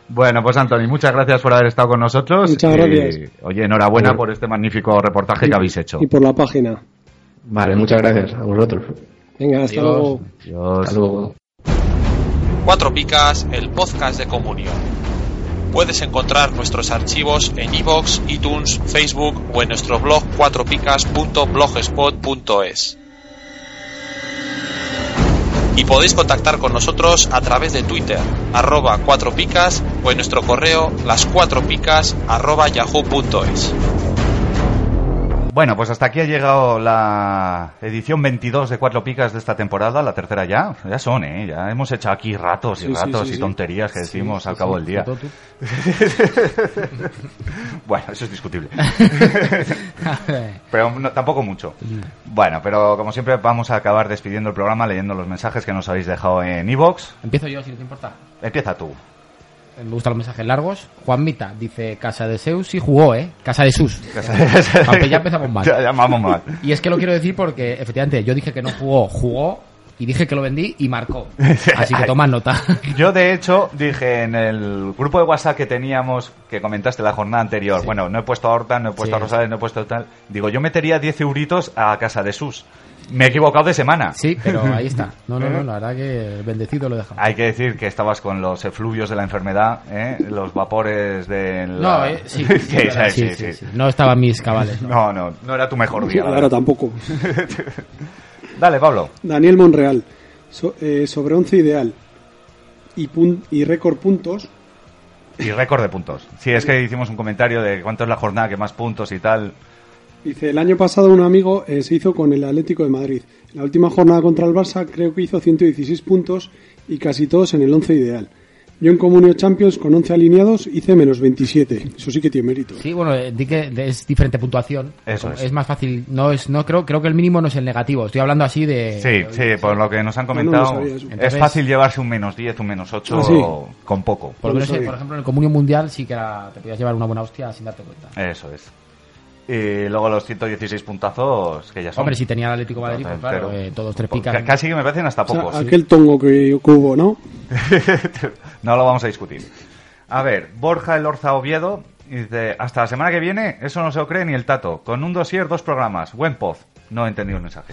Bueno, pues Anthony, muchas gracias por haber estado con nosotros. Y,
Muchas gracias.
Oye, enhorabuena por este magnífico reportaje que habéis hecho.
Y por la página.
Vale, muchas gracias a vosotros.
Venga, hasta
Adiós.
luego.
Adiós.
Pues
Hasta luego.
Cuatro Picas, el podcast de Comunio. Puedes encontrar nuestros archivos en iVoox, iTunes, Facebook o en nuestro blog cuatropicas.blogspot.es. Y podéis contactar con nosotros a través de Twitter, arroba cuatro picas o en nuestro correo las cuatro picas arroba yahoo.es.
Bueno, pues hasta aquí ha llegado la edición 22 de Cuatro Picas de esta temporada, la tercera ya. Ya son, ¿eh? Ya hemos hecho aquí ratos y
Sí, sí,
ratos
sí,
y
sí.
tonterías que decimos al cabo del día.
Todo tú.
Bueno, eso es discutible. Pero no- tampoco mucho.
Mm.
Bueno, pero como siempre vamos a acabar despidiendo el programa leyendo los mensajes que nos habéis dejado en iVoox.
Empiezo yo, si no te importa.
Empieza tú.
Me gustan los mensajes largos. Juan Mita dice: Casa de Zeus sí jugó, ¿eh? Casa de Sus. Aunque ya empezamos mal.
Ya, ya vamos mal.
Y es que lo quiero decir porque, efectivamente, yo dije que no jugó, jugó, y dije que lo vendí y marcó. Así que toma nota.
Yo, de hecho, dije en el grupo de WhatsApp que teníamos, que comentaste la jornada anterior, bueno, no he puesto a Horta, no he puesto
Sí.
a Rosales, no he puesto tal. Digo, yo metería 10 euritos a casa de Sus. Me he equivocado de semana.
Sí, pero ahí está. No, no, no, la verdad que bendecido lo dejamos.
Hay que decir que estabas con los efluvios de la enfermedad, ¿eh? los vapores de la...
No, eh, sí, sí,
Sí,
es verdad,
sí,
sí, sí,
sí.
sí. No estaban mis cabales. ¿no?
No, no, no era tu mejor
Y
día. la
ahora
verdad.
tampoco.
Dale, Pablo.
Daniel Monreal, so- eh, sobre 11 ideal y, pun- y récord puntos,
Y récord de puntos. Sí, es que hicimos un comentario de cuánto es la jornada que más puntos y tal.
dice, el año pasado un amigo eh, se hizo con el Atlético de Madrid. En la última jornada contra el Barça creo que hizo 116 puntos y casi todos en el 11 ideal. Yo en Comunio Champions con 11 alineados hice menos 27. Eso sí que tiene mérito.
Sí, bueno, eh, di que es diferente puntuación.
Eso es.
más fácil. No es, no creo, creo que el mínimo no es el negativo. Estoy hablando así de.
Sí, sí, por lo que nos han comentado,
No, no lo sabía eso.
es
Entonces-
fácil llevarse un menos 10, un menos 8
Ah, sí.
con poco.
Por, lo
Vamos
menos,
a
eh,
ver.
por ejemplo, en el Comunio Mundial sí que era- te podías llevar una buena hostia sin darte cuenta.
Eso es. Y luego los 116 puntazos que ya son.
Hombre, si tenía el Atlético de Madrid, pues claro,
Pero-
eh, todos tres
Porque
pican.
Casi que me parecen hasta
O sea,
pocos.
aquel tongo que que hubo, ¿no?
no lo vamos a discutir. A ver, Borja el Orza Oviedo dice, hasta la semana que viene, eso no se lo cree ni el tato. Con un dossier, dos programas, buen poz. No he entendido el mensaje.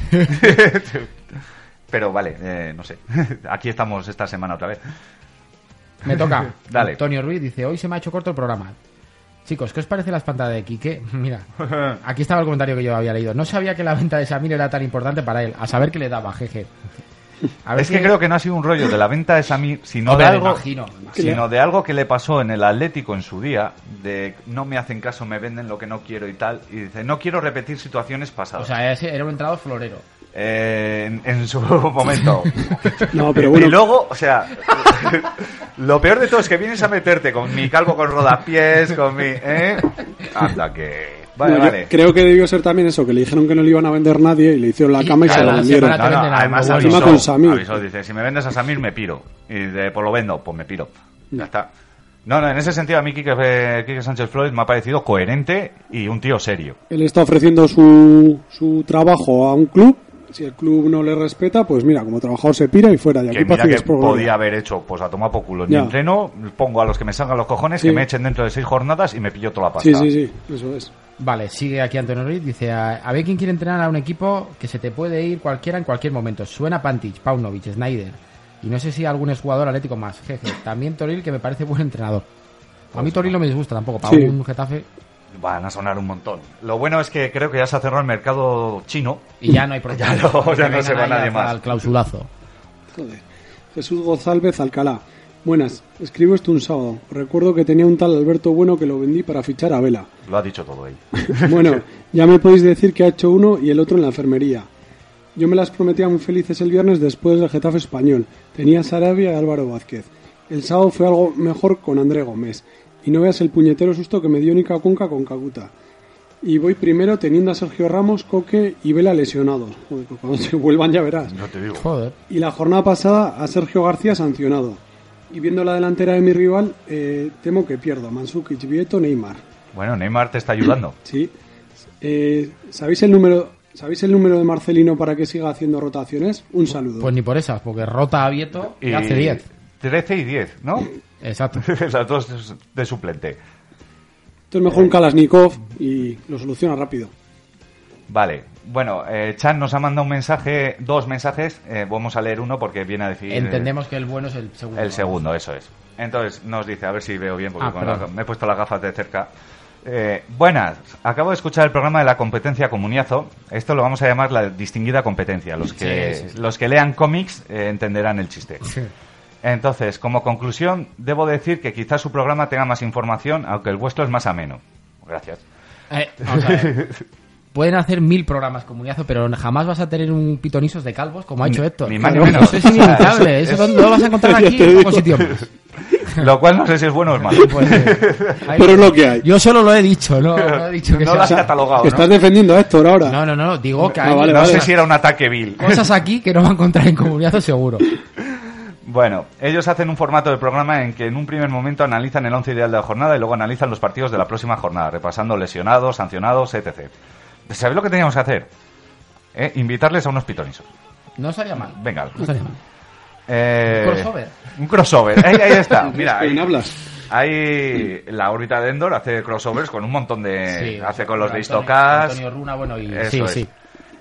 Pero vale, eh, no sé. Aquí estamos esta semana otra vez.
Me toca.
Dale.
Antonio Ruiz dice, hoy se me ha hecho corto el programa. Chicos, ¿qué os parece la espantada de Quique? Mira, aquí estaba el comentario que yo había leído. No sabía que la venta de Samir era tan importante para él. A saber qué le daba, jeje. A ver
es que
qué-
creo que no ha sido un rollo de la venta de Samir, sino
Hombre,
de
me
algo,
imagino, me imagino.
sino de algo que le pasó en el Atlético en su día, de no me hacen caso, me venden lo que no quiero y tal, y dice no quiero repetir situaciones
O
pasadas
sea, ese era un entrado florero.
Eh, en, en su momento.
No, pero bueno.
Y luego, o sea, lo peor de todo es que vienes a meterte con mi calvo con rodapiés, con mi, ¿eh? Anda que, vale,
No, yo
vale.
Creo que debió ser también eso, que le dijeron que no le iban a vender nadie y le hicieron la
Y
cama y,
cada
se la vendieron.
semana te venden algo.
además
Encima
avisó,
con Samir.
avisó, dice, si me vendes a Samir me piro. Y de, pues lo vendo, pues me piro. Ya está. No, no, en ese sentido a mí Quique, eh, Quique Sánchez Flores me ha parecido coherente y un tío serio.
Él está ofreciendo su, su trabajo a un club. Si el club no le respeta, pues mira, como trabajador se pira y fuera de aquí
Que mira
para
que
es por
podía
gloria.
haber hecho, pues a tomar por culo en mi
Ya.
entreno, pongo a los que me salgan los cojones,
Sí.
que me echen dentro de seis jornadas y me pillo toda la pasta.
Sí, sí, sí, eso es.
Vale, sigue aquí Antonio Ruiz. Dice, a, a ver quién quiere entrenar a un equipo que se te puede ir cualquiera en cualquier momento. Suena Pantic, Paunovic, Snyder. Y no sé si algún jugador atlético más. Jeje, también Toril, que me parece buen entrenador. A mí Toril no me disgusta tampoco. Para
Sí.
un Getafe
Van a sonar un montón. Lo bueno es que creo que ya se ha cerrado el mercado chino.
Y ya no hay
Ya
problema.
no,
Que
ya no se
vengan
va
ahí
nadie
al-
más.
Al clausulazo.
Joder. Jesús González Alcalá. Buenas, escribo esto un sábado. Recuerdo que tenía un tal Alberto Bueno que lo vendí para fichar a Vela.
Lo ha dicho todo él.
Bueno, ya me podéis decir que ha hecho uno y el otro en la enfermería. Yo me las prometía muy felices el viernes después del Getafe español. Tenía a Sarabia y a Álvaro Vázquez. El sábado fue algo mejor con André Gómez. Y no veas el puñetero susto que me dio Nica Cunca con Cacuta. Y voy primero teniendo a Sergio Ramos, Coque y Vela lesionados. Joder, pues cuando se vuelvan ya verás.
No te digo.
Joder.
Y la jornada pasada a Sergio García sancionado. Y viendo la delantera de mi rival, eh, temo que pierdo. Mansukic, Vieto, Neymar.
Bueno, Neymar te está ayudando.
Sí. Eh, ¿Sabéis el número? ¿Sabéis el número de Marcelino para que siga haciendo rotaciones? Un saludo.
Pues ni por esas, porque rota a Vieto y,
Y
hace 10.
13 y 10, ¿no?
Exacto.
Las dos de suplente.
Entonces mejor un Kalashnikov y lo soluciona rápido.
Vale. Bueno, eh, Chan nos ha mandado un mensaje, dos mensajes. eh, vamos a leer uno porque viene a decir. eh,
Entendemos que el bueno es el segundo.
El segundo, eso es. Entonces nos dice, a ver si veo bien, porque
Ah,
con la-
perdón.
me he puesto las gafas de cerca. Eh, buenas, acabo de escuchar el programa de la competencia comuniazo. Esto lo vamos a llamar la distinguida competencia. Los que,
Sí, sí, sí.
Los que lean cómics eh, entenderán el chiste. Entonces, como conclusión, debo decir que quizás su programa tenga más información, aunque el vuestro es más ameno. Gracias.
Eh, vamos a ver. Pueden hacer mil programas comuniazo, pero jamás vas a tener un pitonisos de calvos como ha hecho Héctor.
ni más ni
Claro,
menos.
Eso es inevitable. Eso no lo vas a encontrar
Ya
aquí
te
en
digo.
pocos sitios más.
Lo cual no sé si es bueno o es malo.
Pues, eh, ahí-
Pero es lo que hay.
Yo solo lo he dicho, no, no he dicho que
No
sea-
lo has catalogado,
Que
¿no?
estás defendiendo a Héctor ahora.
No, no, no, digo que
Ah,
hay
vale,
No
vale.
sé si era un ataque vil.
cosas aquí que no va a encontrar en comuniazo seguro.
Bueno, ellos hacen un formato de programa en que en un primer momento analizan el once ideal de la jornada y luego analizan los partidos de la próxima jornada, repasando lesionados, sancionados, etc. ¿Sabéis lo que teníamos que hacer? ¿Eh? Invitarles a unos pitonisos.
No estaría mal.
Venga.
No estaría mal.
Eh,
Un crossover.
Un crossover. Ahí, ahí está. Mira, eh,
¿Con quién
ahí,
hablas?
ahí la órbita de Endor hace crossovers con un montón de...
Sí,
hace con los de
Antonio-
Istocast.
Antonio Runa, bueno, y
Eso
sí,
es.
sí.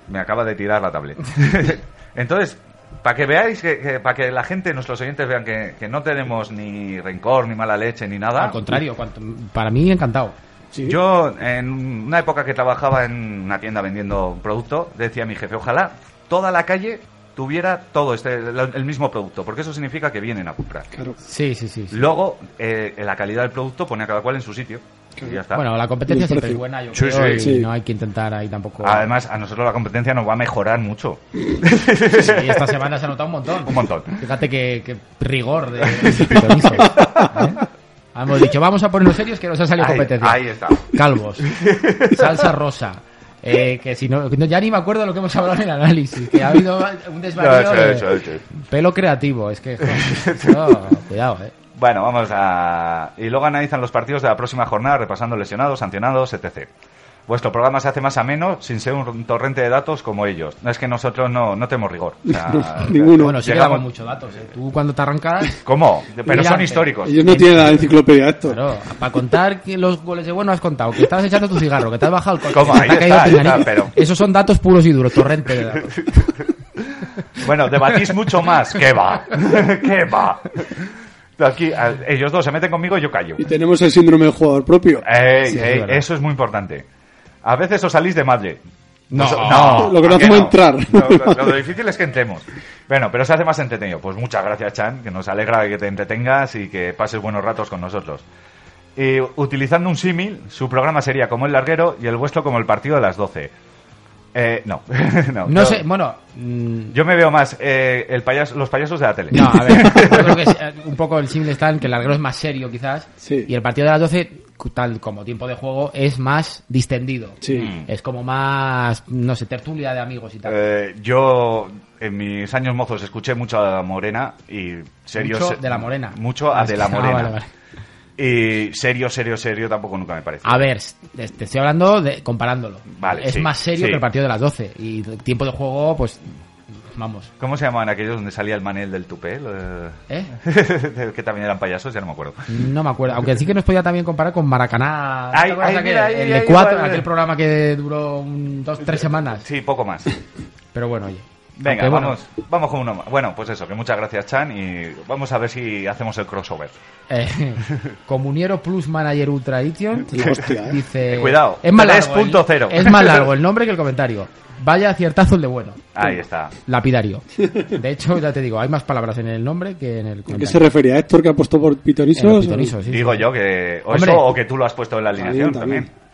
Me acaba de tirar la tableta. Entonces, para que veáis, que, para que la gente, nuestros oyentes vean que, que no tenemos ni rencor, ni mala leche, ni nada.
Al contrario, cuanto- para mí encantado.
Yo, en una época que trabajaba en una tienda vendiendo un producto, decía mi jefe, ojalá toda la calle tuviera todo este, el el mismo producto, porque eso significa que vienen a comprar.
Claro.
Sí, sí, sí. sí.
Luego, eh, la calidad del producto pone a cada cual en su sitio. Y ya está.
Bueno, la competencia
Me
siempre
parece.
es buena, yo
Sí,
creo,
sí.
y
Sí.
no hay que intentar ahí tampoco.
Además, a nosotros la competencia nos va a mejorar mucho.
Sí, esta semana se ha notado un montón.
Un montón.
Fíjate qué, qué rigor de de pitonisos, ¿eh? Hemos dicho, vamos a ponernos serios que nos ha salido
Ahí-
competencia.
ahí está.
Calvos. Salsa rosa. Eh, que si no, ya ni me acuerdo lo que hemos hablado en el análisis. Que ha habido un desvarío.
No, eso,
de
eso, eso.
Pelo creativo, es que. joder, no, cuidado, eh.
Bueno, vamos a... Y luego analizan los partidos de la próxima jornada, repasando lesionados, sancionados, etc. Vuestro programa se hace más ameno sin ser un torrente de datos como ellos. No es que nosotros no, no tenemos rigor. O sea,
Ninguno.
Bueno, sí que
llegamos-
damos muchos datos. eh. Tú cuando te arrancas.
¿Cómo? Pero
Mira,
son
eh,
históricos.
Ellos no tienen la enciclopedia Héctor.
Claro, para contar que los goles de bueno has contado, que estabas echando tu cigarro, que te has bajado el coche,
¿Cómo?
que
Ahí
te ha caído
está,
tu
ahí está,
nariz.
pero-
Esos son datos puros y duros, torrente de datos.
Bueno, debatís mucho más. ¿Qué va? ¿Qué va? Aquí, a- ellos dos se meten conmigo y yo callo.
Y tenemos el síndrome del jugador propio.
Ey,
Sí, es
ey,
verdad.
eso es muy importante. A veces os salís de madre.
No.
Os-
Lo que no
¿a qué
hacemos entrar.
Lo, lo- lo difícil es que entremos. Bueno, pero se hace más entretenido. Pues muchas gracias, Chan, que nos alegra que te entretengas y que pases buenos ratos con nosotros. Y utilizando un símil, su programa sería como el larguero y el vuestro como el partido de las 12. Eh, no. no,
No
yo-
sé, bueno. mm,
Yo me veo más eh, el payaso- los payasos de la tele.
No, a ver, yo creo que es, eh, un poco el simple está en que el larguero es más serio, quizás.
Sí.
Y el partido de las 12, tal como tiempo de juego, es más distendido.
Sí.
Es como más, no sé, tertulia de amigos y tal.
Eh, yo en mis años mozos escuché mucho a Morena y serio
Mucho
se-
de la morena.
mucho a
Ah,
de la
ah,
morena
vale, vale.
y serio serio serio tampoco nunca me parece
A ver, te te estoy hablando de comparándolo.
Vale,
es
sí,
más serio
sí.
que el partido de las 12. Y el tiempo de juego, pues. Vamos.
cómo se llamaban aquellos donde salía el manel del tupé Lo de-
¿Eh?
que también eran payasos ya no me acuerdo
No me acuerdo. Aunque sí que nos podía también comparar con Maracaná. ¿No te
Ay,
acuerdas
ay,
aquel-
mira, ay,
el de
ay,
cuatro,
vale.
aquel programa que duró un- dos, tres semanas.
sí poco más
Pero bueno, oye.
Venga,
Aunque, bueno,
vamos, vamos con uno más. Bueno, pues eso, que muchas gracias, Chan, y vamos a ver si hacemos el crossover.
Eh, Comuniero Plus Manager Ultra Edition.
Hostia, eh.
Dice.
Eh, cuidado,
Es más, largo,
3.0.
el- es más largo el nombre que el comentario. Vaya aciertazo el de bueno.
Ahí está.
Lapidario. De hecho, ya te digo, hay más palabras en el nombre que en el
¿A
comentario.
qué se refería? ¿A Héctor que ha puesto por
En
pitonizos?
los pitonizos, sí.
Digo yo que. O
Hombre.
eso, o que tú lo has puesto en la alineación
También,
también.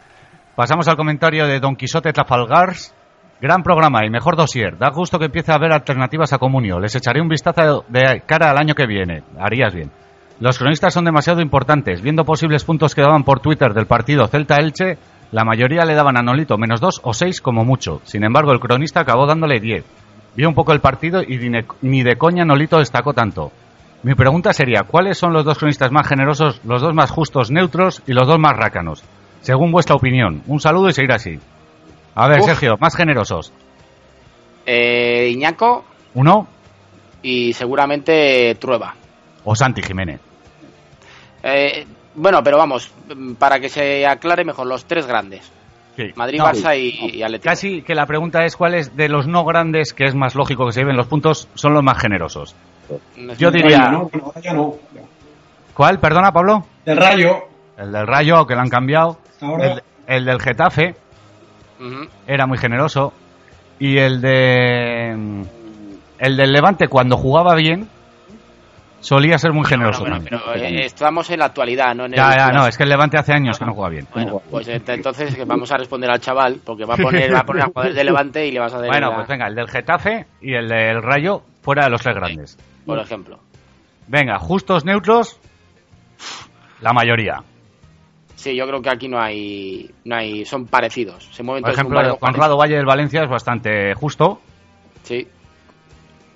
Pasamos al comentario de Don Quijote Trafalgars. Gran programa y mejor dosier. Da gusto que empiece a haber alternativas a Comunio. Les echaré un vistazo de cara al año que viene. Harías bien. Los cronistas son demasiado importantes. Viendo posibles puntos que daban por Twitter del partido Celta-Elche, la mayoría le daban a Nolito menos dos o seis como mucho. Sin embargo, el cronista acabó dándole 10. Vio un poco el partido y ni ne- ni de coña Nolito destacó tanto. Mi pregunta sería, ¿cuáles son los dos cronistas más generosos, los dos más justos, neutros y los dos más rácanos? Según vuestra opinión. Un saludo y seguir así. A ver,
Uf.
Sergio, más generosos.
Eh, Iñaco
¿Uno
y seguramente Trueba.
o Santi Jiménez?
Eh, bueno, pero vamos, mm, para que se aclare mejor, los tres grandes. Madrid,
No.
Barça y, y Atlético.
Casi que la pregunta es cuál es de los no grandes, que es más lógico que se lleven los puntos, son los más generosos.
No es
Yo
un-
diría...
Rayo, ¿no? Bueno, ya no.
¿Cuál? Perdona, Pablo.
Del Rayo.
El del Rayo, que lo han cambiado.
Ahora-
El, el del Getafe,
Ujú.
era muy generoso. Y el de... El del Levante, cuando jugaba bien, solía ser muy
Bueno,
generoso
bueno,
también.
pero eh, estamos en la actualidad, ¿no? En el-
Ya, ya, no, es que el Levante hace años que no juega bien.
Bueno, pues ent- entonces que vamos a responder al chaval, porque va a poner, va a, poner a jugadores de Levante y le vas a hacer
Bueno,
la-
pues venga, el del Getafe y el del Rayo fuera de los tres grandes.
por ejemplo.
Venga, justos, neutros, la mayoría.
Sí, yo creo que aquí no hay, no hay, son parecidos. Se mueven
Por
todos en un
ejemplo,
barco
Conrado Valle del Valencia es bastante justo.
parecido. Sí.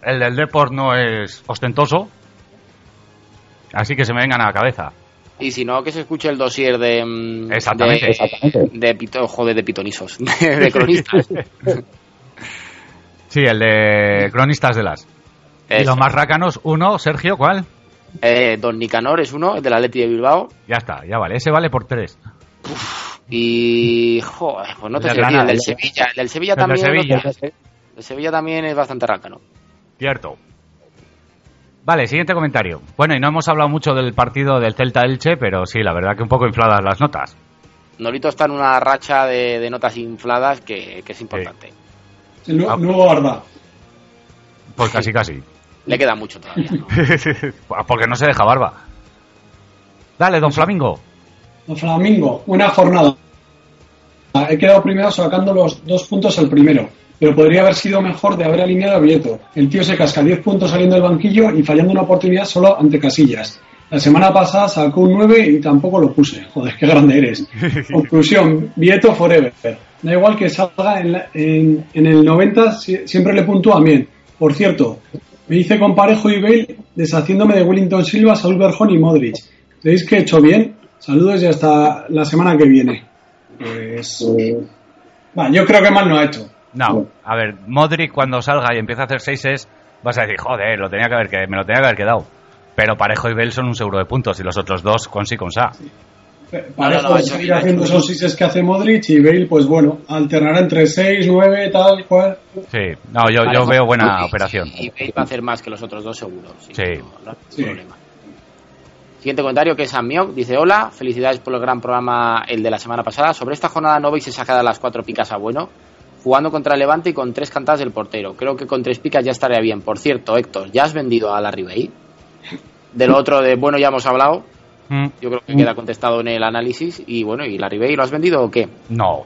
El del Deport no es ostentoso. Así que se me vengan a la cabeza.
Y si no, que se escuche el dossier de. mm,
Exactamente.
De, de pito- joder, de pitonisos. De, de cronistas.
Sí, el de Cronistas de las. Y
Eso.
los más rácanos, uno, Sergio, ¿cuál?
Eh, Don Nicanor es uno, el del Atleti de Bilbao.
Ya está, ya vale. Ese vale por tres.
Y. Joder, pues no te
El de
sé decir, el
Granada.
del Sevilla. El del Sevilla
El de
también. no
Sevilla.
sé. el Sevilla también es bastante rácano.
Cierto. Vale, siguiente comentario. Bueno, y no hemos hablado mucho del partido del Celta Elche, pero sí, la verdad que un poco infladas las notas.
Nolito está en una racha de, de notas infladas que, que es importante.
El nu- nuevo Arda.
Pues casi, casi.
Le queda mucho todavía. ¿no?
Porque no se deja barba. Dale, don Flamingo.
Don Flamingo, buena jornada. Ah, He quedado primero sacando los dos puntos al primero, pero podría haber sido mejor de haber alineado a Vieto. El tío se casca 10 puntos saliendo del banquillo y fallando una oportunidad solo ante Casillas. La semana pasada sacó un 9 y tampoco lo puse. Joder, qué grande eres. Conclusión, Vieto forever. Da igual que salga en, la- en- en el 90, si- siempre le puntúa bien. Por cierto, me hice con Parejo y Bale deshaciéndome de Wellington Silva, Saúl Berjón y Modric. ¿Creéis que he hecho bien? Saludos y hasta la semana que viene. Pues... Va, yo creo que mal no ha hecho.
No, a ver, Modric cuando salga y empieza a hacer seises, vas a decir, joder, lo tenía que haber, que- me lo tenía que haber quedado. Pero Parejo y Bell son un seguro de puntos y los otros dos con sí, con sa.
Parejo
No, no, no,
seguir
ha hecho
haciendo
bien.
esos sixes que hace Modric y Bale, pues bueno, alternará entre 6, 9, tal, cual.
Sí, no, yo, yo
Parejo,
veo buena
Modric
operación.
pues, Y Bale va a hacer más que los otros dos, seguro. Sí.
Sí.
no- no hay
Sí.
problema. Siguiente comentario que es Amiok. Dice: Hola, felicidades por el gran programa, el de la semana pasada. Sobre esta jornada no veis sacadas las cuatro picas a bueno. Jugando contra el Levante y con tres cantadas del portero. Creo que con tres picas ya estaría bien. Por cierto, Héctor, ¿ya has vendido a la Ribey? De lo otro de bueno ya hemos hablado.
Mm,
Yo creo que queda contestado en el análisis. Y bueno, ¿y la Ribey lo has vendido o qué?
No,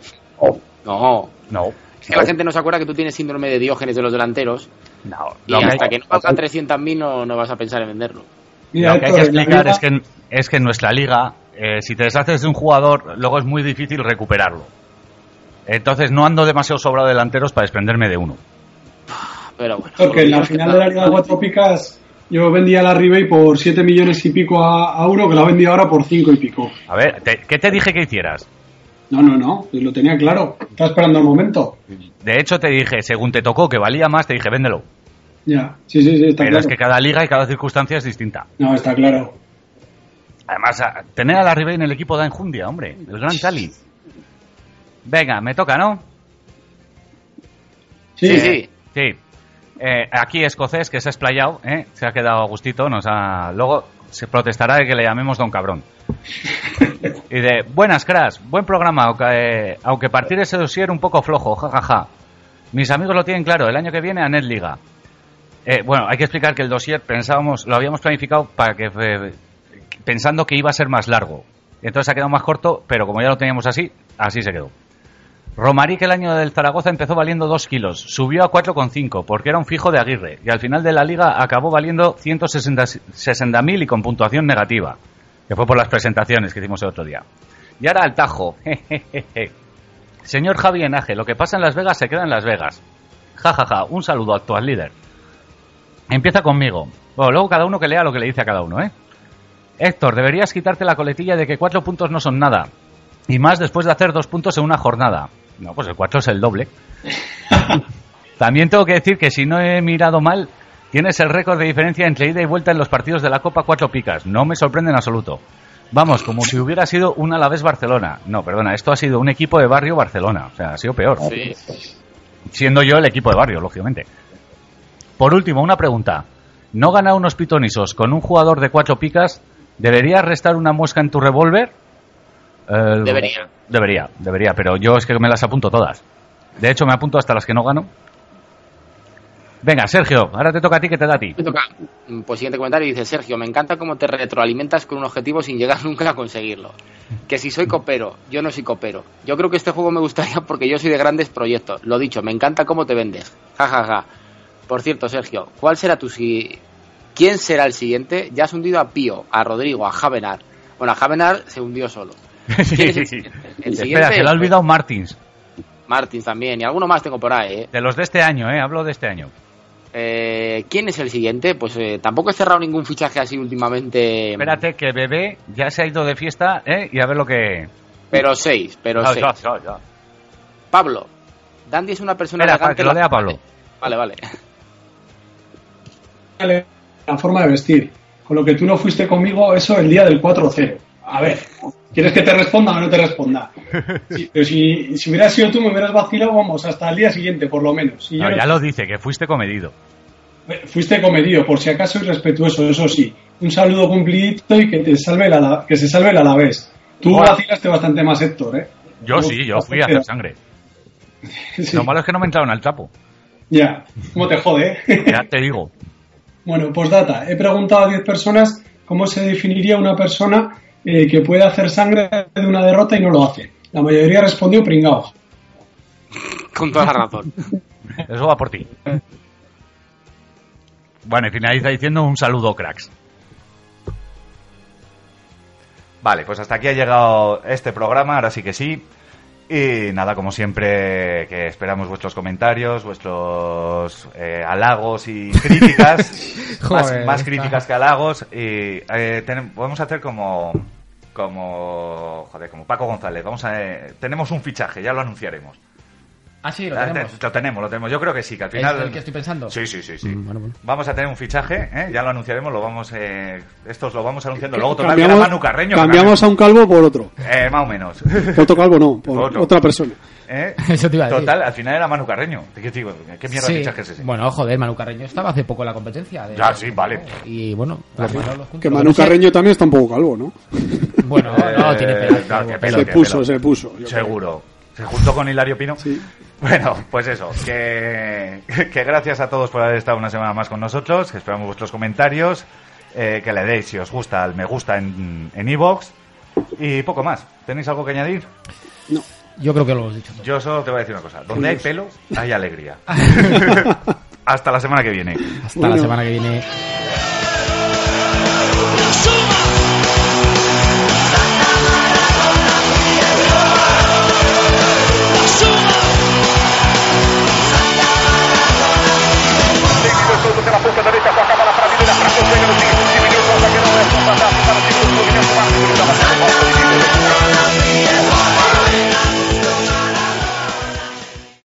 No.
no,
Es que la gente no se acuerda que tú tienes síndrome de Diógenes de los delanteros.
no.
Y
Lo que hay-
hasta que no valga 300.000 no, no vas a pensar en venderlo.
Mira,
lo que hay
Héctor,
que
en la
explicar
liga-
es que, es que en nuestra liga, eh, si te deshaces de un jugador, luego es muy difícil recuperarlo. Entonces no ando demasiado sobrado de delanteros para desprenderme de uno.
Pero bueno.
Porque en la final de la Liga de Cuatro Picas yo vendía a la Ribey por 7 millones y pico a, a uno, que la vendía ahora por 5 y pico.
A ver, te- ¿qué te dije que hicieras?
No, no, no, yo lo tenía claro. Estaba esperando el momento.
De hecho, te dije, según te tocó que valía más, te dije, véndelo.
Ya, sí, sí, sí, está
Pero
claro.
es que cada liga y cada circunstancia es distinta.
No, está claro.
Además, a- tener a la Ribey en el equipo da enjundia, hombre. El gran Cali. Venga, me toca, ¿no?
Sí,
Sí, sí.
Sí. Eh, aquí escocés que se ha explayado, ¿eh? se ha quedado a gustito, nos ha... luego se protestará de que le llamemos don cabrón. Y de, buenas Crash, buen programa, aunque, eh, aunque partir ese dossier un poco flojo, jajaja. Mis amigos lo tienen claro, el año que viene a Net Liga. Eh, bueno, hay que explicar que el dossier pensábamos, lo habíamos planificado para que eh, pensando que iba a ser más largo. Entonces ha quedado más corto, pero como ya lo teníamos así, así se quedó. Romaric el año del Zaragoza empezó valiendo 2 kilos, subió a 4,5 porque era un fijo de Aguirre y al final de la liga acabó valiendo 160.000 y con puntuación negativa, que fue por las presentaciones que hicimos el otro día. Y ahora al tajo. jejejeje. Señor Javi Enaje, lo que pasa en Las Vegas se queda en Las Vegas. Ja, ja, ja, un saludo actual líder. Empieza conmigo. Bueno, luego cada uno que lea lo que le dice a cada uno, ¿eh? Héctor, deberías quitarte la coletilla de que cuatro puntos no son nada. Y más después de hacer dos puntos en una jornada. No, pues el cuatro es el doble. También tengo que decir que si no he mirado mal, tienes el récord de diferencia entre ida y vuelta en los partidos de la Copa Cuatro Picas. No me sorprende en absoluto. Vamos, como si hubiera sido un Alavés Barcelona. No, perdona, esto ha sido un equipo de barrio Barcelona. O sea, ha sido peor.
Sí.
Siendo yo el equipo de barrio, lógicamente. Por último, una pregunta. ¿No ganar unos pitonisos con un jugador de cuatro picas debería restar una mosca en tu revólver? Eh,
Debería.
Debería, debería, pero yo es que me las apunto todas. De hecho, me apunto hasta las que no gano. Venga, Sergio, ahora te toca a ti que te da a ti.
Me toca. Mm, Pues siguiente comentario dice Sergio, me encanta cómo te retroalimentas con un objetivo sin llegar nunca a conseguirlo. Que si soy copero, yo no soy copero. Yo creo que este juego me gustaría porque yo soy de grandes proyectos. Lo dicho, me encanta cómo te vendes. Ja ja ja. Por cierto, Sergio, ¿cuál será tu si quién será el siguiente? Ya has hundido a Pío, a Rodrigo, a Javenar. Bueno, a Javenar se hundió solo. ¿Quién es el siguiente? El siguiente
Espera, se lo ha olvidado Martins.
Martins también y alguno más tengo por ahí, ¿eh?
De los de este año, ¿eh? Hablo de este año.
Em. Eh, ¿Quién es el siguiente? Pues eh, tampoco he cerrado ningún fichaje así últimamente.
Espérate que Bebé ya se ha ido de fiesta, ¿eh? Y a ver lo que...
Pero seis, pero
No,
seis.
ya, ya, ya.
Pablo. Dandy es una persona
Espera, para
elegante.
que lo lea Pablo.
Vale, vale.
la forma de vestir. Con lo que tú no fuiste conmigo, eso el día del 4-0. A ver, ¿quieres que te responda o no te responda? Sí, pero si, si hubieras sido tú, me hubieras vacilado, vamos, hasta el día siguiente, por lo menos. Y yo
No,
no-
ya lo dice, que fuiste comedido.
Fuiste comedido, por si acaso y respetuoso, eso sí. Un saludo cumplidito y que, te salve la, que se salve la vez. Tú
Bueno.
vacilaste bastante más, Héctor, ¿eh?
Yo
Tú
sí, yo fui a hacer sangre.
Sí,
Lo malo es que no me entraron al trapo.
Ya, cómo te jode, ¿eh?
Ya te digo.
Bueno, pues data. He preguntado a 10 personas cómo se definiría una persona eh, que puede hacer sangre de una derrota y no lo hace. La mayoría respondió pringao.
Con toda la razón.
Eso va por ti. Bueno, y finaliza diciendo un saludo, cracks.
Vale, pues hasta aquí ha llegado este programa, ahora sí que sí. Y nada, como siempre, que esperamos vuestros comentarios, vuestros eh, halagos y críticas. más,
Joder,
más
está.
críticas que halagos. Y eh, tenem- podemos hacer como. Como. Joder, como Paco González. Vamos a. eh, tenemos un fichaje, ya lo anunciaremos.
Ah, sí, lo
Ah, te-
tenemos.
Lo tenemos, lo tenemos. Yo creo que sí, que al
¿Es
final.
el que estoy pensando?
Sí, sí, sí, sí.
Mm, bueno, bueno.
Vamos a tener un fichaje, ¿eh? ya lo anunciaremos, lo vamos, eh, estos lo vamos anunciando. Luego total era
Cambiamos,
Manu Carreño.
cambiamos a un calvo por otro.
Eh, más o menos.
Por otro calvo no, por
Otro.
otra persona.
¿Eh?
Eso te iba a decir.
Total, al final era Manu Carreño. ¿Qué, digo? ¿Qué mierda de
Sí.
fichaje es ese?
Bueno, joder, Manu Carreño estaba hace poco en la competencia. de-
Ya, sí, vale.
Y bueno,
Ah,
los Manolos juntos.
Que
Lo
Manu
no sé-
Carreño también está un poco calvo, ¿no?
Bueno, no,
Eh,
tiene
no,
pelo.
tiene pelo.
pelo.
Se
que
puso,
pelo.
se puso. yo creo.
Seguro. Se juntó con Hilario Pino.
Sí.
Bueno, pues eso, que, que gracias a todos por haber estado una semana más con nosotros, que esperamos vuestros comentarios, eh, que le deis si os gusta el me gusta en en iVoox y poco más. ¿Tenéis algo que añadir?
Yo creo que lo hemos dicho todo.
Yo solo te voy a decir una cosa, donde hay pelo hay alegría. Hasta la semana que viene.
Hasta
Bueno.
la semana que viene.